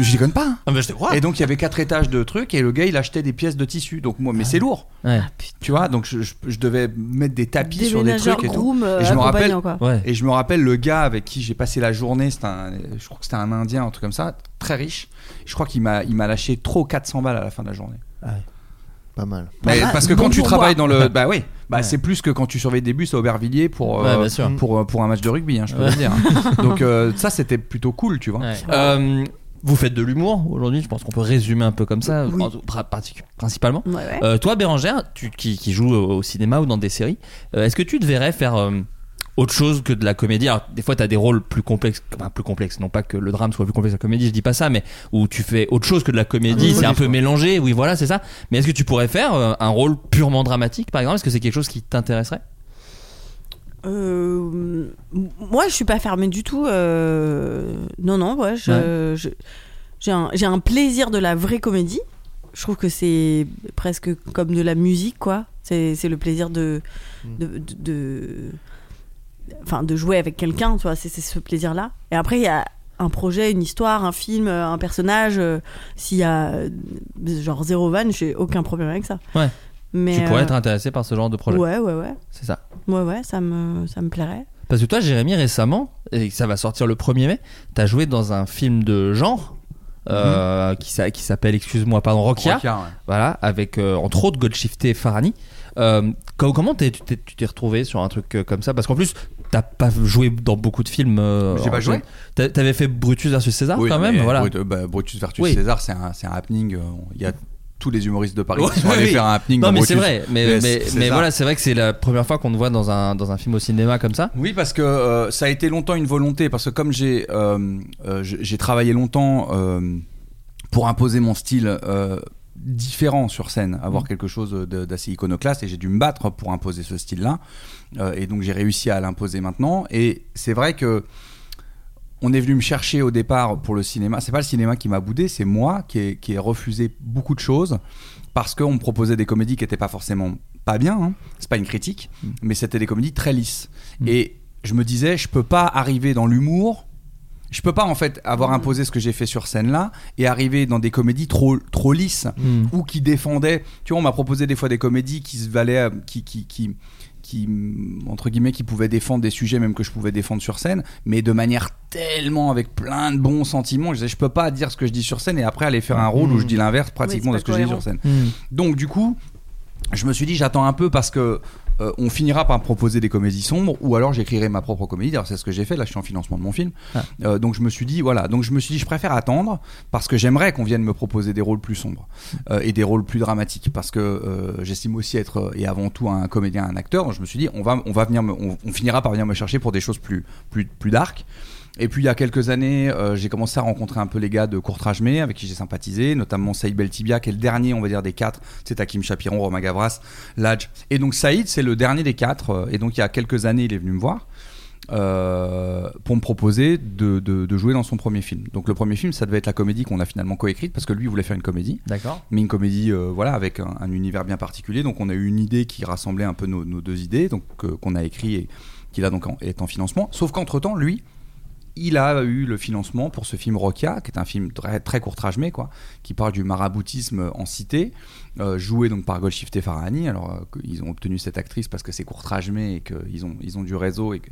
H: Je déconne pas. hein.
F: Ah, mais je te crois.
H: Et donc il y avait quatre étages de trucs et le gars il achetait des pièces de tissu. Donc moi mais
F: Ah.
H: c'est lourd,
F: Ouais.
H: tu vois. Donc je, je- je devais mettre des tapis sur des
I: Déménageur
H: trucs et tout.
I: groom euh,
H: Et je me rappelle-
I: accompagnant, quoi.
F: Ouais.
H: Et je me rappelle le gars avec qui j'ai passé la journée, c'était un, je crois que c'était un Indien, un truc comme ça, très riche. Je crois qu'il m'a, il m'a lâché trop 400 balles à la fin de la journée.
G: Pas mal.
H: Mais
I: mal.
H: parce que
I: Bon
H: quand tu
I: pourboire.
H: travailles dans le, bah oui, bah
F: Ouais.
H: c'est plus que quand tu surveilles des bus à Aubervilliers pour, euh,
F: Ouais, bien sûr.
H: pour, euh, pour un match de rugby, hein, je peux
F: Ouais.
H: le dire. Donc euh, ça c'était plutôt cool, tu vois.
F: Ouais. Euh, vous faites de l'humour aujourd'hui, je pense qu'on peut résumer un peu comme ça,
I: Oui.
F: en tout- pra- partic- principalement.
I: Ouais, ouais.
F: Euh, toi, Bérangère, tu, qui, qui joue au au cinéma ou dans des séries, euh, est-ce que tu devrais faire euh, autre chose que de la comédie Alors, Des fois, tu as des rôles plus complexes, enfin, plus complexes, non pas que le drame soit plus complexe que la comédie, je dis pas ça, mais où tu fais autre chose que de la comédie,
G: Ah,
F: c'est un peu
G: quoi.
F: mélangé, oui, voilà, c'est ça. Mais est-ce que tu pourrais faire euh, un rôle purement dramatique, par exemple Est-ce que c'est quelque chose qui t'intéresserait
I: Euh, m- moi, je suis pas fermée du tout. euh, Non, non, ouais, je- je- j'ai un, j'ai un plaisir de la vraie comédie. Je trouve que c'est presque comme de la musique, quoi. C'est c'est le plaisir de, de, de, de- enfin, de jouer avec quelqu'un, tu vois. C'est c'est ce plaisir-là. Et après, il y a un projet, une histoire, un film, euh, un personnage. euh, S'il y a euh, genre zéro vanne, j'ai aucun problème avec ça.
F: Ouais.
I: Mais
F: Tu pourrais
I: euh,
F: être intéressé par ce genre de projet,
I: Ouais, ouais, ouais.
F: c'est ça
I: Ouais, ouais, ça me, ça me plairait.
F: Parce que toi, Jérémy, récemment, et ça va sortir le 1er mai, t'as joué dans un film de genre.
I: Mhm.
F: euh, qui s'a- qui s'appelle, excuse-moi, pardon, Rokia,
H: Rocker, ouais.
F: voilà, avec euh, entre autres Goldshifté et Farani. Euh, co- comment t'es- tu t'es tu t'es retrouvé sur un truc euh, comme ça Parce qu'en plus, t'as pas joué dans beaucoup de films. euh,
H: J'ai pas
F: en-
H: joué.
F: T'a- T'avais fait Brutus versus César
H: Oui,
F: quand
H: non,
F: même,
H: mais
F: voilà.
H: Brut- bah, Brutus versus
F: Oui.
H: César, c'est un, c'est un happening. euh, Il y a tous les humoristes de Paris
F: Ouais,
H: qui sont allés
F: oui.
H: faire un happening.
F: Non
H: dans
F: mais c'est
H: Brutus.
F: vrai, mais,
H: Mais
F: mais,
H: c'est-
F: mais
H: César.
F: voilà, c'est vrai que c'est la première fois qu'on te voit dans un, dans un film au cinéma comme ça.
H: Oui, parce que euh, ça a été longtemps une volonté, parce que comme j'ai euh, euh, j'ai j'ai travaillé longtemps euh, pour imposer mon style euh, différent sur scène, avoir quelque chose de- d'assez iconoclaste, et j'ai dû me battre pour imposer ce style-là. Euh, et donc j'ai réussi à l'imposer maintenant. Et c'est vrai que on est venu me chercher au départ pour le cinéma. C'est pas le cinéma qui m'a boudé, c'est moi qui ai, qui ai refusé beaucoup de choses parce qu'on me proposait des comédies qui n'étaient pas forcément pas bien. hein. C'est pas une critique, mais c'était des comédies très lisses. Et je me disais, je peux pas arriver dans l'humour. Je peux pas en fait
I: Mm.
H: avoir imposé ce que j'ai fait sur scène là et arriver dans des comédies trop trop lisses
F: Mm.
H: ou qui défendaient. Tu vois, on m'a proposé des fois des comédies qui se valaient, euh, qui qui qui qui mm, entre guillemets qui pouvaient défendre des sujets même que je pouvais défendre sur scène, mais de manière tellement avec plein de bons sentiments. Je disais, je peux pas dire ce que je dis sur scène et après aller faire un rôle où je dis l'inverse pratiquement de
I: Oui, c'est
H: ce que
I: pas
H: je dis
I: cohérent.
H: sur scène.
F: Mm.
H: Donc du coup, je me suis dit j'attends un peu parce que euh, on finira par me proposer des comédies sombres ou alors j'écrirai ma propre comédie. D'ailleurs c'est ce que j'ai fait. Là je suis en financement de mon film.
F: Ah.
H: Euh, donc je me suis dit voilà. Donc je me suis dit je préfère attendre parce que j'aimerais qu'on vienne me proposer des rôles plus sombres euh, et des rôles plus dramatiques parce que euh, j'estime aussi être euh, et avant tout un comédien, un acteur. Donc je me suis dit on va on va venir me- on, on finira par venir me chercher pour des choses plus plus plus dark. Et puis il y a quelques années, euh, j'ai commencé à rencontrer un peu les gars de Courtrage May avec qui j'ai sympathisé, notamment Saïd Beltibia, qui est le dernier, on va dire, des quatre. C'est Hakim Chapiron, Romain Gavras, Ladj. Et donc Saïd, c'est le dernier des quatre. euh, Et donc il y a quelques années, il est venu me voir euh, pour me proposer de, de- de jouer dans son premier film. Donc le premier film, ça devait être la comédie qu'on a finalement coécrite parce que lui il voulait faire une comédie
F: D'accord.
H: mais une comédie euh, voilà avec un, un univers bien particulier donc on a eu une idée qui rassemblait un peu nos, nos deux idées donc euh, qu'on a écrit et qui là donc en- est en financement sauf qu'entre temps lui il a eu le financement pour ce film Rokia, qui est un film très, très court-trajmé, quoi, qui parle du maraboutisme en cité, euh, joué donc par Golshifteh Farahani. Alors, euh, que- ils ont obtenu cette actrice parce que c'est court-trajmé et qu'ils ont, ils ont du réseau. Et que...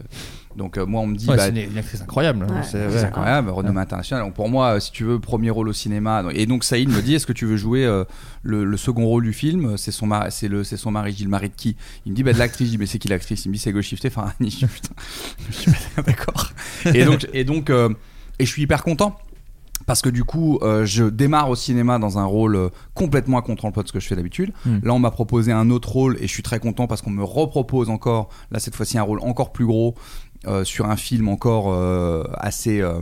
H: Donc, euh, moi, on me dit.
F: Ouais,
H: bah,
F: c'est une, une actrice incroyable. hein.
I: Ouais.
F: C'est-
H: c'est
F: ouais.
H: incroyable, renommée internationale. Donc, pour moi, euh, si tu veux, premier rôle au cinéma. Donc- Et donc Saïd me dit, est-ce que tu veux jouer euh, le, le second rôle du film C'est son mari, c'est le, c'est son mari, je dis, le mari de qui Il me dit, bah de l'actrice. Je dis, mais c'est qui l'actrice Il me dit, c'est Golshifteh Farhani. Je dis, putain, je suis pas d'accord. Et donc, et donc, euh, et je suis hyper content. Parce que du coup, euh, je démarre au cinéma dans un rôle euh, complètement à contre-emploi de ce que je fais d'habitude.
F: Mm.
H: Là, on m'a proposé un autre rôle et je suis très content parce qu'on me repropose encore, là cette fois-ci, un rôle encore plus gros euh, sur un film encore euh, assez, euh,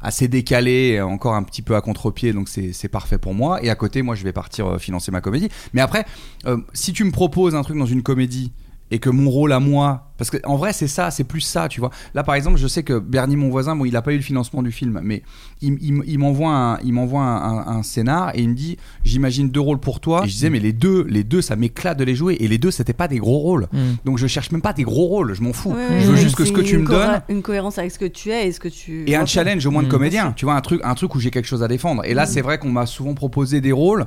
H: assez décalé, euh, encore un petit peu à contre-pied, donc c'est c'est parfait pour moi. Et à côté, moi, je vais partir euh, financer ma comédie. Mais après, euh, si tu me proposes un truc dans une comédie et que mon rôle à moi, parce que en vrai, c'est ça, c'est plus ça, tu vois. Là, par exemple, je sais que Bernie, mon voisin, bon, il n'a pas eu le financement du film, mais il, il, il m'envoie un, il m'envoie un, un- un scénar et il me dit, j'imagine deux rôles pour toi. Et je disais, mais les deux, les deux, ça m'éclate de les jouer. Et les deux, c'était pas des gros rôles.
F: Mm.
H: Donc je cherche même pas des gros rôles, je m'en fous.
I: Ouais,
H: je veux
I: ouais,
H: juste que ce
I: c'est
H: que tu
I: une
H: me
I: cohé-
H: donnes
I: Une cohérence avec ce que tu es et ce que tu.
H: et un
I: représentes.
H: challenge au moins de
F: Mm.
H: comédien, tu vois un truc un truc où j'ai quelque chose à défendre. Et là c'est vrai qu'on m'a souvent proposé des rôles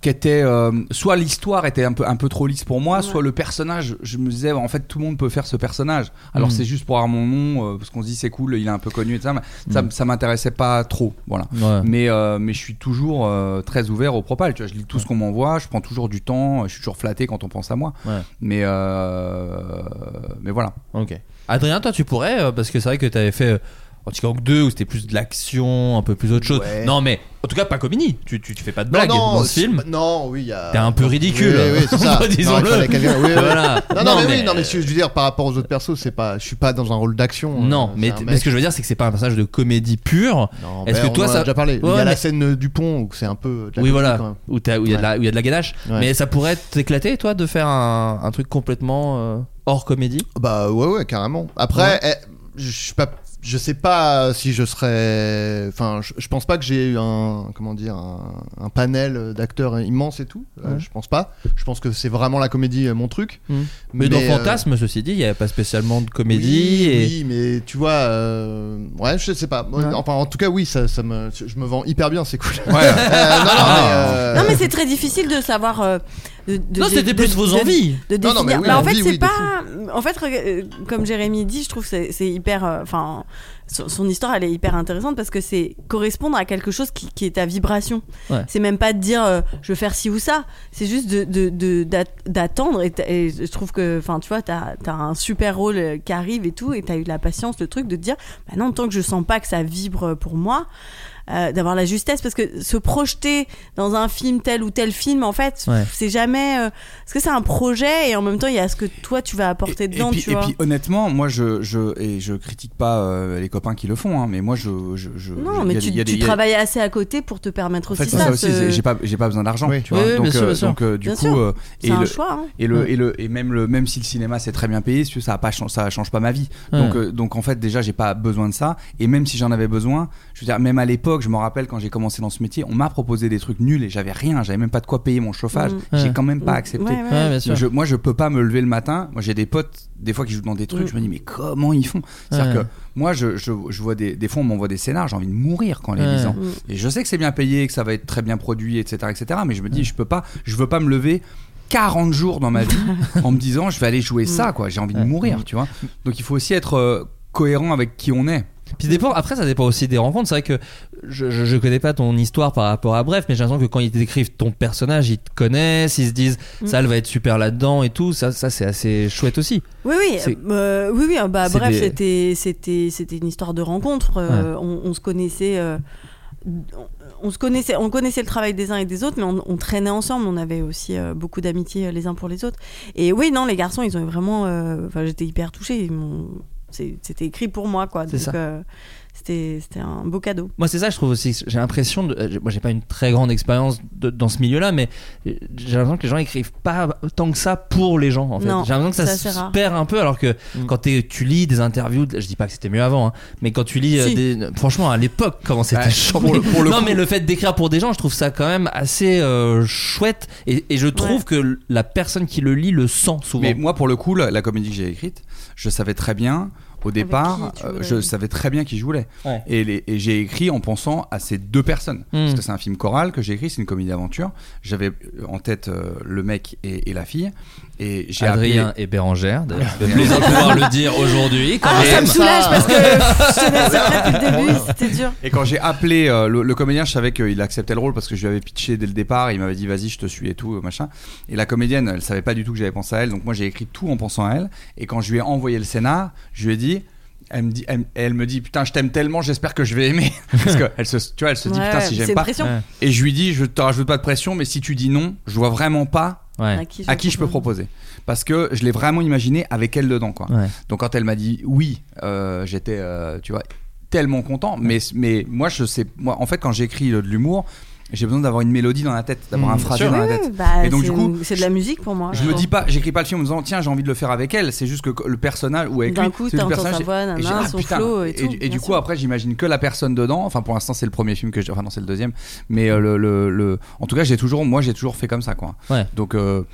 H: qui étaient euh, soit l'histoire était un peu un peu trop lisse pour moi, soit le personnage, je me disais en fait tout le monde peut faire ce personnage. Alors
F: Mm.
H: c'est juste pour avoir mon nom euh, parce qu'on se dit c'est cool, il est un peu connu et tout ça, mais ça, ça m'intéressait pas trop, voilà.
F: Mm. Ouais.
H: Mais, euh, mais je suis toujours euh, très ouvert au propal. Tu vois, je lis tout ce qu'on m'envoie, je prends toujours du temps, je suis toujours flatté quand on pense à moi.
F: Ouais.
H: Mais, euh, mais voilà.
F: Ok. Adrien, toi, tu pourrais, euh, parce que c'est vrai que t'avais fait euh, Antigang 2 où c'était plus de l'action, un peu plus autre chose.
G: Ouais.
F: Non, mais en tout cas, pas comédie. Tu, tu, tu fais pas de
G: Non,
F: blague
G: non,
F: dans ce
G: c'est-
F: film.
G: Non, oui, il y a.
F: T'es un peu ridicule.
G: Oui, oui, c'est ça.
F: Disons-le.
G: Non, il fallait quelqu'un- oui, oui.
F: Voilà.
G: Non, non,
F: Non,
G: mais,
F: mais- euh,
G: oui, non, mais ce que je veux dire par rapport aux autres persos, c'est pas, je suis pas dans un rôle d'action.
F: Non,
G: euh,
F: mais,
G: c'est un
F: t- mais
G: mec-
F: ce que je veux dire, c'est que c'est pas un passage de comédie pure.
G: Non,
F: Est-ce
G: ben,
F: que toi,
G: on en a
F: ça-
G: déjà parlé.
F: Ouais,
G: il y a
F: mais-
G: la scène euh, du pont où c'est un peu. de la
F: Oui,
G: comédie,
F: voilà.
G: quand même.
F: Où t'as- où il y, a de la- où il y a de la ganache.
G: Ouais.
F: Mais ça pourrait t'éclater, toi, de faire un, un truc complètement euh, hors comédie.
G: Bah ouais, ouais, carrément. Après, eh, je suis pas. Je sais pas si je serais. Enfin, je, je pense pas que j'ai eu un comment dire un, un panel d'acteurs immense et tout. Euh,
F: Ouais.
G: Je pense pas. Je pense que c'est vraiment la comédie euh, mon truc.
F: Mm. Mais, dans
G: euh,
F: Fantasme, ceci dit, il n'y avait pas spécialement de comédie.
G: oui,
F: et...
G: oui, mais tu vois, euh, ouais, je sais pas. Moi,
F: Ouais.
G: Enfin, en tout cas, oui, ça, ça me, je me vends hyper bien, c'est cool.
H: Ouais.
G: Euh, non, non,
F: Ah.
G: mais, euh,
I: Non, mais c'est très difficile de savoir. euh, de- de-
F: Non,
I: de- de-
F: c'était plus vos
I: de-
F: envies.
I: de
G: Non, non, mais
I: définir.
G: oui,
I: Bah, en
G: on
I: fait,
G: vit,
I: c'est
G: oui, de
I: pas. En fait, reg- euh, comme Jérémy dit, je trouve que c'est- c'est hyper. euh, Enfin, son, son histoire, elle est hyper intéressante parce que c'est correspondre à quelque chose qui, qui est ta vibration.
F: Ouais.
I: C'est même pas de dire euh, je veux faire ci ou ça. C'est juste de- de- de- d'at- d'attendre. et t- et, je trouve que, enfin, tu vois, t'as as un super rôle euh, qui arrive et tout, et t'as eu la patience, le truc de te dire, bah non, tant que je sens pas que ça vibre pour moi. euh, d'avoir la justesse parce que se projeter dans un film tel ou tel film en fait
F: Ouais.
I: c'est jamais euh, parce que c'est un projet et en même temps il y a ce que toi tu vas apporter dedans
H: puis,
I: tu vois
H: puis, honnêtement, moi je, je et je critique pas euh, les copains qui le font, hein, mais moi je, je, je- je- euh,
I: non
H: il
I: mais
H: y a
I: tu,
H: des- il y a
I: tu
H: des- il y a-
I: travailles assez à côté pour te permettre
H: En fait,
I: aussi
H: c'est
I: ça,
H: ça aussi,
I: ce-
H: c'est- j'ai pas, j'ai pas besoin d'argent,
G: Oui.
H: tu vois.
F: Oui, oui,
H: donc,
F: bien sûr,
H: euh,
F: bien sûr.
H: donc, euh, du
I: Bien
H: coup,
I: sûr.
H: euh, et,
I: c'est un
H: le,
I: choix hein.
H: et le, et le, et même le, même si le cinéma c'est très bien payé, si tu veux, ça a pas, chan- ça change pas ma vie. Donc,
F: Ouais.
H: euh, donc en fait, déjà, j'ai pas besoin de ça. Et même si j'en avais besoin, je veux dire, même à l'époque, je me rappelle quand j'ai commencé dans ce métier, on m'a proposé des trucs nuls et j'avais rien, j'avais même pas de quoi payer mon chauffage.
I: Mm.
H: J'ai
F: Ouais.
H: quand même pas accepté.
I: Ouais, ouais.
F: Ouais, bien sûr.
H: Je- moi, je peux pas me lever le matin. Moi, j'ai des potes, des fois, qui jouent dans des trucs.
I: Mm.
H: Je me dis, mais comment ils font C'est-à-dire
F: Ouais.
H: que moi, je, je, je vois des, des fois, on m'envoie des scénars. J'ai envie de mourir quand en les
F: Ouais.
H: lisant.
I: Mm.
H: Et je sais que c'est bien payé, que ça va être très bien produit, etc., etc. Mais je me dis,
F: Mm.
H: je peux pas, je veux pas me lever. 40 jours dans ma vie en me disant je vais aller jouer ça quoi j'ai envie de
F: Mm. Ouais.
H: mourir tu vois donc il faut aussi être euh, cohérent avec qui on est
F: Puis ça dépend- après, ça dépend aussi des rencontres. C'est vrai que je, je, je connais pas ton histoire par rapport à Bref, mais j'ai l'impression que quand ils décrivent ton personnage, ils te connaissent, ils se disent ça, elle va être super là-dedans et tout. Ça, ça c'est assez chouette aussi.
I: Oui oui,
F: C'est-
I: euh, oui oui, euh, bah
F: c'est
I: bref,
F: des-
I: c'était c'était c'était une histoire de rencontre. euh, on, on se connaissait, euh, on, on se connaissait, on connaissait le travail des uns et des autres, mais on, on traînait ensemble. On avait aussi euh, beaucoup d'amitié euh, les uns pour les autres. Et oui, non, les garçons, ils ont vraiment. euh, Enfin, j'étais hyper touchée. Ils m'ont- c'est- C'était écrit pour moi, quoi.
F: C'est
I: Donc,
F: ça.
I: euh, c'était c'était un beau cadeau.
F: Moi, c'est ça, je trouve aussi. que J'ai l'impression, de, euh, j'ai- moi, j'ai pas une très grande expérience de- dans ce milieu-là, mais euh, j'ai l'impression que les gens écrivent pas tant que ça pour les gens. En fait, j'ai
I: Non,
F: l'impression que ça,
I: ça,
F: se
I: c'est rare.
F: perd un peu, alors que
G: Mm.
F: quand t'es- tu lis des interviews, de- je dis pas que c'était mieux avant, hein, mais quand tu lis, euh,
I: Si.
F: des, franchement, à l'époque, comment c'était
H: Bah,
F: chiant.
H: pour le- pour le
F: non,
H: coup-
F: mais le fait d'écrire pour des gens, je trouve ça quand même assez euh, chouette, et, et je trouve
I: Ouais.
F: que la personne qui le lit le sent souvent.
H: Mais moi, pour le coup, la, la comédie que j'ai écrite, je savais très bien. Au départ,
I: qui tu
H: euh,
I: voulais.
H: je savais très bien qui je voulais.
F: Ouais.
H: Et, les- et j'ai écrit en pensant à ces deux personnes. Parce
F: Mm.
H: que c'est un film choral que j'ai écrit, c'est une comédie d'aventure. J'avais euh, en tête euh, le mec et, et la fille. Et j'ai
F: Adrien
H: appelé-
F: et Bérangère, d'ailleurs, de
H: Adrien.
F: plaisir de pouvoir le dire aujourd'hui. quand
I: Ah,
F: même.
I: ça me soulage parce que je te remercie depuis le début, c'était dur.
H: Et quand j'ai appelé euh, le, le comédien, je savais qu'il acceptait le rôle parce que je lui avais pitché dès le départ. Il m'avait dit vas-y, je te suis et tout, euh, machin. Et la comédienne, elle savait pas du tout que j'avais pensé à elle. Donc moi, j'ai écrit tout en pensant à elle. Et quand je lui ai envoyé le scénar, je lui ai dit. Elle me, dit, elle, elle me dit putain je t'aime tellement j'espère que je vais aimer parce que elle se tu vois elle se dit
I: Ouais,
H: putain
I: ouais,
H: si
I: c'est
H: j'aime
I: une
H: pas
I: pression.
F: Ouais.
H: et je lui dis je te rajoute pas de pression mais si tu dis non je vois vraiment pas
F: Ouais.
I: qui
H: à qui je peux proposer parce que je l'ai vraiment imaginé avec elle dedans quoi
F: Ouais.
H: donc quand elle m'a dit oui, euh, j'étais, euh, tu vois, tellement content. Mais, mais moi, je sais, moi, en fait, quand j'écris euh, de l'humour, j'ai besoin d'avoir une mélodie dans la tête, d'avoir
F: Mmh,
H: un phrasé
F: sûr.
H: dans la
I: Oui,
H: tête.
I: bah,
H: Et donc,
I: c'est-
H: du coup,
I: c'est de la musique pour moi.
H: Je me dis pas, j'écris pas le film en me disant tiens j'ai envie de le faire avec elle. C'est juste que le personnage ou avec
I: D'un
H: lui,
I: coup,
H: c'est le
I: t'entends
H: personnage.
I: sa voix,
H: et j'ai-
I: nanana,
H: ah,
I: son
H: putain.
I: flow et tout,
H: du-
I: bien
H: du coup
I: sûr.
H: après j'imagine que la personne dedans. Enfin pour l'instant c'est le premier film que j'ai, enfin non c'est le deuxième. Mais euh, le, le, le- en tout cas j'ai toujours, moi j'ai toujours fait comme ça quoi.
F: Ouais.
H: Donc euh,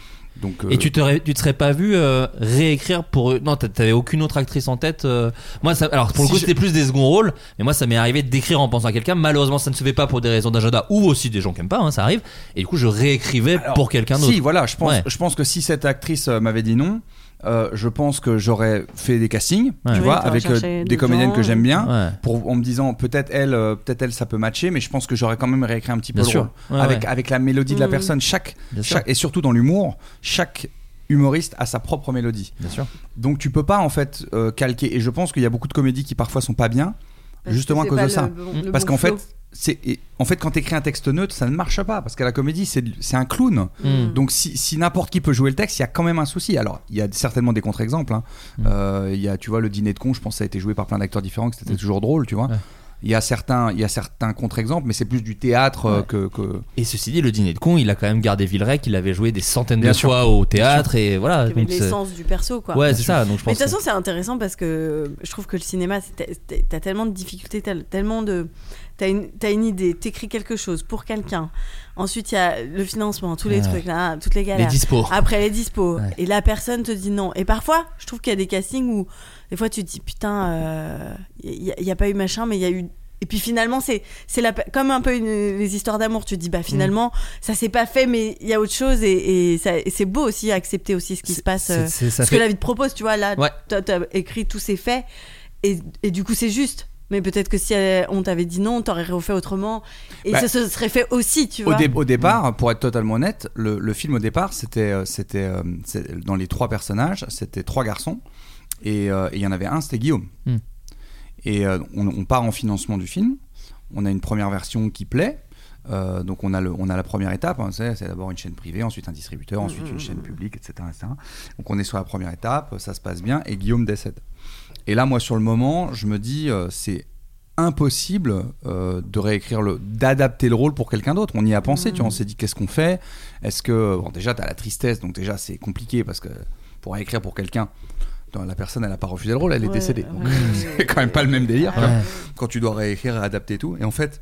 H: donc. euh,
F: Et tu te, ré- tu te serais pas vu euh, réécrire pour eux Non, t'a- t'avais aucune autre actrice en tête. euh. Moi, ça, alors pour le
H: Si
F: coup,
H: je-
F: c'était plus des seconds rôles. Mais moi, ça m'est arrivé d'écrire en pensant à quelqu'un. Malheureusement, ça ne se fait pas pour des raisons d'agenda ou aussi des gens qui aiment pas. hein, ça arrive. Et du coup, je réécrivais
H: Alors,
F: pour quelqu'un d'autre.
H: Si, voilà, je pense,
F: Ouais.
H: je pense que si cette actrice euh, m'avait dit non, euh, je pense que j'aurais fait des castings,
F: Ouais.
H: tu
F: Oui,
H: vois,
I: t'aurais
H: avec euh,
I: cherché
H: des
I: d'autres
H: comédiennes que
I: gens,
H: j'aime bien.
F: Ouais.
H: hein, Pour, en me disant peut-être elle euh, peut-être elle ça peut matcher mais je pense que j'aurais quand même réécrit un petit peu
F: Bien
H: le
F: sûr.
H: rôle.
F: Ouais,
H: avec
F: ouais.
H: avec la mélodie de la
I: Mm.
H: personne chaque,
F: Bien sûr.
H: chaque- et surtout dans l'humour chaque humoriste a sa propre mélodie
F: Bien sûr.
H: donc tu peux pas en fait euh, calquer et je pense qu'il y a beaucoup de comédies qui parfois sont pas bien justement à cause de ça parce qu'en fait c'est et- en fait quand t'écris un texte neutre ça ne marche pas parce qu'à la comédie c'est c'est un clown
I: Hmm.
F: Mm.
H: donc si, si n'importe qui peut jouer le texte, il y a quand même un souci. Alors il y a certainement des contre-exemples. hein.
F: Mm.
H: Euh, il y a, tu vois, le dîner de con, je pense, que ça a été joué par plein d'acteurs différents, que c'était toujours drôle, tu vois.
F: Mm. Ouais.
H: Il y a certains, il y a certains contre-exemples, mais c'est plus du théâtre euh,
F: Ouais.
H: que, que-
F: Et ceci dit, le dîner de con, il a quand même gardé Villeray, qu'il avait joué des centaines
H: Bien
F: de
H: sûr.
F: fois au théâtre et voilà.
I: Il y avait
F: donc c'est-
I: l'essence du perso, quoi.
F: ouais, c'est ça. Donc je
I: Mais
F: pense.
I: de toute façon, c'est intéressant parce que euh, je trouve que le cinéma, c'est- t'as- t'as- t'as tellement de difficultés, t'as tellement de. T'as une, t'as une idée, t'écris quelque chose pour quelqu'un. Ensuite, il y a le financement, tous les
F: Ouais.
I: trucs, là, toutes les
F: que
I: galères.
F: les dispos.
I: Après les dispos.
F: Ouais.
I: Et la personne te dit non. Et parfois, je trouve qu'il y a des castings où, des fois, tu te dis putain, il n'y a, y a pas eu machin, mais il y a eu. Et puis finalement, c'est c'est la pe- comme un peu une- les histoires d'amour. Tu te dis bah
F: Mm.
I: finalement, ça s'est pas fait, mais il y a autre chose. Et, et ça- et c'est beau aussi accepter aussi ce qui se passe. euh,
F: C'est- c'est- ça
I: ce
F: fait-
I: que la vie te propose, tu vois, là,
F: Ouais.
I: toi, t'as écrit tous ces faits, et, et du coup, c'est juste. Mais peut-être que si euh, on t'avait dit non, t'aurais refait autrement, et
H: Bah,
I: ça se serait fait aussi, tu
H: Au,
I: vois.
H: dé- au départ, pour être totalement honnête, le, le film au départ, c'était, euh, c'était euh, c'est- dans les trois personnages, c'était trois garçons, et euh, et il y en avait un, c'était Guillaume.
F: Hmm.
H: Et euh, on, on part en financement du film. on a une première version qui plaît. Euh, donc on a, le, on a la première étape, hein, c'est, c'est d'abord une chaîne privée, ensuite un distributeur, ensuite
I: Hmm.
H: une chaîne publique, etc., etc. Donc on est sur la première étape, ça se passe bien, et Guillaume décède. Et là, moi, sur le moment, je me dis, euh, c'est impossible euh, de réécrire le d'adapter le rôle pour quelqu'un d'autre on y a pensé tu vois on s'est dit qu'est-ce qu'on fait est-ce que bon déjà t'as la tristesse donc déjà c'est compliqué parce que pour réécrire pour quelqu'un non, la personne elle a pas refusé le rôle elle est
I: Ouais,
H: décédée donc
I: ouais.
H: c'est quand même pas le même délire quoi.
F: Ouais.
H: quand tu dois réécrire adapter et tout et en fait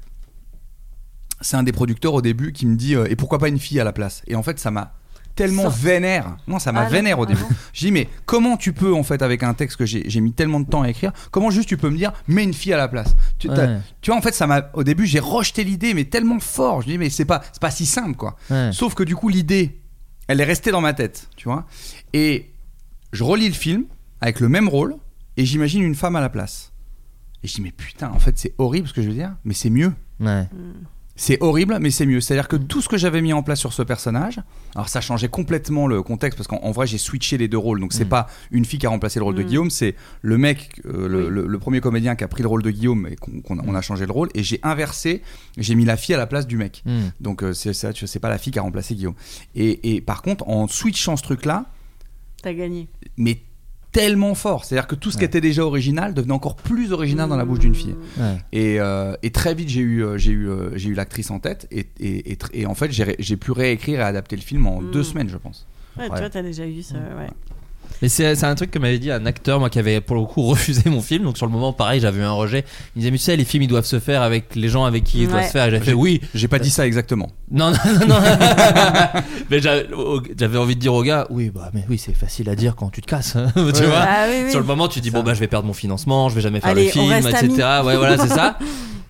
H: c'est un des producteurs au début qui me dit euh, et pourquoi pas une fille à la place et en fait ça m'a tellement
I: Ça-
H: vénère non ça m'a
I: Ah non,
H: vénère au
I: ah
H: début
I: non.
H: j'ai dit mais comment tu peux en fait avec un texte que j'ai j'ai mis tellement de temps à écrire comment juste tu peux me dire mets une fille à la place tu, t'as-
F: Ouais.
H: tu vois en fait ça m'a au début j'ai rejeté l'idée mais tellement fort je dis mais c'est pas c'est pas si simple quoi
F: Ouais.
H: sauf que du coup l'idée elle est restée dans ma tête tu vois et je relis le film avec le même rôle et j'imagine une femme à la place et je dis mais putain en fait c'est horrible ce que je veux dire mais c'est mieux
I: hein.
F: Ouais.
H: c'est horrible, mais c'est mieux. C'est-à-dire que tout ce que j'avais mis en place sur ce personnage, alors ça changeait complètement le contexte parce qu'en en vrai j'ai switché les deux rôles. Donc c'est pas une fille qui a remplacé le rôle de Guillaume, c'est le mec, euh, le, le- le premier comédien qui a pris le rôle de Guillaume et qu'on qu'on a- on a changé le rôle. Et j'ai inversé, j'ai mis la fille à la place du mec.
F: Mm.
H: Donc euh, c'est ça, tu vois, c'est pas la fille qui a remplacé Guillaume. Et, et par contre, en switchant ce truc-là,
I: T'as gagné.
H: mais tellement fort, c'est-à-dire que tout ce qui était déjà original devenait encore plus original dans la bouche d'une fille.
F: Ouais.
H: Et, euh, et très vite, j'ai eu, euh, j'ai eu, euh, j'ai eu l'actrice en tête. Et, et, et tr- et en fait, j'ai, ré- j'ai pu réécrire et adapter le film en
I: Mm.
H: deux semaines, je pense.
I: Ouais,
H: Ouais.
I: tu vois, t'as déjà eu ça. Ouais.
F: Mais c'est c'est un truc que m'avait dit un acteur, moi, qui avait pour le coup refusé mon film. Donc sur le moment, pareil, j'avais eu un rejet. Il me disait, mais tu sais, les films, ils doivent se faire avec les gens avec qui ils doivent
I: Ouais.
F: se faire. Et j'avais fait, oui.
H: J'ai pas dit ça exactement.
F: Non, non, non, non. mais j'avais au- j'avais envie de dire au gars, oui, bah, mais oui, c'est facile à dire quand tu te casses. hein. tu vois
I: Ah oui, oui.
F: Sur le moment, tu dis, bon, bah, je vais perdre mon financement, je vais jamais faire
I: Allez,
F: le
I: on
F: film,
I: reste
F: etc.
I: amis.
F: Ouais, voilà, c'est ça.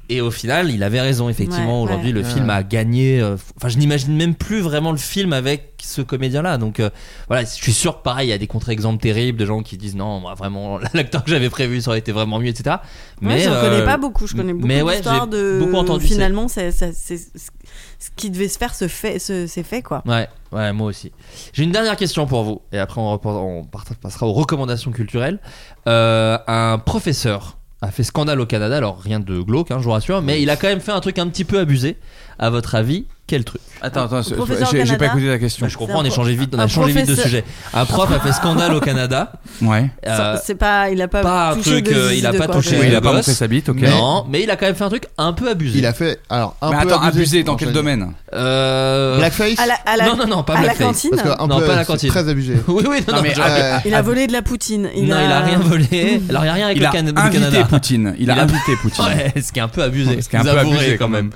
F: Et au final, il avait raison, effectivement.
I: Ouais,
F: Aujourd'hui,
I: ouais.
F: le film a gagné. euh, Enfin, je n'imagine même plus vraiment le film avec ce comédien-là. Donc, euh, voilà, je suis sûr que pareil, il y a des contre-exemples terribles de gens qui disent non, moi, vraiment, l'acteur que j'avais prévu, ça aurait été vraiment mieux, etc.
I: Mais
F: Mais
I: j'en
F: euh,
I: connais pas beaucoup. Je connais beaucoup
F: mais ouais,
I: d'histoires
F: j'ai
I: de.
F: beaucoup entendu,
I: Finalement, c'est, ça- c'est- ce ce qui devait se faire, se fait, se- c'est fait quoi.
F: Ouais, ouais, moi aussi. J'ai une dernière question pour vous, et après on, repart- on part- passera aux recommandations culturelles. Euh, un professeur a fait scandale au Canada, alors rien de glauque, hein, je vous rassure, mais il a quand même fait un truc un petit peu abusé. À votre avis, quel truc
H: Attends, attends,
I: c'est- professeur j'ai-
H: j'ai,
I: j'ai
H: pas
I: Canada. pas
H: écouté
I: écouté
H: la question.
F: Bah, Je comprends, on, est
I: pro-
F: changé vite, on a
I: un
F: changé vite de
I: professeur-
F: sujet. Un prof a fait scandale au Canada.
H: Ouais.
F: euh,
I: Ça- c'est pas, il a pas,
F: pas un
I: touché
F: truc,
I: de
F: euh,
I: zizi
F: il a
I: de
F: pas
I: quoi,
F: touché
I: quoi.
H: Oui, il a
F: le
H: pas
F: boss.
H: montré sa bite, ok.
F: Non, mais il a quand même fait un truc un peu abusé.
G: Il a fait. Alors, un
H: Mais
G: peu
H: attends,
G: abusé,
H: abusé dans quel
G: j'allais
H: domaine
F: Euh,
G: dire. Blackface
I: À la, à la-
F: Non, non, non, pas
I: à la
F: blackface.
I: cantine.
G: Parce que un
F: Non,
G: peu,
F: pas à la
G: c'est
F: cantine.
G: Très abusé.
F: Oui, oui, non,
H: Non,
F: non,
H: mais,
F: je-
H: euh,
I: Il a volé de la poutine. Il
F: non,
I: a...
F: il a rien volé. Alors, il y a rien avec
H: Il
F: le
H: a
F: Can- le
H: invité
F: Canada.
H: Poutine. Il,
F: Il
H: a
F: a-
H: invité Poutine.
F: Ouais, ce qui est un peu abusé.
H: Ce qui est un
F: Vous
H: peu
F: avouerez
H: abusé, quand même.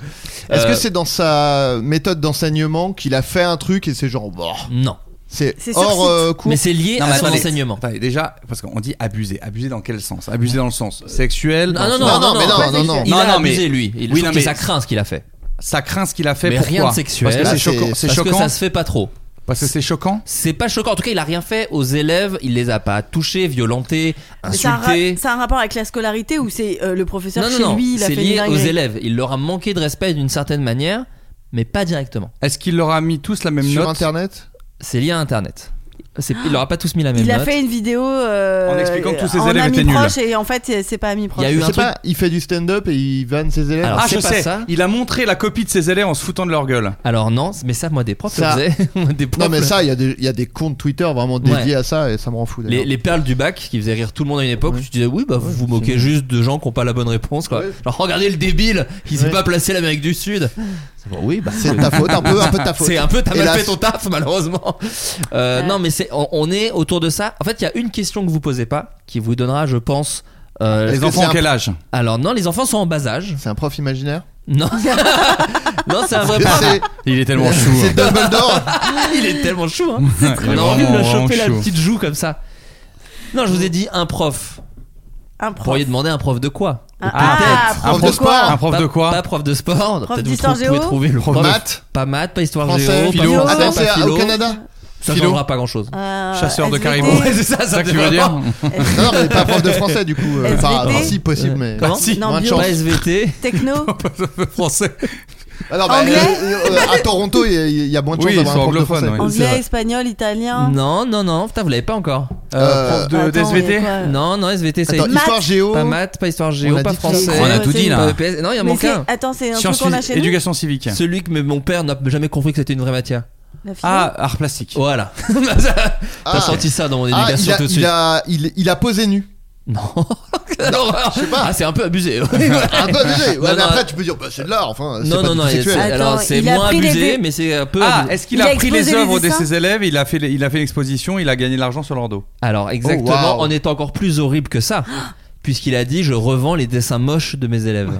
G: Est-ce
F: Euh,
G: que c'est dans sa méthode d'enseignement qu'il a fait un truc et c'est genre. Bon,
F: Non.
G: c'est
I: C'est sur
G: hors
I: site.
G: euh, cours
F: Mais c'est lié
H: Non, mais
F: à son
H: attendez.
F: enseignement.
H: Attendez, déjà, parce qu'on dit abusé. Abusé dans quel sens Abusé dans le sens sexuel dans
F: Non, non,
H: le
F: non,
H: sens-
G: Non, non, mais non,
F: pas
G: non,
F: sexuel.
G: non.
F: Il
H: Non,
F: a
H: non,
F: abusé,
H: mais-
F: lui. Il
H: Oui,
F: trouve
H: non,
F: que
H: mais-
F: ça craint ce qu'il a fait.
H: Ça craint ce qu'il a fait.
F: Mais
H: pourquoi
F: rien de sexuel.
H: Parce que
G: Là,
H: c'est
I: Bah,
G: c'est-
H: choquant. C'est
F: Parce que
H: choquant.
F: ça se fait pas trop.
H: Parce que c'est choquant.
F: C'est pas choquant. En tout cas, il a rien fait aux élèves. Il les a pas touchés, violentés,
I: Mais C'est un, ra-
F: insultés.
I: c'est un rapport avec la scolarité ou c'est euh, le professeur
F: Non, non,
I: chez
F: non.
I: lui il a
F: C'est
I: fait
F: lié
I: une
F: aux
I: dinguerie.
F: élèves. Il leur a manqué de respect d'une certaine manière, mais pas directement.
H: Est-ce qu'il leur a mis tous la même
G: sur
H: note
G: internet
F: C'est lié à Internet. C'est- Il leur a pas tous mis la même
I: Il a
F: note.
I: fait une vidéo euh,
H: En expliquant que tous ses
I: en
H: élèves
I: amis
H: étaient nuls.
I: proches et en fait c'est- c'est pas ami proche.
F: Il y a eu
G: Je
F: un
G: sais
F: truc-
G: pas, il fait du stand-up et il vanne ses élèves.
F: Alors,
H: Ah,
F: c'est
H: je
F: pas
H: sais.
F: ça.
H: Il a montré la copie de ses élèves en se foutant de leur gueule.
F: Alors non, mais ça, moi, des profs
G: Ça-
F: le faisaient. Moi, des profs
G: non, mais
F: le-
G: ça, il y, a des- il y a des comptes Twitter vraiment dédiés à ça et ça me rend fou. d'ailleurs.
F: Les, les perles du bac qui faisaient rire tout le monde à une époque,
G: Ouais.
F: tu disais oui, bah vous vous moquez juste de gens qui n'ont pas la bonne réponse quoi.
G: Ouais.
F: Genre regardez le débile, il s'est
G: Ouais.
F: pas placé l'Amérique du Sud. C'est bon, oui, bah
G: C'est de ta faute, un peu, un peu de ta faute.
F: c'est un peu t'as mal
G: Hélas.
F: fait ton taf malheureusement. Euh,
I: Ouais.
F: Non mais c'est on, on est autour de ça. En fait il y a une question que vous posez pas qui vous donnera je pense. euh,
G: Est-ce
H: Les
G: que
H: enfants,
G: c'est un-
H: quel âge
F: Alors non les enfants sont en bas âge.
G: C'est un prof imaginaire
F: Non non c'est un vrai.
G: C'est-
F: problème.
H: Il est tellement chou.
F: hein.
G: C'est Dumbledore
F: Il est tellement chou hein.
H: C'est
F: On a envie de le choper la
H: chou.
F: petite joue comme ça. Non je vous ai dit un prof.
I: Un
F: Vous
I: prof.
F: pourriez demander un prof de quoi
I: Ah,
G: prof de
I: quoi
H: Un prof
F: pas,
H: de quoi
F: Pas prof de sport.
I: Prof
F: Peut-être
I: d'histoire
F: vous trou- pouvez
I: géo
F: trouver le
G: Prof
F: prof de-
G: maths
F: Pas maths, pas histoire géo,
G: Français, philo.
F: pas français,
G: Attends, c'est
F: pas
G: à-
F: philo.
G: au Canada
F: Ça
G: philo.
F: changera pas grand-chose.
I: Euh,
H: Chasseur de
I: SVT.
H: caribou.
F: Ouais, c'est ça, ça
H: C'est ça que tu veux dire
G: Non, non, mais pas prof de français du coup. euh,
I: SVT.
G: Enfin, si possible, mais.
F: Comment
G: Si,
I: Non,
G: moins de
I: bio.
G: chance.
F: Pas SVT,
I: Techno.
H: Français.
G: Alors, bah,
I: Anglais
G: euh, euh, à Toronto, il y a- il y, a moins de
H: Oui,
G: chances
H: ils
G: d'avoir
H: sont
G: un prof de
H: anglophones,
G: français.
H: oui. C'est
I: Anglais,
H: vrai.
I: espagnol, italien.
F: Non, non, non, putain, vous l'avez pas encore.
G: Euh,
H: prof de
I: Attends,
H: SVT
I: mais quoi
F: Non, non, SVT, ça y est.
G: Attends,
I: Maths.
G: histoire géo.
F: Pas maths, pas histoire
G: On
F: géo,
G: a
F: pas
G: dit tout.
F: français.
H: On a tout dit,
F: pas
H: là.
F: EPS. Non, il y en
I: Mais
F: manque
I: c'est-
F: un.
I: Attends, c'est un
H: Sciences
I: truc qu'on a
H: physiques,
I: chez nous.
H: éducation civique.
F: Celui que mon père n'a jamais compris que c'était une vraie matière.
I: La philo.
H: Ah, art plastique.
F: Voilà. T'as
G: Ah.
F: senti ça dans mon
G: Ah, il
F: éducation
G: a,
F: tout de
G: il
F: suite.
G: a- il- il a posé nu.
F: Non. Quelle horreur.
G: sais pas.
F: Ah, c'est un peu abusé.
G: Un peu abusé. Ouais,
F: Non,
G: mais
F: non,
G: après, tu peux dire, bah, c'est de l'art, enfin. c'est
F: Non,
G: pas
F: non,
G: du
F: non.
G: tout
F: c'est-
G: sexuel.
F: Alors,
I: Attends,
F: c'est
I: il a
F: moins
I: pris les
F: abusé,
I: dés.
F: mais c'est un peu.
H: Ah,
F: abusé.
H: est-ce qu'il
I: Il
H: a,
I: a
H: pris
I: exposé
H: les
I: les
H: œuvres de
I: dessins
H: ses élèves, il a fait, il a fait une exposition, il a gagné de l'argent sur leur dos.
F: Alors exactement,
G: Oh, wow.
F: on était encore plus horrible que ça, puisqu'il a dit je revends les dessins moches de mes élèves.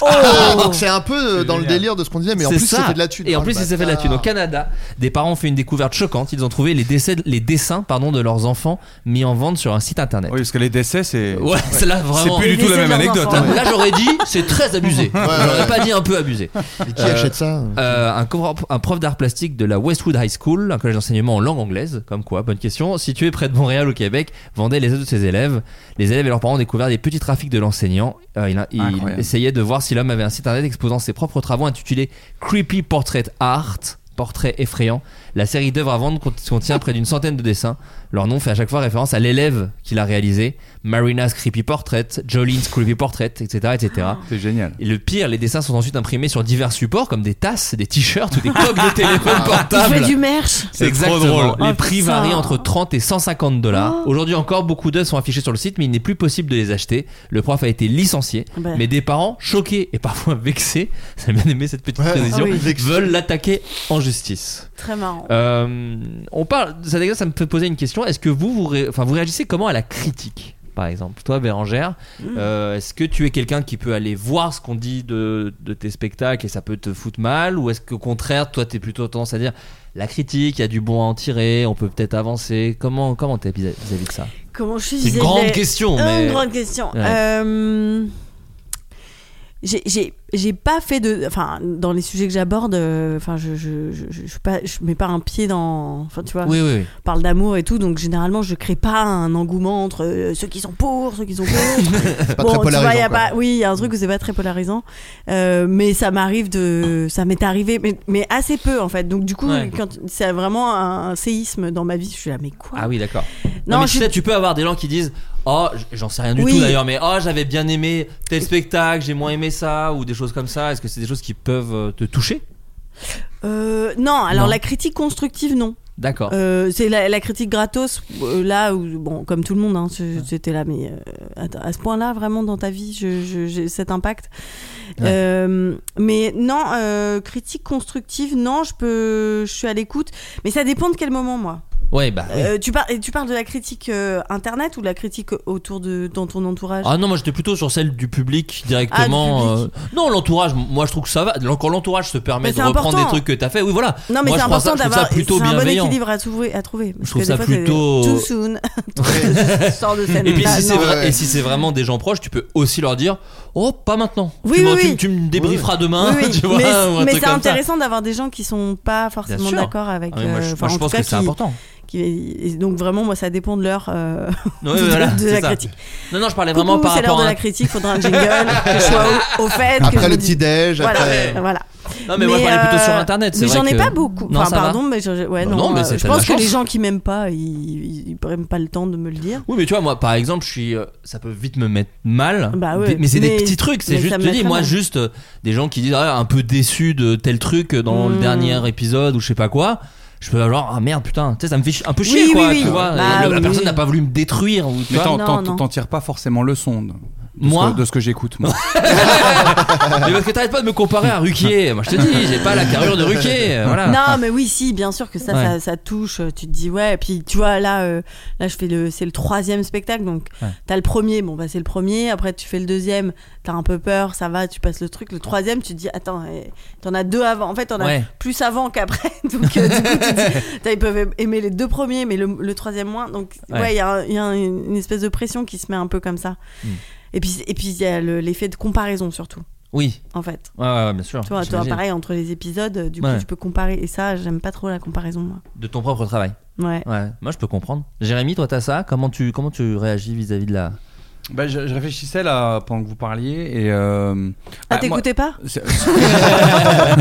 G: Ah, donc c'est un peu euh, dans le
H: Génial.
G: délire de ce qu'on disait, mais en
F: C'est
G: plus, il s'est
F: ça.
G: fait de la thune.
F: Et en
G: Oh,
F: plus,
G: le
F: il s'est fait de la
G: bâtard.
F: thune. Au Canada, des parents ont fait une découverte choquante. Ils ont trouvé les, décès, les dessins pardon, de leurs enfants mis en vente sur un site internet.
H: Oui, parce que les décès, c'est.
F: Ouais, c'est là
H: C'est
F: vraiment.
H: plus du
I: Les
H: tout la
I: essais
H: même
I: de leurs
H: anecdote.
I: enfants.
H: hein.
F: Là, j'aurais dit c'est très abusé. J'aurais pas dit un peu abusé.
G: Mais qui
F: Euh,
G: achète ça
F: Euh, un, co- un prof d'art plastique de la Westwood High School, un collège d'enseignement en langue anglaise, comme quoi, bonne question, situé près de Montréal au Québec, vendait les œuvres de ses élèves. Les élèves et leurs parents ont découvert des petits trafics de l'enseignant. Euh, il, a- il
H: Incroyable.
F: essayait de voir si l'homme avait un site internet exposant ses propres travaux intitulé Creepy Portrait Art. Portrait effrayant. La série d'œuvres à vendre cont- contient près d'une centaine de dessins. Leur nom fait à chaque fois référence à l'élève qui l'a réalisé. Marina's Creepy Portrait, Jolene's Creepy Portrait, etc. etc.
H: C'est génial.
F: Et le pire, les dessins sont ensuite imprimés sur divers supports comme des tasses, des t-shirts ou des coques de téléphone
I: Il fait
F: portable.
I: du merch.
F: C'est
H: Ah. C'est trop
F: exactement.
H: drôle.
F: Les
I: Oh,
F: prix
I: putain.
F: varient entre 30 et 150 dollars.
I: Oh.
F: Aujourd'hui encore, beaucoup d'œufs sont affichés sur le site, mais il n'est plus possible de les acheter. Le prof a été licencié,
I: Ouais.
F: mais des parents choqués et parfois vexés, j'ai bien aimé cette petite
G: Ouais.
F: précision,
I: Ah oui.
G: Vexés.
F: veulent l'attaquer en justice.
I: Très marrant.
F: Euh, on parle. Ça, d'ailleurs, ça me fait poser une question. Est-ce que vous, vous, ré- enfin, vous réagissez comment à la critique par exemple, toi Bérangère, euh, est-ce que tu es quelqu'un qui peut aller voir ce qu'on dit de, de tes spectacles et ça peut te foutre mal Ou est-ce qu'au contraire, toi, t'es plutôt tendance à dire la critique, il y a du bon à en tirer, on peut peut-être avancer Comment comment t'es vis- vis-à-vis de ça
I: Comment je suis
F: C'est une
I: isolée
F: grande question, mais.
I: Une grande question.
F: Ouais.
I: Euh, j'ai- J'ai j'ai pas fait de. Enfin, dans les sujets que j'aborde, euh, enfin, je, je, je, je, suis pas, je mets pas un pied dans. Enfin, tu vois,
F: Oui, oui, oui.
I: on parle d'amour et tout, donc généralement, je crée pas un engouement entre euh, ceux qui sont pour, ceux qui sont contre.
G: C'est pas
I: Bon,
G: très
I: tu vois,
G: polarisant.
I: y a
G: quoi.
I: pas- oui, il y a un truc où c'est pas très polarisant. Euh, mais ça m'arrive de. Ça m'est arrivé, mais, mais assez peu en fait. Donc du coup,
F: Ouais.
I: quand c'est vraiment un, un séisme dans ma vie, je suis là, mais quoi
F: Ah oui, d'accord.
I: Non,
F: Non, mais
I: je
F: tu
I: suis-
F: sais, tu peux avoir des gens qui disent Oh, j- j'en sais rien du
I: Oui.
F: tout d'ailleurs, mais oh, j'avais bien aimé tel spectacle, j'ai moins aimé ça, ou des choses comme ça. Est-ce que c'est des choses qui peuvent euh, te toucher
I: Euh, non, alors
F: Non.
I: la critique constructive, non.
F: D'accord.
I: Euh, c'est la, la critique gratos, euh, là où, bon, comme tout le monde, hein, je- j'étais là, mais euh, à, à ce point-là, vraiment, dans ta vie, je- je- j'ai cet impact.
F: Ouais.
I: Euh, mais non, euh, critique constructive, non, je peux, je suis à l'écoute, mais ça dépend de quel moment, moi.
F: Ouais, bah. oui.
I: Euh, tu, par- et tu parles de la critique euh, internet ou de la critique autour de dans ton entourage
F: Ah non, moi j'étais plutôt sur celle du public directement.
I: Ah, du public.
F: euh, Non, l'entourage, m- moi je trouve que ça va. Quand l'entourage se permet
I: Mais
F: de
I: c'est
F: reprendre
I: important.
F: des trucs que t'as fait, oui voilà.
I: Non, mais
F: moi,
I: c'est
F: je prends ça-
I: important
F: je trouve
I: d'avoir.
F: ça plutôt
I: c'est un bon
F: bienveillant.
I: équilibre à trouver. À trouver parce
F: trouve
I: que
F: ça
I: des fois, c'est
F: plutôt-
I: Too soon. Sors de scène.
F: Et puis
I: Ah,
F: si c'est
I: non.
F: vrai-
G: ouais.
F: et si c'est vraiment des gens proches, tu peux aussi leur dire Oh, pas maintenant.
I: Oui,
F: tu, m'en-
I: oui,
F: tu-
I: oui.
F: tu me débrieferas demain.
I: Oui, oui.
F: tu vois,
I: mais
F: ou un
I: mais
F: truc
I: c'est
F: comme ça.
I: intéressant d'avoir des gens qui sont pas forcément
F: sûr.
I: d'accord avec.
F: Ah oui, moi, je,
I: euh,
F: moi,
I: enfin,
F: je
I: en
F: pense
I: tout cas,
F: que c'est
I: qui-
F: important.
I: qui- et donc vraiment, moi, ça dépend de l'heure euh,
F: Ouais,
I: de,
F: voilà,
I: de
F: c'est
I: la
F: ça.
I: critique.
F: Non, non, je parlais vraiment
I: Coucou,
F: par
I: c'est l'heure
F: rapport
I: de
F: à.
I: la critique. Faudra un jingle. que je sois au, au fait. que je
G: Après
I: me
G: le
I: dise-
G: petit-déj,
I: Voilà,
G: après.
I: voilà.
F: Non, mais, moi je parlais plutôt sur
I: euh,
F: internet. c'est
I: Mais
F: vrai
I: j'en ai
F: que-
I: pas beaucoup.
F: Non,
I: Enfin,
F: ça va.
I: pardon, mais je, je- ouais,
F: Bah
I: non,
F: non, mais
I: euh,
F: c'est-
I: je
F: t'as de
I: pense
F: la
I: que les
F: chance.
I: gens qui m'aiment pas, ils, ils prennent pas le temps de me le dire.
F: Oui, mais tu vois, moi, par exemple, je suis, euh, ça peut vite me mettre mal.
I: Bah ouais.
F: Des- mais c'est des
I: Mais-
F: petits trucs. C'est
I: mais
F: juste,
I: ça me
F: je
I: met
F: dis,
I: très
F: moi,
I: mal.
F: juste euh, des gens qui disent ah, un peu déçu de tel truc dans le
I: Mm.
F: dernier épisode ou je sais pas quoi. Je peux genre ah merde putain, tu sais, ça me fait ch- un peu
I: Oui,
F: chier
I: oui,
F: quoi.
I: oui.
F: Tu vois,
I: Bah
F: Le- la
I: oui.
F: personne n'a pas voulu me détruire. Ou, tu
H: Mais
F: vois.
H: t'en-
I: Non,
H: t'en
I: non.
H: t'en tires pas forcément leçon de, de
F: Moi
H: ce que, de ce que j'écoute. Moi,
F: Mais parce que t'arrêtes pas de me comparer à Ruquier. moi, je te dis, j'ai pas la carrure de Ruquier. euh, Voilà.
I: Non, mais oui, si, bien sûr que ça,
F: Ouais.
I: ça, ça touche. euh, Tu te dis, ouais. Et puis, tu vois, là, euh, là je fais le, c'est le troisième spectacle. Donc, t'as le premier, bon, bah, c'est le premier. Après, tu fais le deuxième, t'as un peu peur, ça va, tu passes le truc. Le troisième, tu te dis, attends, eh, t'en as deux avant. En fait, t'en
F: Ouais.
I: as plus avant qu'après. Donc, euh, du coup, tu te dis, putain, ils peuvent aimer les deux premiers, mais le, le troisième moins. Donc,
F: Ouais.
I: ouais, il y a, un- il y a un- une espèce de pression qui se met un peu comme ça.
F: Hmm.
I: Et puis, et puis, il y a le- l'effet de comparaison, surtout,
F: Oui.
I: en fait.
F: Ouais, ouais, ouais, bien sûr.
I: Tu vois, toi,
F: j'imagine.
I: pareil, entre les épisodes, euh, du
F: Ouais.
I: coup, tu peux comparer. Et ça, j'aime pas trop la comparaison, moi.
F: De ton propre travail.
I: Ouais.
F: Ouais. Moi, je peux comprendre. Jérémy, toi, t'as ça. Comment tu, comment tu réagis vis-à-vis de la,
H: Bah, je, je réfléchissais là pendant que vous parliez et. euh,
I: Ah,
H: bah,
I: t'écoutais
H: moi-
I: pas
H: C'est-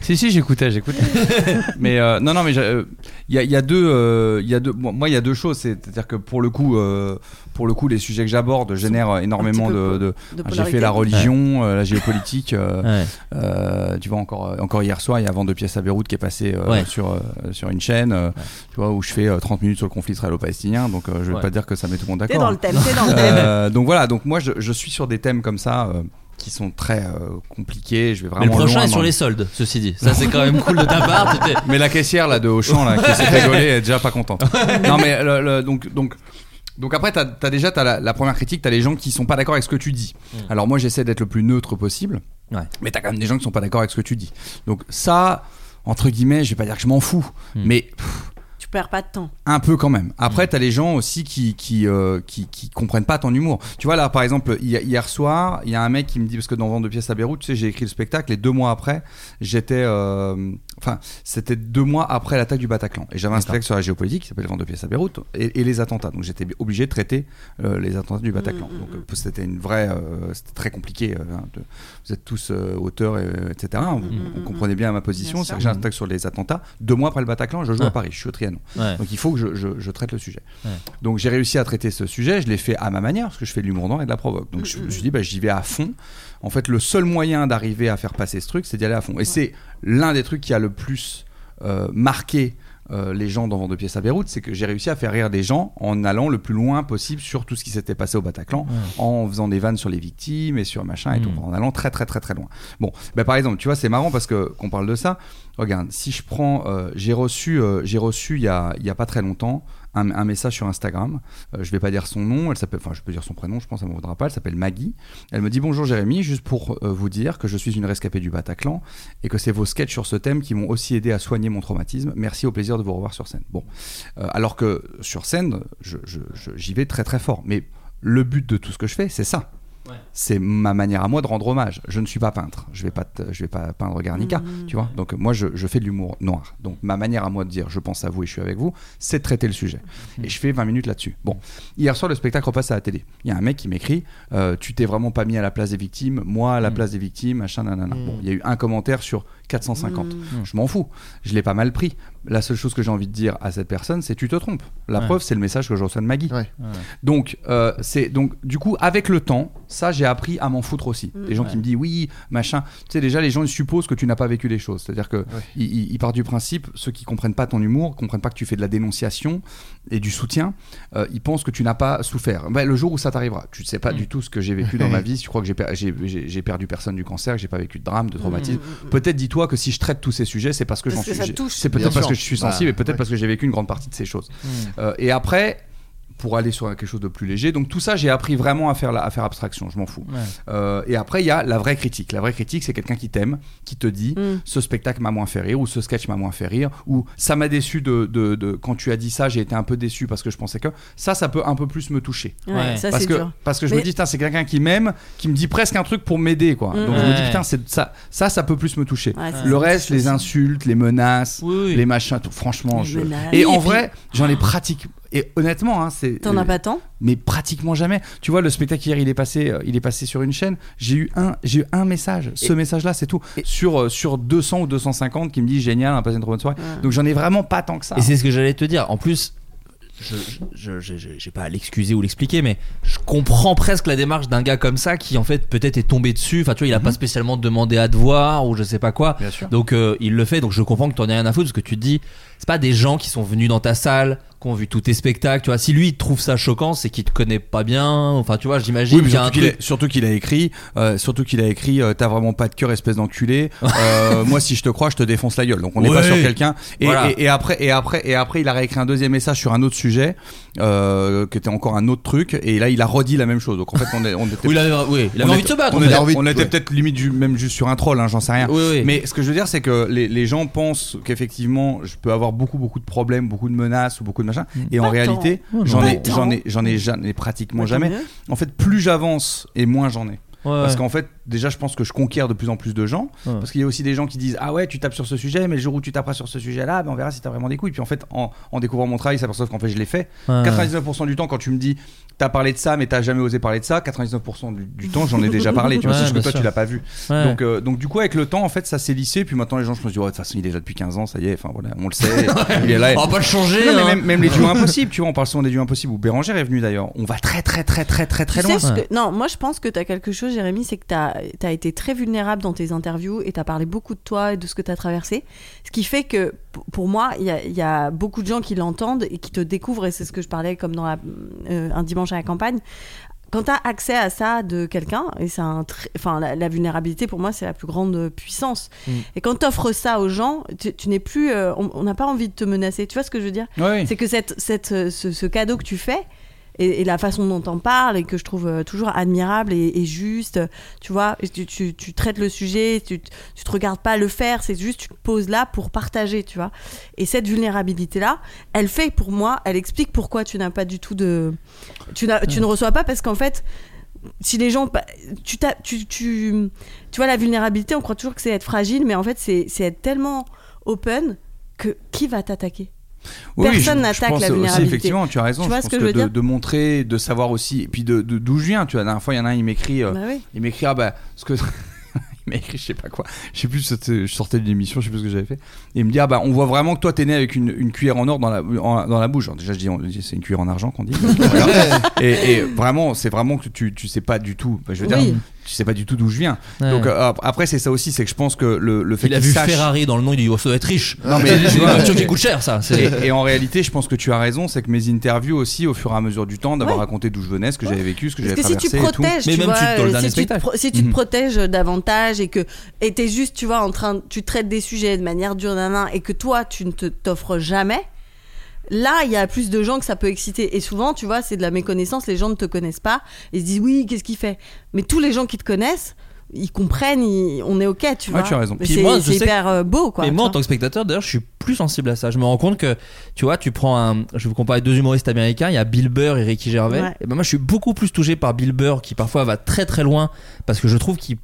H: Si si j'écoutais j'écoutais. mais euh, non non mais j'ai- euh, il y, a- il y a deux euh, il y a deux moi moi, il y a deux choses c'est à dire que pour le coup euh, pour le coup les sujets que j'aborde génèrent énormément
I: petit
H: de, de-
I: peu de
H: Ah, j'ai fait
I: polarité.
H: la religion euh, la géopolitique euh,
F: Ouais.
H: euh, tu vois encore encore hier soir il y a vente de pièces à Beyrouth qui est passé euh,
F: Ouais.
H: sur euh, sur une chaîne euh, tu vois où je fais euh, 30 minutes sur le conflit israélo-palestinien donc euh, je vais
F: Ouais.
H: pas dire que ça met tout le monde
I: T'es
H: d'accord
I: dans le thème, t'es dans le thème.
H: euh, donc voilà, donc moi je, je suis sur des thèmes comme ça euh, qui sont très euh, compliqués. Je vais vraiment
F: Mais le prochain
H: loin
F: est sur
H: dans-
F: les soldes, ceci dit. Ça, c'est quand même cool de ta part. tu t'es-
H: Mais la caissière là de Auchan là qui s'est fait gauler est déjà pas contente. non mais le- le- donc donc. Donc après, t'as as déjà t'as la, la première critique, t'as les gens qui sont pas d'accord avec ce que tu dis. Alors moi, j'essaie d'être le plus neutre possible,
F: Mm. Ouais.
H: mais t'as quand même des gens qui sont pas d'accord avec ce que tu dis. Donc ça, entre guillemets, je vais pas dire que je m'en fous,
F: Mm.
H: mais pff,
I: Tu perds pas de temps.
H: un peu quand même. Après, t'as les gens aussi qui qui, euh, qui qui comprennent pas ton humour. Tu vois là, par exemple, hi- hier soir, il y a un mec qui me dit parce que dans Vente de pièces à Beyrouth, tu sais, j'ai écrit le spectacle et deux mois après, j'étais, euh, enfin, c'était deux mois après l'attaque du Bataclan et j'avais un spectacle sur la géopolitique qui s'appelle Vente de pièces à Beyrouth et, et les attentats. Donc j'étais obligé de traiter euh, les attentats du Bataclan. Donc euh, c'était une vraie, euh, c'était très compliqué. euh, hein, de- vous êtes tous euh, auteurs, et, euh, etc. On, on comprenait bien ma position.
I: Bien
H: C'est que j'ai un spectacle sur les attentats. Deux mois après le Bataclan, je joue
F: Ah.
H: à Paris. Je suis au Trianon.
F: Ouais.
H: Donc il faut que je, je- je traite le sujet.
F: Ouais.
H: Donc j'ai réussi à traiter ce sujet, je l'ai fait à ma manière, parce que je fais de l'humour dans et de la provoque. Donc je me suis dit, bah, j'y vais à fond. En fait, le seul moyen d'arriver à faire passer ce truc, c'est d'y aller à fond. Et c'est l'un des trucs qui a le plus euh, marqué. euh, les gens dans Vent de pièces à Beyrouth, c'est que j'ai réussi à faire rire des gens en allant le plus loin possible sur tout ce qui s'était passé au Bataclan, en faisant des vannes sur les victimes et sur machin et tout, en allant très très très très loin. Bon, bah, par exemple, tu vois, c'est marrant parce que qu'on parle de ça. Regarde, si je prends, euh, j'ai reçu, euh, j'ai reçu il y a, il y a pas très longtemps un, un message sur Instagram. Euh, je vais pas dire son nom, elle s'appelle, enfin je peux dire son prénom, je pense ça m'en voudra pas. Elle s'appelle Maggie. Elle me dit bonjour Jérémy, juste pour euh, vous dire que je suis une rescapée du Bataclan et que c'est vos sketchs sur ce thème qui m'ont aussi aidé à soigner mon traumatisme. Merci, au plaisir de vous revoir sur scène. Bon, Euh, alors que sur scène, je- je- je- j'y vais très très fort. Mais le but de tout ce que je fais, c'est ça. C'est ma manière à moi de rendre hommage. Je ne suis pas peintre. Je vais pas, te- je vais pas peindre Garnica, tu vois. Donc moi, je, je fais de l'humour noir. Donc ma manière à moi de dire, je pense à vous et je suis avec vous, c'est de traiter le sujet. Et je fais 20 minutes là-dessus. Bon, hier soir, le spectacle repasse à la télé. Il y a un mec qui m'écrit, euh, tu t'es vraiment pas mis à la place des victimes, moi à la place des victimes, machin, nanana. Bon, il y a eu un commentaire sur 450. Je m'en fous. Je l'ai pas mal pris. La seule chose que j'ai envie de dire à cette personne, c'est tu te trompes. La preuve, c'est le message que je reçois de Maggie.
G: Ouais.
H: Donc, euh, c'est donc du coup avec le temps, ça j'ai appris à m'en foutre aussi. Les gens qui me disent oui, machin, tu sais déjà les gens ils supposent que tu n'as pas vécu les choses. C'est-à-dire que ils, ils- ils partent du principe ceux qui comprennent pas ton humour, comprennent pas que tu fais de la dénonciation et du soutien, euh, ils pensent que tu n'as pas souffert. Ben, le jour où ça t'arrivera, tu ne sais pas du tout ce que j'ai vécu dans ma vie. Si tu crois que j'ai per- j'ai- j'ai j'ai perdu personne du cancer, que j'ai pas vécu de drame, de traumatisme, peut-être dis-toi que si je traite tous ces sujets, c'est parce que
I: Mmh, Parce
H: j'en
I: que
H: suis.
I: ça te
H: j'ai-
I: touche.
H: C'est
G: Bien
H: peut-être parce
G: sûr.
H: que je suis
G: Bah,
H: sensible et peut-être
G: ouais.
H: parce que j'ai vécu une grande partie de ces choses.
I: Mmh.
H: Euh, et après, pour aller sur quelque chose de plus léger. Donc tout ça, j'ai appris vraiment à faire, la- à faire abstraction, je m'en fous. Euh, et après, il y a la vraie critique. La vraie critique, c'est quelqu'un qui t'aime, qui te dit
I: Mmh.
H: ce spectacle m'a moins fait rire, ou ce sketch m'a moins fait rire, ou ça m'a déçu de, de- de- quand tu as dit ça, j'ai été un peu déçu parce que je pensais que ça, ça peut un peu plus me toucher.
I: Ouais,
F: Ouais.
I: ça
H: parce
I: c'est
H: que,
I: dur.
H: parce que je
I: Mais-
H: me dis, putain, c'est quelqu'un qui m'aime, qui me dit presque un truc pour m'aider, quoi. Donc je me dis,
F: Ouais.
H: putain, c'est- ça, ça, ça peut plus me toucher.
I: Mm. Ouais, ça, ça
H: Le
I: me
H: reste,
I: touche
H: les insultes, les menaces,
F: Oui, oui.
H: les machins, tout, franchement.
I: Les
H: je-
I: menaces.
H: Et
I: Oui, et
H: en
I: puis- Oh.
H: vrai, j'en ai pratique. Et honnêtement, hein, c'est.
I: T'en as pas tant
H: Mais pratiquement jamais. Tu vois, le spectacle hier, il est passé, euh, il est passé sur une chaîne. J'ai eu un, j'ai eu un message. Ce message-là, c'est tout. sur euh, sur 200 ou 250 qui me dit génial, on a passé une trop bonne soirée. Donc j'en ai vraiment pas tant que ça.
F: Et c'est ce que j'allais te dire. En plus, je je- je- je- j'ai pas à l'excuser ou l'expliquer, mais je comprends presque la démarche d'un gars comme ça qui en fait peut-être est tombé dessus. Enfin, tu vois, il a pas spécialement demandé à te voir ou je sais pas quoi.
H: Mhm. Bien sûr.
F: Donc euh, il le fait. Donc je comprends que t'en aies rien à foutre parce que tu te dis, c'est pas des gens qui sont venus dans ta salle, qui ont vu tous tes spectacles. Tu vois, si lui il trouve ça choquant, c'est qu'il te connaît pas bien. Enfin, tu vois, j'imagine
H: Oui, mais
F: qu'il y a
H: surtout
F: un
H: qu'il a,
F: truc.
H: surtout qu'il a écrit, euh, surtout qu'il a écrit, euh, t'as vraiment pas de cœur, espèce d'enculé. Euh, moi, si je te crois, je te défonce la gueule. Donc on n'est
F: Ouais.
H: pas sur quelqu'un. Et,
F: Voilà.
H: et- et après, et après, et après, il a réécrit un deuxième message sur un autre sujet, euh, qui était encore un autre truc. Et là, il a redit la même chose. Donc en fait, on est, on était.
F: Oui, il avait, oui, il avait
H: on
F: envie
H: était-
F: de se battre.
H: On,
F: en
H: était-
F: fait.
G: avait envie de-
H: on était
G: ouais.
H: peut-être limite ju- même juste sur un troll, hein, j'en sais rien.
F: Oui, oui.
H: Mais ce que je veux dire, c'est que les, les gens pensent qu'effectivement, je peux avoir beaucoup, beaucoup de problèmes, beaucoup de menaces ou beaucoup de machin.
F: Hmm.
H: Et en
I: Pas
H: réalité,
I: tant.
H: j'en
I: Pas
H: ai,
I: tant.
H: j'en ai, j'en ai, jamais- pratiquement
I: Bah, tant
H: jamais.
I: mieux.
H: En fait, plus j'avance et moins j'en ai.
F: Ouais,
H: Parce
F: ouais.
H: qu'en fait, déjà, je pense que je conquiers de plus en plus de gens.
F: Ouais.
H: Parce qu'il y a aussi des gens qui disent Ah ouais, tu tapes sur ce sujet, mais le jour où tu taperas sur ce sujet-là, ben, on verra si t'as vraiment des couilles. Puis en fait, en, en découvrant mon travail, ils s'aperçoivent qu'en fait, je l'ai fait.
F: Ouais.
H: 99% du temps, quand tu me dis T'as parlé de ça, mais t'as jamais osé parler de ça. 99% du, du temps, j'en ai déjà parlé. Tu vois,
F: Ouais,
H: c'est juste que
F: bien
H: toi,
F: sûr.
H: tu l'as pas vu.
F: Ouais.
H: Donc, euh, donc, du coup, avec le temps, en fait, ça s'est lissé. Puis maintenant, les gens, je me dis, ouais, de toute façon, il est là depuis 15 ans, ça y est, enfin voilà, on le sait. il est euh, là.
F: On va pas le changer,
H: Non, mais
F: hein.
H: même, même les duos impossibles, tu vois, on parle souvent des duos impossibles. Ou Béranger est venu d'ailleurs. On va très, très, très, très, très, très
I: Tu
H: loin.
I: sais ce que- non, moi je pense que t'as quelque chose, Jérémy, c'est que t'as as été très vulnérable dans tes interviews et t'as parlé beaucoup de toi et de ce que t'as traversé. Ce qui fait que p- pour moi, il y a, il y a beaucoup de gens qui l'entendent et qui te découvrent, et c'est ce que je parlais comme dans la- euh, un dimanche à la campagne. Quand t'as accès à ça de quelqu'un, et c'est un tr- enfin la, la vulnérabilité pour moi c'est la plus grande puissance.
G: Mm.
I: Et quand t'offres ça aux gens, tu, tu n'es plus, euh, on on n'a pas envie de te menacer. Tu vois ce que je veux dire
H: Ouais.
I: c'est que cette, cette, euh, ce, ce cadeau que tu fais et, et la façon dont t'en parles et que je trouve euh, toujours admirable et, et juste, euh, tu vois, et tu, tu, tu traites le sujet, tu, tu te regardes pas le faire, c'est juste tu te poses là pour partager, tu vois. Et cette vulnérabilité là, elle fait pour moi, elle explique pourquoi tu n'as pas du tout de, tu, n'as- tu ne reçois pas parce qu'en fait. Si les gens. pa- Tu, t'as- tu, tu, tu vois, la vulnérabilité, on croit toujours que c'est être fragile, mais en fait, c'est c'est être tellement open que qui va t'attaquer
H: Oui, oui, je-
I: Personne
H: je
I: n'attaque
H: pense
I: la
H: aussi,
I: vulnérabilité.
H: effectivement, tu as raison.
I: Tu vois
H: je
I: ce
H: pense
I: que je veux
H: de,
I: dire
H: de montrer, de savoir aussi, et puis de de- d'où je viens. Tu vois, la dernière fois, il y en a un, il m'écrit, euh,
I: Bah oui.
H: il m'écrit, ah bah, ce que. il m'a écrit, je sais pas quoi. Je sais plus, c'était- je sortais de l'émission, je sais plus ce que j'avais fait. Et il me dit, ah bah, on voit vraiment que toi, t'es né avec une, une cuillère en or dans la, en- dans la bouche. Alors, déjà, je dis, on- c'est une cuillère en argent qu'on dit. Voilà. et, et vraiment, c'est vraiment que tu, tu sais pas du tout. bah, Je veux
I: Oui.
H: dire, tu sais pas du tout d'où je viens.
F: Ouais.
H: Donc, euh, après, c'est ça aussi, c'est que je pense que le, le fait
F: Il a
H: qu'il
F: vu
H: sache-
F: Ferrari dans le nom, il dit oh, ça doit être riche.
H: Non, mais-
F: c'est une
H: Ouais.
F: voiture qui coûte cher, ça. C'est-
H: Et, et en réalité, je pense que tu as raison, c'est que mes interviews aussi, au fur et à mesure du temps, d'avoir
I: Ouais.
H: raconté d'où je venais, ce que j'avais vécu, ce que
I: Parce
H: j'avais
I: que
H: traversé
I: si tu
H: et tout.
I: protèges,
F: Mais
I: tu
F: même
I: vois,
F: tu- dans le
I: euh,
F: dernier
I: si, tu te,
F: spectacle.
I: pro- si tu te
H: Mhm.
I: protèges davantage et que et t'es juste, tu vois, en train, tu traites des sujets de manière dure, nanan, et que toi, tu ne te- t'offres jamais. Là, il y a plus de gens que ça peut exciter. Et souvent, tu vois, c'est de la méconnaissance. Les gens ne te connaissent pas. Ils se disent, oui, qu'est-ce qu'il fait Mais tous les gens qui te connaissent, ils comprennent, ils- on est OK, tu
H: Ouais,
I: vois.
H: tu as raison.
I: Mais
F: Puis
I: C'est
F: moi, je
I: c'est
F: sais que-
I: hyper euh, beau, quoi.
F: Mais moi, en
I: tu vois.
F: tant que spectateur, d'ailleurs, je suis plus sensible à ça. Je me rends compte que, tu vois, tu prends un. Je vais vous comparer deux humoristes américains, il y a Bill Burr et Ricky Gervais.
I: Ouais.
F: Et ben moi, je suis beaucoup plus touché par Bill Burr qui parfois va très très loin parce que je trouve qu'il.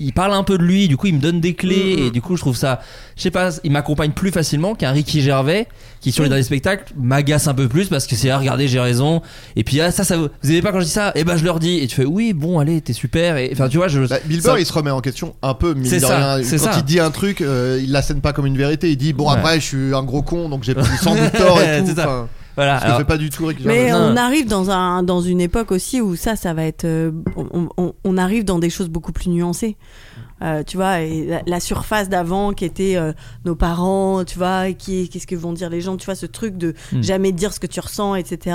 F: Il parle un peu de lui, du coup il me donne des clés
I: Mhm.
F: et du coup je trouve ça, je sais pas, il m'accompagne plus facilement qu'un Ricky Gervais qui sur les
I: Oui.
F: derniers spectacles m'agace un peu plus parce que c'est ah, regardez j'ai raison et puis ah, ça ça vous vous aimez pas quand je dis ça et ben je leur dis et tu fais oui bon allez t'es super et enfin tu vois je
G: Bah, Bill
F: ça-
G: Burr, il se remet en question un peu, mine
F: C'est
G: de
F: ça,
G: rien.
F: c'est
G: Quand
F: ça.
G: il dit un truc, euh, il l'assène pas comme une vérité. Il dit bon
F: Ouais.
G: après, je suis un gros con, donc j'ai sans doute tort et tout.
F: C'est ça.
G: Enfin,
F: voilà
G: ce que
F: alors-
G: fait pas du tout Rick Gervais.
I: Mais euh,
F: Non.
I: on arrive dans, un, dans une époque aussi où ça, ça va être. euh, on, on- on arrive dans des choses beaucoup plus nuancées. Euh, tu vois, et la, la surface d'avant qui était euh, nos parents, tu vois, et qui, qu'est-ce que vont dire les gens, tu vois, ce truc de
H: Hmm.
F: Mm.
I: jamais dire ce que tu ressens, etc.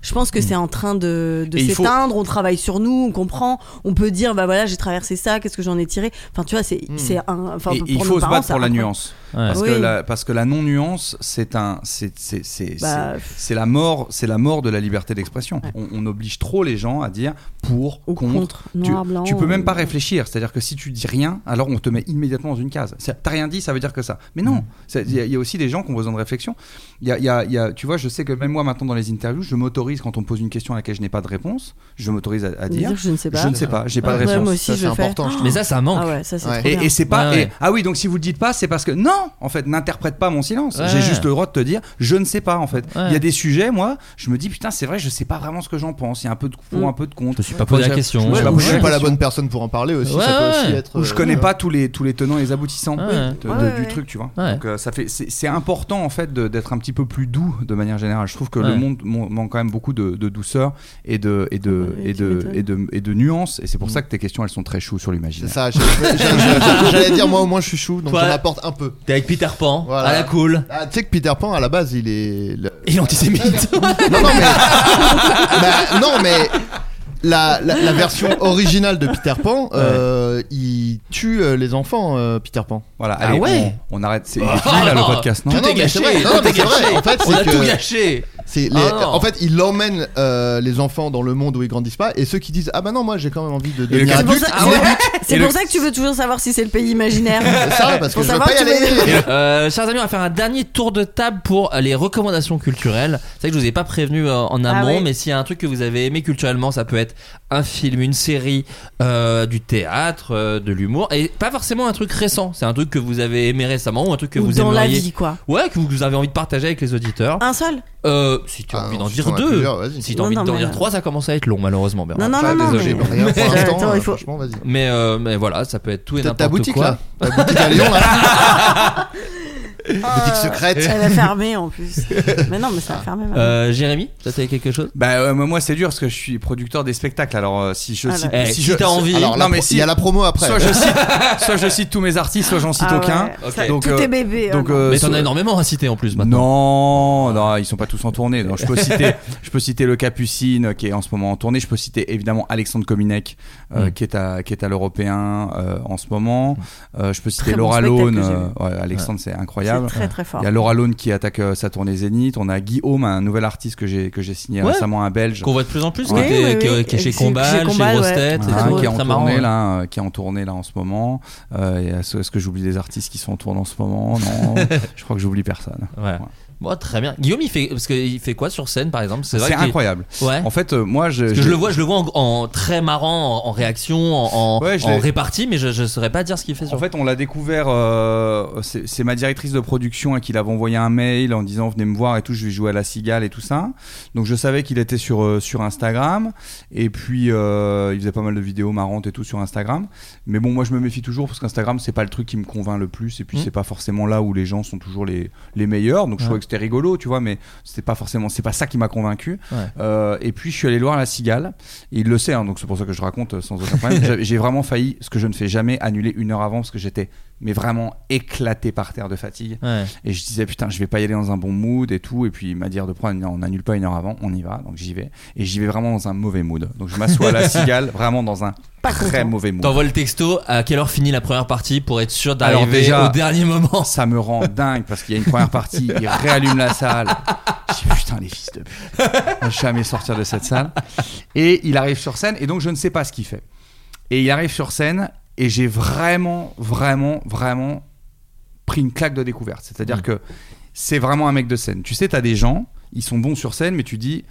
I: Je pense que c'est en train de, de
H: Et il faut-
I: s'éteindre, on travaille sur nous, on comprend, on peut dire, bah voilà, j'ai traversé ça, qu'est-ce que j'en ai tiré. Enfin, tu vois, c'est,
G: Mm.
I: c'est un. Enfin,
H: Hmm. Et-
I: pour
H: et il
I: nos
H: faut se
I: parents,
H: battre
I: c'est
H: pour la
I: incroyable.
H: nuance.
F: Ouais.
H: Parce, que
I: Oui.
H: la, parce que la non-nuance, c'est un, c'est, c'est, c'est, c'est-
I: Bah, pff.
H: c'est la mort, c'est la mort de la liberté d'expression.
I: Ouais.
H: On, on oblige trop les gens à dire pour,
I: Ou
H: contre.
I: contre,
H: tu,
I: noir, blanc,
H: tu peux même pas
I: euh,
H: réfléchir. C'est-à-dire que si tu dis rien, alors on te met immédiatement dans une case. C'est- T'as rien dit, ça veut dire que ça. Mais
I: Mm.
H: non, C'est- il y, a- il y a aussi des gens qui ont besoin de réflexion. Il y a, il y a- il y a- tu vois, je sais que même moi maintenant dans les interviews, je m'autorise quand on me pose une question à laquelle je n'ai pas de réponse, je m'autorise à, à
I: de
H: dire,
I: dire, je ne sais pas.
H: je ne sais pas, j'ai pas de
I: Ouais, moi
H: réponse.
I: aussi,
G: Ça,
I: je
G: c'est
I: le fais.
G: important. je trouve.
F: Mais ça, ça manque.
I: Ah ouais, ça c'est
G: Ouais.
I: trop bien.
H: Et, et c'est pas.
F: Ouais, ouais.
H: et- ah oui, donc si vous le dites pas, c'est parce que non, en fait, n'interprète pas mon silence.
F: Ouais.
H: J'ai juste le droit de te dire, je ne sais pas, en fait. Il
F: Ouais.
H: y a des sujets, moi, je me dis, putain, c'est vrai, je sais pas vraiment ce que j'en pense. Il y a un peu de pour,
I: Mm.
H: un peu de contre.
F: Je me suis pas posé la
H: Ouais,
F: question.
H: Je me suis
F: Ouais,
H: pas
G: Ou je
H: posé
G: suis
H: la
G: pas la
H: question.
G: bonne personne pour en parler aussi.
F: Ouais,
G: ça peut
F: ouais.
G: aussi être.
H: Ou je
G: euh,
H: connais
G: voilà.
H: pas tous les, tous les tenants et les aboutissants
F: Ouais.
H: de- de-
I: Ouais, ouais,
H: du
I: ouais.
H: truc, tu vois.
F: Ouais.
H: Donc, euh, ça fait, c'est, c'est important, en fait, de- d'être un petit peu plus doux de manière générale. Je trouve que
F: Ouais.
H: le monde mon- manque quand même beaucoup de, de douceur et de, et de,
I: Ouais,
H: et
I: Ah bah tu
H: de,
I: m'étonnes.
H: et de, et de nuances. Et c'est
F: Mm.
H: pour ça que tes questions, elles sont très choues sur
G: C'est
H: l'imaginaire.
G: ça. je- je- je- J'allais dire moi au moins je suis chou, donc
F: Toi-
G: j'en apporte un peu.
F: T'es avec Peter Pan,
G: Voilà.
F: à la cool.
G: Ah, tu sais que Peter Pan à la base il est. le-
F: Et antisémite.
G: Non, non, mais. Bah, non, mais. La, la- la version originale de Peter Pan, euh, il tue euh, les enfants, euh, Peter Pan.
H: Voilà,
F: Ah
H: allez,
F: ouais.
H: on, on arrête. C'est il est fini, là, le podcast, non
F: Tout
G: Ah non,
F: est
G: mais
F: gâché.
G: c'est vrai. Non,
F: tout
G: mais
F: est
G: c'est vrai.
F: gâché.
G: En fait,
F: on
G: c'est
F: a
G: que-
F: tout gâché.
G: C'est les-
F: Ah non.
G: en fait, il emmène euh, les enfants dans le monde où ils grandissent pas, et ceux qui disent ah bah non moi j'ai quand même envie de devenir
I: C'est pour,
G: adulte,
I: ça,
G: ils
I: c'est-
G: débutent.
I: c'est
H: Et
I: pour
H: le-
I: ça que tu veux toujours savoir si c'est le pays imaginaire.
G: C'est ça parce que
I: Pour
G: je veux
I: savoir
G: pas y
I: que tu veux-
G: aller.
F: Euh, chers amis, on va faire un dernier tour de table pour euh, les recommandations culturelles. C'est vrai que je vous ai pas prévenu euh, en amont,
I: Ah ouais.
F: mais s'il y a un truc que vous avez aimé culturellement, ça peut être un film, une série, euh, du théâtre, euh, de l'humour et pas forcément un truc récent. C'est un truc que vous avez aimé récemment ou un truc que
I: Ou
F: vous
I: dans la
F: aimeriez-
I: vie, quoi.
F: Ouais, que vous avez envie de partager avec les auditeurs.
I: Un seul
F: Euh, si tu as
G: Ah
F: envie
G: non,
F: d'en
G: si
F: dire
G: t'en as
F: deux,
G: plusieurs, vas-y.
F: si t'as
I: Non,
F: envie
I: non,
F: d'en
I: mais,
F: dire
I: euh,
F: trois, ça commence à être long malheureusement. Bernard.
I: Non, non,
G: Ah,
I: non, non.
G: désolé,
I: mais-
G: j'ai rien pour l'instant,
I: Attends, il
G: euh,
I: faut-
G: Franchement, vas-y.
F: Mais, euh, mais voilà, ça peut être tout et
G: Peut-être
F: n'importe
G: ta boutique
F: quoi.
G: là, ta boutique à Lyon là, boutique secrète.
I: Elle Ah, va fermer en plus. mais non, mais ça va fermer. maintenant.
F: Euh, Jérémy, ça t'avait quelque chose
H: Bah euh, moi c'est dur parce que je suis producteur des spectacles alors euh, si je
I: Ah,
H: cite-
F: Eh,
H: si,
F: si
H: je-
F: t'as envie.
G: Alors là,
H: non mais
G: il
H: si
G: y a la promo après.
H: soit je cite soit je cite tous mes artistes soit j'en cite
I: Ah
H: aucun.
I: ouais, ça-
F: Ok.
H: Donc,
I: tout
H: euh,
I: est bébé.
H: Donc
I: hein, non.
H: euh,
F: Mais t'en
H: so-
F: as énormément à citer en plus maintenant. Ah.
H: Non, non, ils sont pas tous en tournée. Non, je peux citer, je peux citer le Capucine qui est en ce moment en tournée. Je peux citer évidemment Alexandre Kominek euh,
F: Mm.
H: qui est à qui est à l'Européen euh, en ce moment. Euh, je peux citer
I: Très bon
H: Laura
I: spectacle
H: Lone.
I: que j'ai vu.
H: euh, ouais, Alexandre, c'est
I: c'est
H: incroyable.
I: très très fort.
H: Il y a Laura Lone qui attaque euh, sa tournée Zénith. On a Guillaume, un nouvel artiste que j'ai que j'ai signé
F: Ouais.
H: récemment, un Belge.
F: Qu'on voit de plus en plus,
I: Oui,
F: qui, était-
I: oui,
F: qui-
I: oui.
F: qui est chez
I: Chez- chez
F: Combal, chez
I: Combal,
F: Grosse
I: ouais.
F: Tête,
I: Très
H: Ah,
I: drôle.
H: qui est en
F: très
H: tournée
F: marrant. ouais.
H: là, euh, qui est en tournée là en ce moment. Euh, et Est-ce est-ce que j'oublie des artistes qui sont en tournée en ce moment Non, je crois que j'oublie personne.
F: Ouais. Bon, très bien. Guillaume, il fait parce que il fait quoi sur scène, par exemple vrai
H: C'est
F: qu'il-
H: incroyable.
F: Ouais.
H: En fait, euh, moi, je,
F: Parce que je le vois, je le vois en, en très marrant, en, en réaction, en, en,
H: Ouais, je
F: en
H: l'ai-
F: répartie, mais je, je saurais pas dire ce qu'il fait sur.
H: En fait, on l'a découvert. euh, c'est c'est ma directrice de production à qui l'avait envoyé un mail en disant venez me voir et tout. Je vais jouer à la cigale et tout ça. Donc je savais qu'il était sur euh, sur Instagram et puis euh, il faisait pas mal de vidéos marrantes et tout sur Instagram. Mais bon, moi je me méfie toujours parce qu'Instagram c'est pas le truc qui me convainc le plus et puis
F: Mm.
H: c'est pas forcément là où les gens sont toujours les les meilleurs. Donc je
F: Ouais.
H: trouvais que c'était rigolo, tu vois, mais c'était pas forcément c'est pas ça qui m'a convaincu.
F: Ouais.
H: Euh, et puis je suis allé le voir à la cigale. Et il le sait, hein, donc c'est pour ça que je raconte euh, sans aucun problème. J'ai- J'ai vraiment failli, ce que je ne fais jamais, annuler une heure avant parce que j'étais mais vraiment éclaté par terre de fatigue.
F: Ouais.
H: Et je disais putain, je vais pas y aller dans un bon mood et tout. Et puis il m'a dit de prendre, on annule pas une heure avant, on y va. Donc j'y vais. Et j'y vais vraiment dans un mauvais mood. Donc je m'assois à la cigale, vraiment dans un très mauvais mood.
F: T'envoies le texto à quelle heure finit la première partie pour être sûr
H: Alors
F: d'arriver
H: déjà-
F: au dernier moment.
H: Ça me rend dingue parce qu'il y a une première partie, il réallume la salle. Je dis, putain, les fils de pute. On va jamais sortir de cette salle. Et il arrive sur scène et donc je ne sais pas ce qu'il fait. Et il arrive sur scène et j'ai vraiment, vraiment, vraiment pris une claque de découverte. C'est-à-dire
F: Mm.
H: que c'est vraiment un mec de scène. Tu sais, t'as des gens, ils sont bons sur scène, mais tu dis,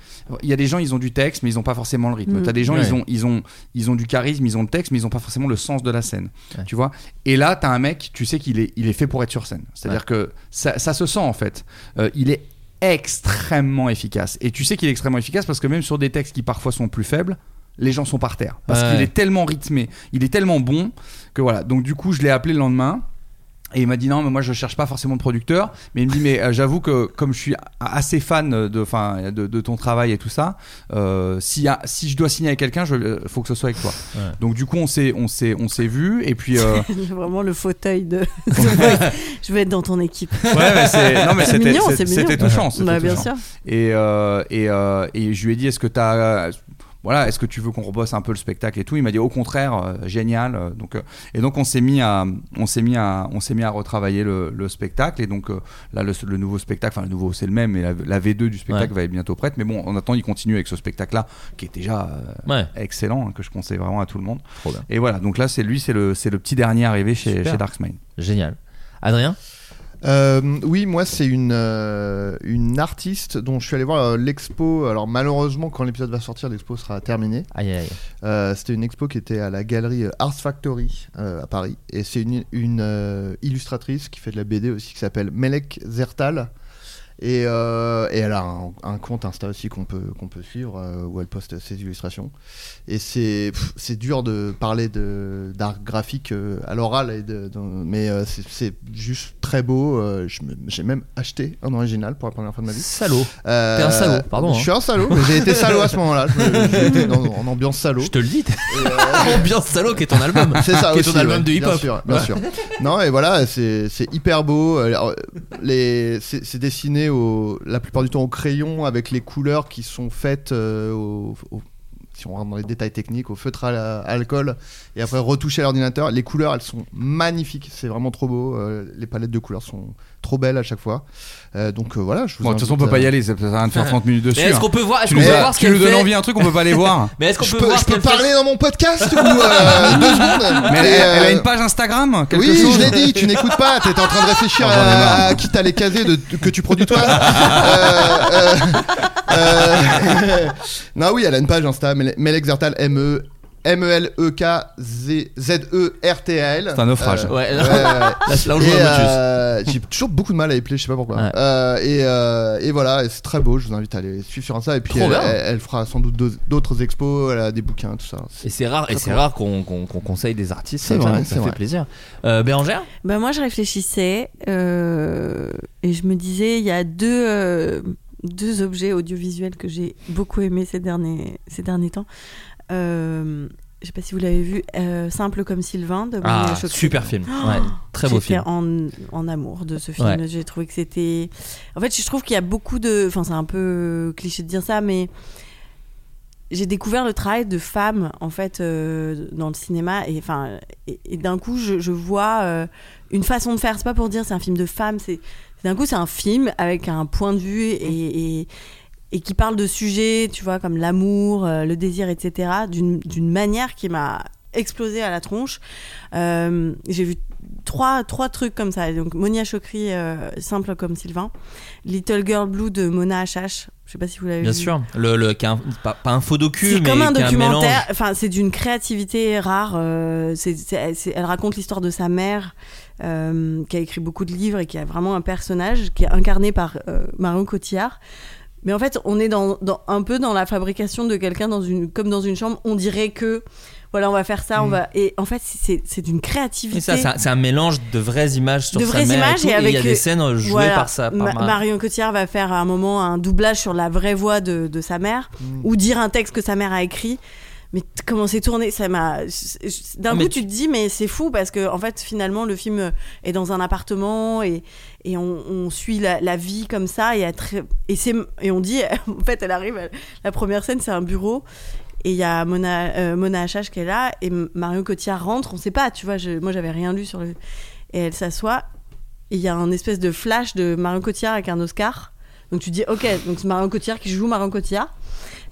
H: il y a des gens, ils ont du texte, mais ils ont pas forcément le rythme.
I: Mm.
H: T'as des gens,
F: Ouais.
H: ils ont, ils ont, ils ont du charisme, ils ont le texte, mais ils ont pas forcément le sens de la scène.
F: Ouais.
H: Tu vois. Et là, t'as un mec, tu sais qu'il est, il est fait pour être sur scène. C'est-à-dire que ça, ça se sent en fait. Euh, il est extrêmement efficace. Et tu sais qu'il est extrêmement efficace parce que même sur des textes qui parfois sont plus faibles, les gens sont par terre parce
F: Ouais.
H: qu'il est tellement rythmé, il est tellement bon que voilà. Donc du coup, je l'ai appelé le lendemain. Et il m'a dit non, mais moi je cherche pas forcément de producteur. Mais il me dit mais euh, j'avoue que comme je suis a- assez fan de, enfin, de, de ton travail et tout ça, euh, si, si je dois signer avec quelqu'un, je euh, faut que ce soit avec toi.
F: Ouais.
H: Donc du coup on s'est on s'est on s'est vu et puis euh,
I: Vraiment le fauteuil de. je vais être dans ton équipe.
H: ouais Ah, mais c'est non mais
I: C'est
H: c'était
I: mignon,
H: c'est-
I: c'est mignon.
H: c'était touchant. c'était
I: Bah, bien
H: touchant.
I: sûr.
H: Et, euh, et, euh, et je lui ai dit, est-ce que t'as, euh, voilà, est-ce que tu veux qu'on rebosse un peu le spectacle et tout Il m'a dit, au contraire, euh, génial. Euh, Donc, euh, et donc on s'est mis à, on s'est mis à, on s'est mis à retravailler le, le spectacle. Et donc euh, là, le, le nouveau spectacle, enfin le nouveau, c'est le même, mais la, la V2 du spectacle
F: Ouais.
H: va être bientôt prête. Mais bon, en attendant, il continue avec ce spectacle-là, qui est déjà euh,
F: Ouais.
H: excellent, hein, que je conseille vraiment à tout le monde.
F: Trop bien.
H: Et voilà, donc là, c'est lui, c'est le, c'est le petit dernier arrivé chez,
F: Super.
H: chez Darksmile.
F: Génial. Adrien.
G: Euh, oui, moi c'est une euh, une artiste dont je suis allé voir euh, l'expo. Alors malheureusement, quand l'épisode va sortir, l'expo sera terminée.
F: Aïe aïe.
G: Euh, C'était une expo qui était à la galerie euh, Arts Factory euh, à Paris, et c'est une, une, euh, illustratrice qui fait de la BD aussi qui s'appelle Melek Zertal. Et, euh, et elle a un, un compte Insta aussi qu'on peut, qu'on peut suivre euh, où elle poste ses illustrations. Et c'est pff, c'est dur de parler de- d'art graphique euh, à l'oral, et de- de- mais euh, c'est- c'est juste très beau. euh, je me- J'ai même acheté un original pour la première fois de ma vie.
F: Salaud.
G: Euh,
F: T'es un salaud, pardon,
G: Je
F: hein.
G: suis un salaud, mais j'ai été salaud à ce moment-là. Je me- J'ai été dans- en ambiance salaud.
F: Je te le dis. t'es- Ambiance salaud qui est ton album.
G: euh, C'est ça
F: qui est
G: aussi.
F: ton album
G: ouais,
F: de hip
G: Bien
F: hop.
G: sûr, bien sûr. non, et voilà, c'est c'est hyper beau. Alors, les- C'est c'est dessiné au, la plupart du temps au crayon avec les couleurs qui sont faites euh, au. au- si on rentre dans les détails techniques, au feutre à, la- à alcool et après retouché à l'ordinateur. Les couleurs, elles sont magnifiques. C'est vraiment trop beau. euh, les palettes de couleurs sont trop belles à chaque fois. Euh, donc euh, voilà, je vous
H: Bon, de toute façon, on
G: invite
H: peut pas
G: à-
H: y aller, ça sert à rien de faire 30 minutes dessus.
F: Mais est-ce
H: hein.
F: qu'on peut voir, est-ce
H: tu
F: qu'on
H: nous,
F: peut
H: as-
F: voir ce
H: tu
F: qu'elle
H: nous donnes
F: fait
H: envie un truc, on peut pas aller voir.
F: Mais est-ce qu'on
G: Je
F: peut
G: peux,
F: voir
G: je
F: ce
G: peux
F: qu'elle fait
G: parler dans mon podcast ou euh, deux secondes
H: Mais elle,
G: Et,
H: elle a
G: euh,
H: une page Instagram quelque
G: oui,
H: chose
G: je l'ai dit, tu n'écoutes pas, t'étais en train de réfléchir
H: Oh, j'en ai
G: à,
H: marre.
G: à qui t'allais caser de, que tu produis toi. Euh, euh, euh, non, oui, elle a une page Insta, Mel- Melexertal, M-E. M-E-L-E-K-Z-E-R-T-A-L.
H: C'est un naufrage.
G: Euh,
F: Ouais,
G: ouais,
F: là-
G: ouais, ouais.
F: là où je vois le
G: Et,
F: motus.
G: euh, J'ai toujours beaucoup de mal à épeler, je sais pas pourquoi.
F: Ouais.
G: Euh, et, euh, et voilà, et c'est très beau, je vous invite à aller suivre sur Insta. Et puis
F: Trop
G: elle,
F: bien.
G: elle- elle fera sans doute d'autres- d'autres expos, elle a des bouquins, tout ça.
F: Et c'est rare, et c'est rare qu'on qu'on- qu'on conseille des artistes.
G: C'est
F: comme ça,
G: vrai,
F: donc
G: c'est
F: ça fait
G: vrai.
F: plaisir. Euh, Bérangère
I: Bah, moi, je réfléchissais euh, et je me disais, il y a deux, euh, deux objets audiovisuels que j'ai beaucoup aimés ces derniers, ces derniers temps. Euh, je sais pas si vous l'avez vu, euh, Simple comme Sylvain de Maria
F: Ah,
I: Chokri.
F: super film. Ouais, très beau
I: Oh, J'étais
F: film.
I: En, en amour de ce film.
F: Ouais.
I: J'ai trouvé que c'était. En fait, je trouve qu'il y a beaucoup de. Enfin, c'est un peu cliché de dire ça, mais j'ai découvert le travail de femmes en fait euh, dans le cinéma et enfin et, et d'un coup je, je vois euh, une façon de faire. C'est pas pour dire c'est un film de femmes. C'est d'un coup c'est un film avec un point de vue et, et et qui parle de sujets, tu vois, comme l'amour, euh, le désir, etc., d'une d'une manière qui m'a explosé à la tronche. Euh, J'ai vu trois, trois trucs comme ça. Et Donc, Monia Chokri, euh, simple comme Sylvain. Little Girl Blue de Mona HH. Je sais pas si vous l'avez vu.
F: Bien sûr. Le, le, qu'un- pas, pas un faux docu,
I: C'est
F: mais
I: comme un
F: qu'un
I: documentaire.
F: mélange.
I: Enfin, c'est d'une créativité rare. euh, c'est- c'est- c'est- elle raconte l'histoire de sa mère, euh, qui a écrit beaucoup de livres et qui a vraiment un personnage qui est incarné par euh, Marion Cotillard. Mais en fait, on est dans, dans- un peu dans la fabrication de quelqu'un dans une, comme dans une chambre. On dirait que, voilà, on va faire ça, on va. Et en fait, c'est c'est d'une créativité.
F: Mm. Et ça, c'est un- c'est un mélange de vraies images sur
I: de
F: sa
I: vraies
F: mère
I: images
F: tout,
I: et avec
F: il y a
I: euh,
F: des scènes jouées
I: voilà,
F: par sa par
I: Ma-
F: Mar-
I: Marion Cotillard va faire à un moment un doublage sur la vraie voix de, de sa mère ou dire un texte que sa mère a écrit mais t- comment c'est tourné ça m'a je- je- d'un
F: Ah,
I: coup
F: mais
I: tu te dis mais c'est fou parce que en fait finalement le film euh, est dans un appartement et et on, on suit la, la vie comme ça et, elle très- et c'est et on dit en fait elle arrive elle- la première scène c'est un bureau et il y a Mona, euh, Mona HH qui est là, et M- Marion Cotillard rentre, on sait pas, tu vois, je- moi j'avais rien lu sur le. Et elle s'assoit, et il y a un espèce de flash de Marion Cotillard avec un Oscar. Donc tu dis, ok, donc c'est Marion Cotillard qui joue Marion Cotillard.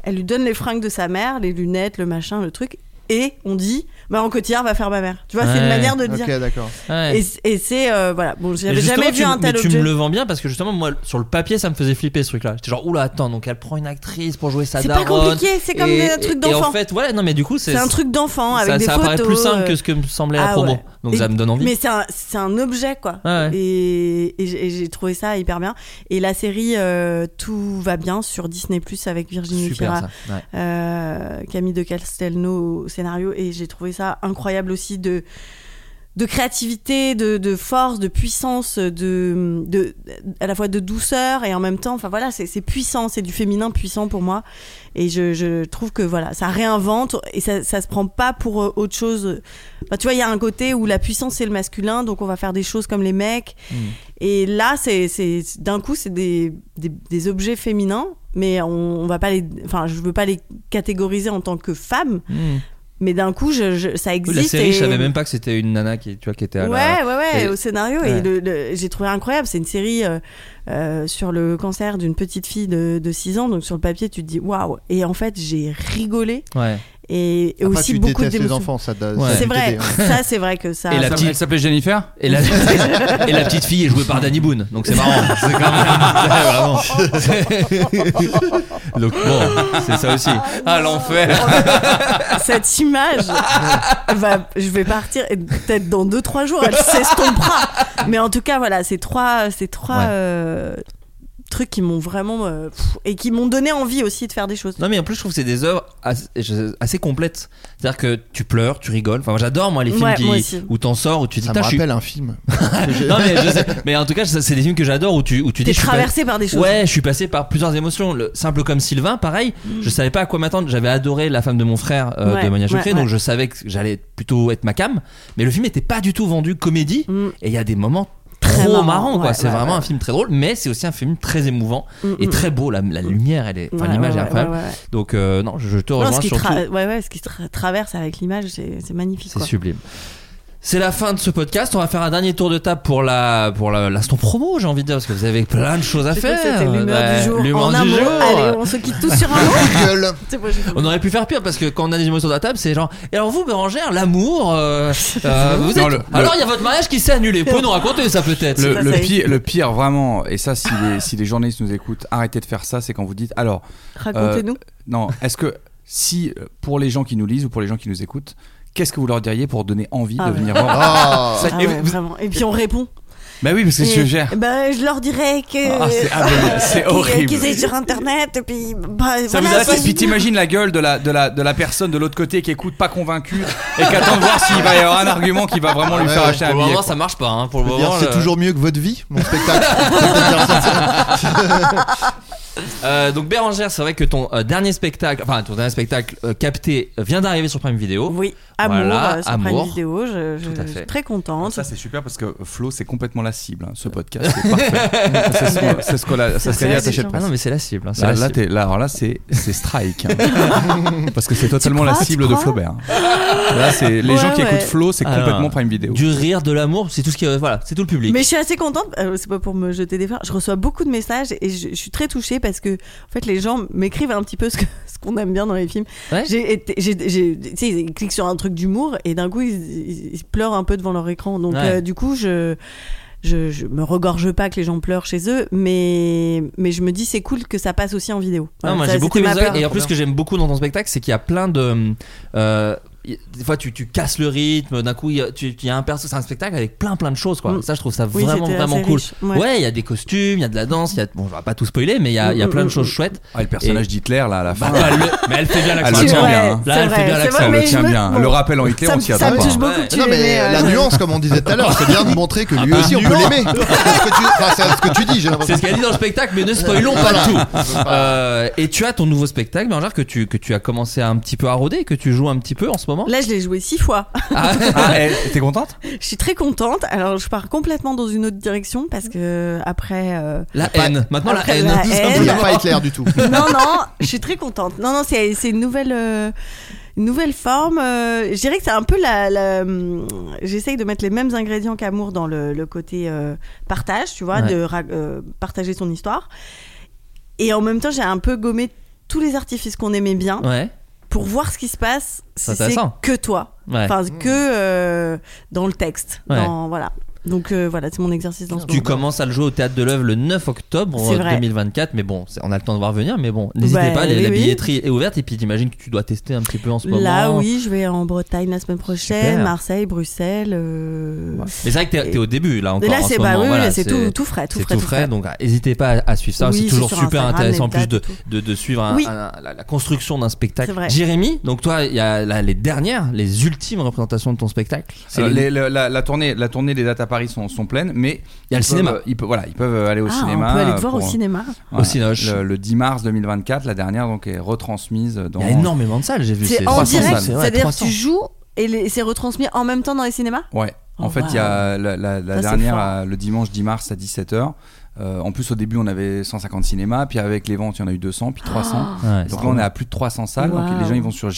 I: Elle lui donne les fringues de sa mère, les lunettes, le machin, le truc, et on dit, Marion Cotillard va faire ma mère. Tu vois, c'est une
F: Ouais.
I: manière de dire.
G: Ok, d'accord.
F: Ouais.
I: Et, c- et c'est, euh, voilà, bon,
F: Mais
I: j'avais
F: justement,
I: jamais vu
F: tu-
I: un tel
F: mais
I: objet.
F: tu me le vends bien parce que justement moi sur le papier ça me faisait flipper ce truc là j'étais genre oula attends donc elle prend une actrice pour jouer sa
I: C'est pas
F: daronne.
I: compliqué, c'est comme
F: Et-
I: des trucs
F: et- Et
I: d'enfant.
F: en fait ouais non mais du coup c'est
I: C'est un truc d'enfant avec
F: ça,
I: des
F: ça
I: photos.
F: paraît plus simple
I: euh,
F: que ce que me semblait la
I: Ah
F: promo
I: ouais.
F: donc
I: Et-
F: ça me donne envie Ah
I: Mais c'est un, c'est un objet, quoi.
F: Ouais, ouais.
I: Et, et j'ai- et j'ai trouvé ça hyper bien. Et la série euh, Tout va bien sur Disney Plus avec Virginie Fira,
F: super ça ouais.
I: euh, Camille de Castelnau au scénario. Et j'ai trouvé ça incroyable aussi de de créativité, de, de force, de puissance, de, de à la fois de douceur et en même temps, enfin voilà, c'est c'est puissant, c'est du féminin puissant pour moi. Et je, je trouve que voilà, ça réinvente et ça, ça se prend pas pour euh, autre chose. Enfin, tu vois, il y a un côté où la puissance c'est le masculin, donc on va faire des choses comme les mecs. Et là, c'est c'est- d'un coup, c'est des, des, des objets féminins, mais on, on va pas les, enfin, je veux pas les catégoriser en tant que femmes,
F: Mmh.
I: mais d'un coup, je, je- ça
F: Oui,
I: existe.
F: la série
I: et-
F: je savais même pas que c'était une nana qui tu vois qui était à la-
I: Ouais, ouais, ouais,
F: et-
I: au scénario.
F: ouais.
I: Et le, le- j'ai trouvé incroyable. C'est une série euh, euh, sur le cancer d'une petite fille de, de 6 ans. Donc sur le papier, tu te dis waouh. Et en fait, j'ai rigolé.
F: ouais
I: Et, et
G: Enfin,
I: aussi
G: tu
I: beaucoup
G: détestes les
I: d'émotions.
G: enfants, ça doit-
F: Ouais.
G: ça
I: C'est
G: doit
I: vrai,
G: t'aider, hein.
I: ça c'est vrai que ça.
F: Et la
H: Elle
F: petite-
H: s'appelle- elle s'appelait Jennifer
F: Et la, et la petite fille est jouée par Danny Boone, donc c'est marrant. C'est quand même. c'est vraiment. donc bon, c'est ça aussi. Ah l'enfer.
I: Cette image, va, je vais partir et peut-être dans 2-3 jours, elle s'estompera. Mais en tout cas, voilà, ces trois, ces trois
F: Ouais.
I: euh, trucs qui m'ont vraiment. euh, pff, et qui m'ont donné envie aussi de faire des choses.
F: Non mais en plus je trouve que c'est des œuvres assez, je- assez complètes. C'est-à-dire que tu pleures, tu rigoles. Enfin moi, j'adore moi les films
I: Ouais,
F: qui-
I: moi aussi.
F: où t'en sors où tu dis
G: Ça me
F: Putain, je suis-
G: rappelle un film. que j'ai-
F: Non mais je sais- mais en tout cas ça, c'est des films que j'adore où tu où tu
I: T'es
F: dis je suis pas-
I: traversé par des choses.
F: Ouais, je suis passé par plusieurs émotions. Le, simple comme Sylvain, pareil, je savais pas à quoi m'attendre. J'avais adoré La femme de mon frère euh,
I: Mm. Ouais,
F: de Mania
I: ouais,
F: Chokri,
I: ouais.
F: donc je savais que j'allais plutôt être ma cam. Mais le film était pas du tout vendu comédie.
I: Mm.
F: Et il y a des moments
I: Très
F: trop
I: marrants,
F: marrants, quoi.
I: ouais,
F: c'est
I: ouais,
F: vraiment
I: ouais.
F: un film très drôle, mais c'est aussi un film très émouvant
I: Mm,
F: et
I: mm.
F: très beau. La, la lumière, elle est, enfin
I: Ouais,
F: l'image
I: ouais,
F: est
I: ouais,
F: incroyable.
I: ouais, ouais.
F: Donc euh, non, je, je te
I: Non,
F: rejoins
I: ce qui,
F: sur
I: tra-
F: tout.
I: ouais, ouais, ce qui tra- traverse avec l'image, c'est c'est magnifique.
F: C'est
I: quoi.
F: sublime. C'est la fin de ce podcast. On va faire un dernier tour de table pour la pour la- l'instant promo, j'ai envie de dire, parce que vous avez plein de choses à
I: J'ai cru que
F: faire.
I: C'était l'humeur
F: Ouais,
I: du jour.
F: l'humeur
I: en un
F: du
I: mot,
F: jour. euh,
I: allez, on se quitte tous sur un mot.
G: Gueule.
I: C'est bon, j'ai fait.
F: On aurait pu faire pire parce que quand on a des émotions sur la table, c'est genre. Et alors vous, Bérangère, l'amour, euh, euh, vous
H: Non,
F: êtes-
H: le-
F: Alors il y a votre mariage qui s'est annulé. Vous pouvez nous raconter ça peut-être.
H: Le,
I: Ça,
H: le
I: ça
H: pire, le pire, vraiment, et ça, si les, si les journalistes nous écoutent, arrêtez de faire ça, c'est quand vous dites alors,
F: Euh,
I: Racontez-nous.
H: non, est-ce que. si euh, pour les gens qui nous lisent ou pour les gens qui nous écoutent, qu'est-ce que vous leur diriez pour donner envie
I: Ah
H: de
I: ouais.
H: venir
G: Ah.
H: voir Ça-
I: Ah
H: et
I: ouais,
H: vous-
I: vraiment. Et puis on répond.
H: Bah oui, parce que je
I: Et-
H: gère.
I: bah, je leur dirais que.
H: Ah, c'est- ah, mais c'est
I: qu'ils-
H: horrible.
I: Qu'ils aient sur internet et puis. Bah,
H: Ça
I: voilà,
H: vous a...
I: c'est-
H: Puis t'imagines la gueule de la, de, la, de la personne de l'autre côté qui écoute pas convaincue et qui attend de voir s'il va y avoir un argument qui va vraiment lui
G: Ouais,
H: faire
G: ouais.
H: acheter
F: Pour
H: un
F: le
H: billet.
F: moment,
H: quoi.
F: ça marche pas. hein. Pour le
G: Je veux dire,
F: moment,
G: c'est
F: le-
G: toujours mieux que votre vie, mon spectacle. Ça peut dire ça.
F: Euh, donc Bérangère, c'est vrai que ton euh, dernier spectacle, enfin ton dernier spectacle euh, capté euh, vient d'arriver sur Prime Video.
I: Oui, amour,
F: Voilà,
I: euh, sur Prime
F: amour.
I: Vidéo, je, je-
F: Tout à
I: je
F: fait.
I: suis très
H: Alors
I: contente.
H: Ça c'est super parce que Flo c'est complètement la cible. hein. Ce podcast c'est parfait. c'est ce qu'on- c'est ce qu'on a- c'est ce
I: C'est
H: qu'elle a
I: la
H: attaché de
I: cible.
F: Ah
H: presse.
F: non mais c'est la cible. hein, c'est
I: Bah,
H: Là,
F: la
H: là,
F: cible.
H: t'es- là, alors là, c'est c'est strike. hein. Parce que c'est totalement la
I: crois, tu
H: cible de
I: crois
H: Flaubert. hein. Là, c'est les
I: Ouais,
H: gens qui
I: ouais.
H: écoutent Flo, c'est
F: Alors,
H: complètement Prime Vidéo.
F: Du rire, de l'amour, c'est tout ce qui, euh, voilà, c'est tout le public.
I: Mais je suis assez contente, euh, c'est pas pour me jeter des fleurs, je reçois beaucoup de messages et je, je suis très touchée parce que en fait les gens m'écrivent un petit peu ce que- ce qu'on aime bien dans les films.
F: Ouais.
I: J'ai été- j'ai- j'ai- tu sais, ils cliquent sur un truc d'humour et d'un coup ils, ils- ils pleurent un peu devant leur écran. Donc
F: Ouais.
I: euh, du coup je, je je me regorge pas que les gens pleurent chez eux, mais mais je me dis c'est cool que ça passe aussi en vidéo.
F: Non,
I: Voilà,
F: moi
I: ça,
F: j'ai beaucoup
I: c'était
F: aimé
I: ma
F: ça.
I: peur.
F: Et en plus, ce que j'aime beaucoup dans ton spectacle, c'est qu'il y a plein de. hum, euh, y- des fois, tu, tu casses le rythme. D'un coup, il y a- tu- il y a un perso. C'est un spectacle avec plein plein de choses, quoi.
I: Mm.
F: Ça, je trouve ça
I: Oui,
F: vraiment
I: c'était
F: vraiment
I: assez
F: cool.
I: riche, ouais.
F: il y a des costumes, il y a de la danse. il Y a, bon, on va pas tout spoiler, mais il y a, il y a
I: Mm,
F: plein de
I: mm,
F: choses
I: mm.
F: chouettes.
H: Ah, le personnage d'Hitler, là, à la fin.
F: Bah, elle le- mais elle fait bien l'accent.
H: Elle le tient
I: Ouais,
H: bien. hein.
F: Là,
I: c'est
F: elle fait
I: vrai,
F: bien hein.
I: c'est
F: l'accent.
I: vrai,
H: Elle
I: mais
H: le tient
I: je me-
H: bien.
I: bon,
H: Le rappel en Hitler,
I: ça
H: on
I: me-
H: s'y
I: ça
H: attend
I: me
H: pas.
I: touche
H: hein.
I: beaucoup que tu
G: non,
I: l'aimais,
G: mais
I: euh,
G: la
I: ouais.
G: nuance, comme on disait tout à l'heure, c'est bien de montrer
F: Ah
G: que lui aussi on peut l'aimer. C'est ce que tu- enfin, c'est ce que tu dis, j'ai
F: bah, C'est
G: l'impression.
F: ce qu'elle dit dans le spectacle, mais ne spoilons pas tout. Euh, et tu as ton nouveau spectacle, Bernard, que tu, que tu as commencé un petit peu à roder, que tu joues un petit peu en ce moment.
I: Là, je l'ai joué six fois.
F: Ah,
H: Ah, eh, t'es contente
I: je suis très contente. Alors, je pars complètement dans une autre direction parce que après. euh,
F: la haine. Maintenant, la
I: Après,
F: haine.
I: la
F: Tout simplement.
G: Il n'y a
I: elle-
G: pas éclair du tout.
I: non, non, je suis très contente. Non, non, c'est c'est une nouvelle. euh, une Nouvelle forme, Euh, je dirais que c'est un peu la. la, hum, J'essaye de mettre les mêmes ingrédients qu'amour dans le, le côté euh, partage, tu vois,
F: Ouais.
I: de ra- euh, partager son histoire. Et en même temps, j'ai un peu gommé tous les artifices qu'on aimait bien
F: Ouais.
I: pour voir ce qui se passe
F: C'est
I: si c'est
F: intéressant.
I: que toi,
F: Ouais.
I: enfin que euh, dans le texte,
F: Ouais.
I: dans- voilà. Donc euh, voilà, c'est mon exercice dans ce
F: Tu
I: moment.
F: commences à le jouer au théâtre de l'œuvre le 9 octobre
I: C'est vrai.
F: 2024, mais bon, c'est- on a le temps de voir venir. Mais bon, n'hésitez
I: Bah,
F: pas, les-
I: oui,
F: la
I: oui.
F: billetterie est ouverte. Et puis j'imagine que tu dois tester un petit peu en ce moment.
I: Là, oui, je vais en Bretagne la semaine prochaine,
F: Super.
I: Marseille, Bruxelles. euh,
F: Mais c'est vrai que t'es- t'es au début là
I: Et
F: encore.
I: là,
F: en
I: c'est
F: ce
I: bah,
F: moment,
I: oui,
F: voilà,
I: oui, c'est tout, tout frais, tout
F: C'est
I: frais, tout frais.
F: Donc, ah, n'hésitez pas à à suivre ça.
I: Oui,
F: c'est
I: c'est
F: toujours
I: sur
F: super
I: Instagram,
F: intéressant en
I: les
F: plus de,
I: dates et
F: de, de suivre un-
I: Oui.
F: un- la, la construction d'un spectacle.
I: C'est vrai.
F: Jérémy, donc toi, il y a là, les dernières, les ultimes représentations de ton spectacle. C'est
H: Alors,
F: les-
H: Euh, les- le- la, la tournée, la tournée des dates à Paris sont, sont pleines, mais
F: Il y a le
H: ils peuvent-
F: cinéma.
H: Ils peuvent, voilà, ils peuvent aller au
I: Ah,
H: cinéma.
I: on peut aller
H: euh,
I: te voir
H: pour-
I: au cinéma.
F: Au Cinoche.
H: Le, le 10 mars 2024, la dernière donc est retransmise dans.
F: Il y a énormément de salles, j'ai vu.
I: C'est en
H: 300
I: direct,
H: salles.
F: ouais,
I: c'est-à-dire
F: 300.
I: tu joues et les- c'est retransmis en même temps dans les cinémas.
H: Ouais. En
I: Oh,
H: fait, il y a la, la- la
I: Ça, c'est
H: dernière
I: fort.
H: euh, le dimanche 10 mars à 17h. en plus, au début, on avait 150 cinémas, puis avec les ventes, il y en a eu 200, puis 300.
F: Ouais, c'est
H: Donc là,
F: trop
H: on est
F: bien.
H: à plus de 300 salles. Donc
I: Oh. Waouh.
H: les gens, ils vont sur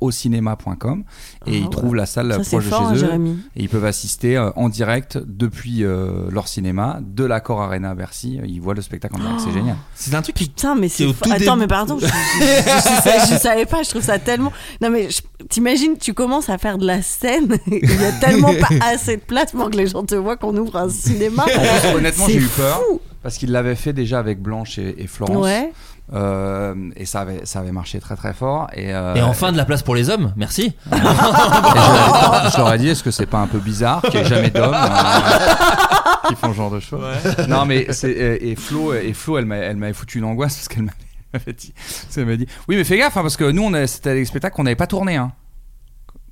H: jérémyferrariaucinéma.com et
I: Ah,
H: ils
I: ouais.
H: trouvent la salle
I: Ça c'est
H: proche de chez
I: fort, hein,
H: eux.
I: Jérémy.
H: Et ils peuvent assister euh, en direct depuis euh, leur cinéma, de l'accord Arena à Bercy. Ils voient le spectacle en
I: Oh.
H: direct, c'est génial.
F: C'est un truc qui
I: Putain, mais
F: C'est
I: c'est
F: au
I: fo-
F: tout
I: Attends,
F: début.
I: mais pardon, je, je, je- je- je savais pas, je trouve ça tellement. Non, mais je- t'imagines, tu commences à faire de la scène, il y a tellement pas assez de place pour que les gens te voient qu'on ouvre un cinéma.
H: Honnêtement,
I: C'est
H: j'ai eu peur
I: fou.
H: parce qu'ils l'avaient fait déjà avec Blanche et, et Florence.
I: Ouais.
H: Euh, et ça avait, ça avait marché très très fort. Et, euh,
F: Et enfin de la place pour les hommes, merci.
H: et je, leur ai- je leur ai dit, est-ce que c'est pas un peu bizarre qu'il n'y ait jamais d'hommes euh, qui font ce genre de choses Non, mais c'est, et, et Flo, et Flo, elle m'a- elle m'avait foutu une angoisse parce qu'elle m'avait- m'avait dit, parce qu'elle m'avait dit, oui, mais fais gaffe, hein, parce que nous, on a- c'était des spectacles qu'on n'avait pas tourné. Hein.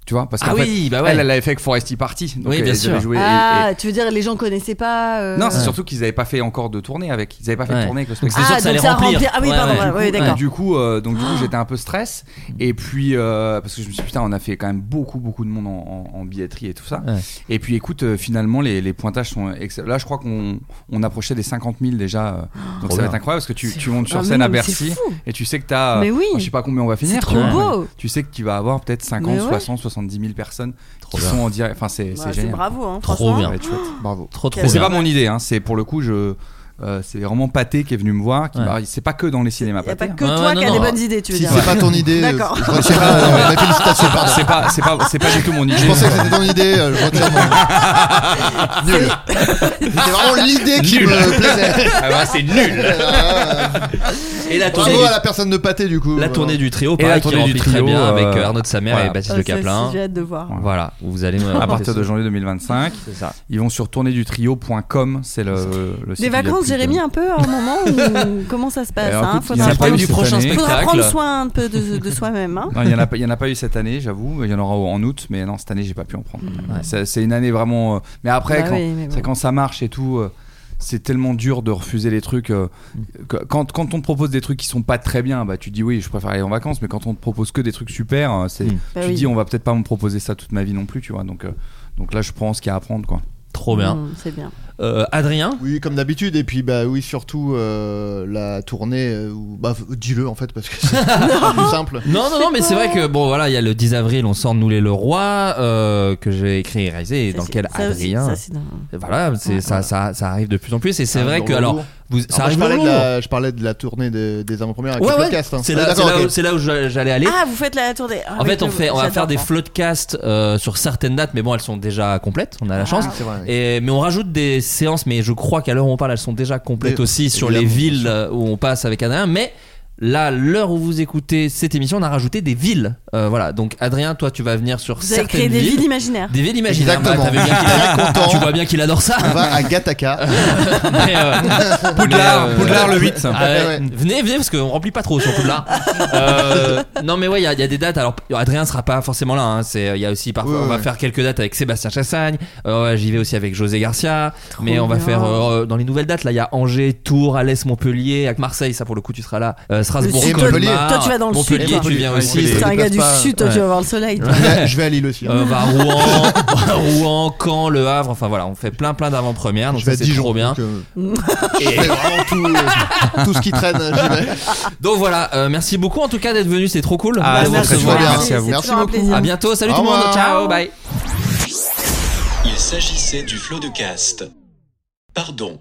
H: Tu vois, parce
F: Ah
H: qu'en fait,
F: oui, bah ouais.
H: elle, elle avait fait avec Foresti Party. Donc
F: Oui, bien
H: elle
F: sûr.
H: avait joué et-
I: Ah, tu veux dire, les gens connaissaient pas. euh,
H: et- non, c'est surtout qu'ils n'avaient pas fait encore de tournée avec. Ils n'avaient pas fait
F: Ouais.
H: de tournée avec le
F: Donc
H: spectacle.
F: c'est sûr
I: Ah,
F: que ça
I: donc
F: allait
I: ça
F: remplir.
I: remplir. Ah oui, pardon, ouais, ouais, d'accord. Ah.
H: Et du coup, euh, donc du coup, j'étais un peu stress. Et puis, euh, parce que je me suis dit, putain, on a fait quand même beaucoup, beaucoup de monde en, en- en billetterie et tout ça.
F: Ouais.
H: Et puis, écoute, euh, finalement, les, les pointages sont excellents. Là, je crois qu'on on approchait des 50 000 déjà. euh, donc, ça va
F: bien.
H: être incroyable parce que tu,
I: Oh, C'est
H: tu montes
I: Ah,
H: sur
I: mais
H: scène
I: non,
H: à
I: mais c'est
H: Bercy
I: fou.
H: et tu sais que t'as.
I: Mais oui.
H: oh, Je sais pas combien on va finir.
I: C'est trop
H: tu vois,
I: beau.
H: mais Tu sais que tu vas avoir peut-être 50,
I: Mais ouais.
H: 60, 70 000 personnes qui
F: bien.
H: sont en direct. Enfin, c'est
I: Ouais,
H: c'est
I: c'est
H: génial.
I: bravo, hein,
F: Trop
I: franchement.
F: bien.
H: Ça va être chouette.
G: Bravo.
F: Trop trop
H: Mais C'est
F: bien.
H: pas mon idée, hein. c'est pour le coup, je, euh, c'est vraiment Pâté qui est venu me voir. qui
F: Ouais.
H: m'a- C'est pas que dans les cinémas,
I: Il n'y a
H: Pâté.
I: pas
H: hein.
I: que
F: Ouais,
I: toi
F: ouais,
I: qui as
F: non,
I: des
F: non.
I: bonnes idées, tu veux
G: Si
I: dire.
G: c'est pas ton idée, euh,
I: D'accord.
G: je retiens euh, ma félicitation.
H: C'est pas, pas, c'est pas, c'est pas du tout mon idée.
G: Je pensais que c'était ton idée, euh, je retire mon. Nul. C'était vraiment l'idée qui
F: Nul.
G: me plaisait. Euh,
F: Ah bah, c'est nul. Et la tournée,
G: Bravo
F: du,
G: à la personne de pâté du coup.
F: la tournée du trio,
H: Et
F: pareil,
H: la
F: qui
H: tournée
F: remplit
H: du
F: très
H: trio,
F: bien
H: euh,
F: avec euh, Arnaud de Samer
H: voilà.
F: et Baptiste
I: Ça
F: Le
I: aussi,
F: Caplin.
I: J'ai hâte de voir.
F: Voilà, vous allez me
H: À
F: raconter
H: partir
F: ça.
H: de janvier 2025,
F: C'est ça.
H: ils vont sur tournedutrio.com, c'est le, le site. où il
I: Des
H: y a
I: vacances,
H: plus de-
I: Jérémy, un peu à un moment ou Comment ça se passe
H: Alors,
I: hein
H: écoute,
I: Faudra
H: il y en a
F: C'est
H: pas
F: pas
H: eu
F: du
H: cette
F: prochain
H: année.
I: faudra
F: spectacle.
I: prendre soin un peu de, de soi-même. hein.
H: Non, il n'y en, a pas- il y en a pas eu cette année, j'avoue. Il y en aura en août, mais non, cette année, j'ai pas pu en prendre. C'est c'est une année vraiment. euh, Mais après,
I: Bah
H: quand,
I: oui, mais bon.
H: c'est quand ça marche et tout. euh, C'est tellement dur de refuser les trucs. euh, que- Quand, quand on te propose des trucs qui sont pas très bien, bah tu dis oui, je préfère aller en vacances. Mais quand on te propose que des trucs super, euh, c'est,
F: Mm.
G: Hmm.
H: tu
I: Bah
H: te
I: oui.
H: dis on va peut-être pas me proposer ça toute ma vie non plus, tu vois. Donc, euh, donc là, je prends ce qu'il y a à prendre, quoi.
F: Trop bien.
I: Mm, C'est bien.
F: Euh, Adrien
G: Oui, comme d'habitude, et puis bah oui, surtout euh, la tournée. euh, où- bah, f- dis-le en fait, parce que c'est pas plus simple.
F: non, non, non, mais c'est vrai que bon, voilà, il y a le 10 avril, on sort Nous les le roi, euh, que j'ai écrit et réalisé, et
I: Ça,
F: dans
I: c'est-
F: lequel
I: ça aussi,
F: Adrien.
I: ça, c'est dans-
F: voilà, c'est,
I: Ouais.
F: ça, ça, ça arrive de plus en plus, et c'est
G: Ah,
F: vrai
G: dans
F: que,
G: le
F: alors,
G: lourd.
F: vous, ça
G: Alors,
F: arrive
G: moi, je,
F: dans
G: parlais
F: le
G: de
F: lourd.
G: la, je parlais de la tournée de- des avant-premières avec
F: Ouais,
G: le
F: ouais.
G: podcast. hein.
F: C'est
G: Ah,
F: là,
G: d'accord,
F: c'est là
G: ok.
F: où- c'est là où j'a- j'allais aller.
I: Ah, vous faites la tournée. Ah,
F: En
I: avec
F: fait, on,
I: le-
F: fait, on va
I: j'adore.
F: faire des floodcasts euh, sur certaines dates, mais bon, elles sont déjà complètes, on a
I: Ah.
F: la chance.
G: C'est vrai.
F: Et, mais on rajoute des séances, mais je crois qu'à l'heure où on parle, elles sont déjà complètes
G: Mais-
F: aussi sur les
G: évidemment,
F: villes euh, où on passe avec Adrien. Mais là, l'heure où vous écoutez cette émission, on a rajouté des villes. Euh, voilà, donc Adrien, toi, tu vas venir sur
I: Vous avez
F: certaines
I: créé des villes imaginaires.
F: Des villes imaginaires. Bah,
G: Exactement.
F: t'as vu bien qu'il a-
G: Très content.
F: tu vois bien qu'il adore ça.
G: On va à Gataka.
F: Mais, euh,
H: Poudlard,
F: mais, euh,
H: Poudlard le 8.
F: Ah ouais.
G: Ouais.
F: Venez, venez, parce qu'on remplit pas trop sur Poudlard. Euh, non, mais ouais, il y, a- il y a des dates. Alors, Adrien sera pas forcément là. hein. C'est, il y a aussi parfois,
G: Ouais,
F: on va
G: ouais.
F: faire quelques dates avec Sébastien Chassagne. Euh, ouais, J'y vais aussi avec José Garcia. mais on va
I: bien.
F: faire euh, dans les nouvelles dates. Là, il y a Angers, Tours, Alès, Montpellier, avec Marseille. Ça, pour le coup, tu seras là. Euh, Strasbourg,
G: Le Sud,
F: Colmar.
G: Montpellier.
I: Toi, tu vas dans le Sud, toi.
F: Montpellier, tu viens
G: Montpellier.
F: aussi.
G: Montpellier.
I: C'est un gars du
G: Déplace pas,
I: sud, toi,
F: ouais.
I: tu vas voir le soleil. toi.
G: Je vais- je vais à Lille aussi.
F: Euh, on va à Rouen, à Rouen, Caen, Le Havre. Enfin voilà, on fait plein plein d'avant-premières. Donc
G: je vais à
F: ça, c'est
G: Dijon.
F: trop bien.
G: donc, euh, je fais vraiment tout, euh, tout ce qui traîne. j'y vais.
F: Donc voilà, euh, merci beaucoup en tout cas d'être venu. C'est trop cool.
H: Ah,
F: Merci
H: c'est
F: de
H: très
F: recevoir.
H: bien.
I: C'est
H: Merci à vous.
I: toujours
G: Merci
I: un
G: beaucoup.
I: plaisir.
F: À bientôt. Salut
G: Au
F: tout le monde.
G: revoir.
F: Ciao. Bye.
B: Il s'agissait du flot de caste. Pardon.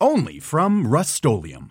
C: Only from Rust-Oleum.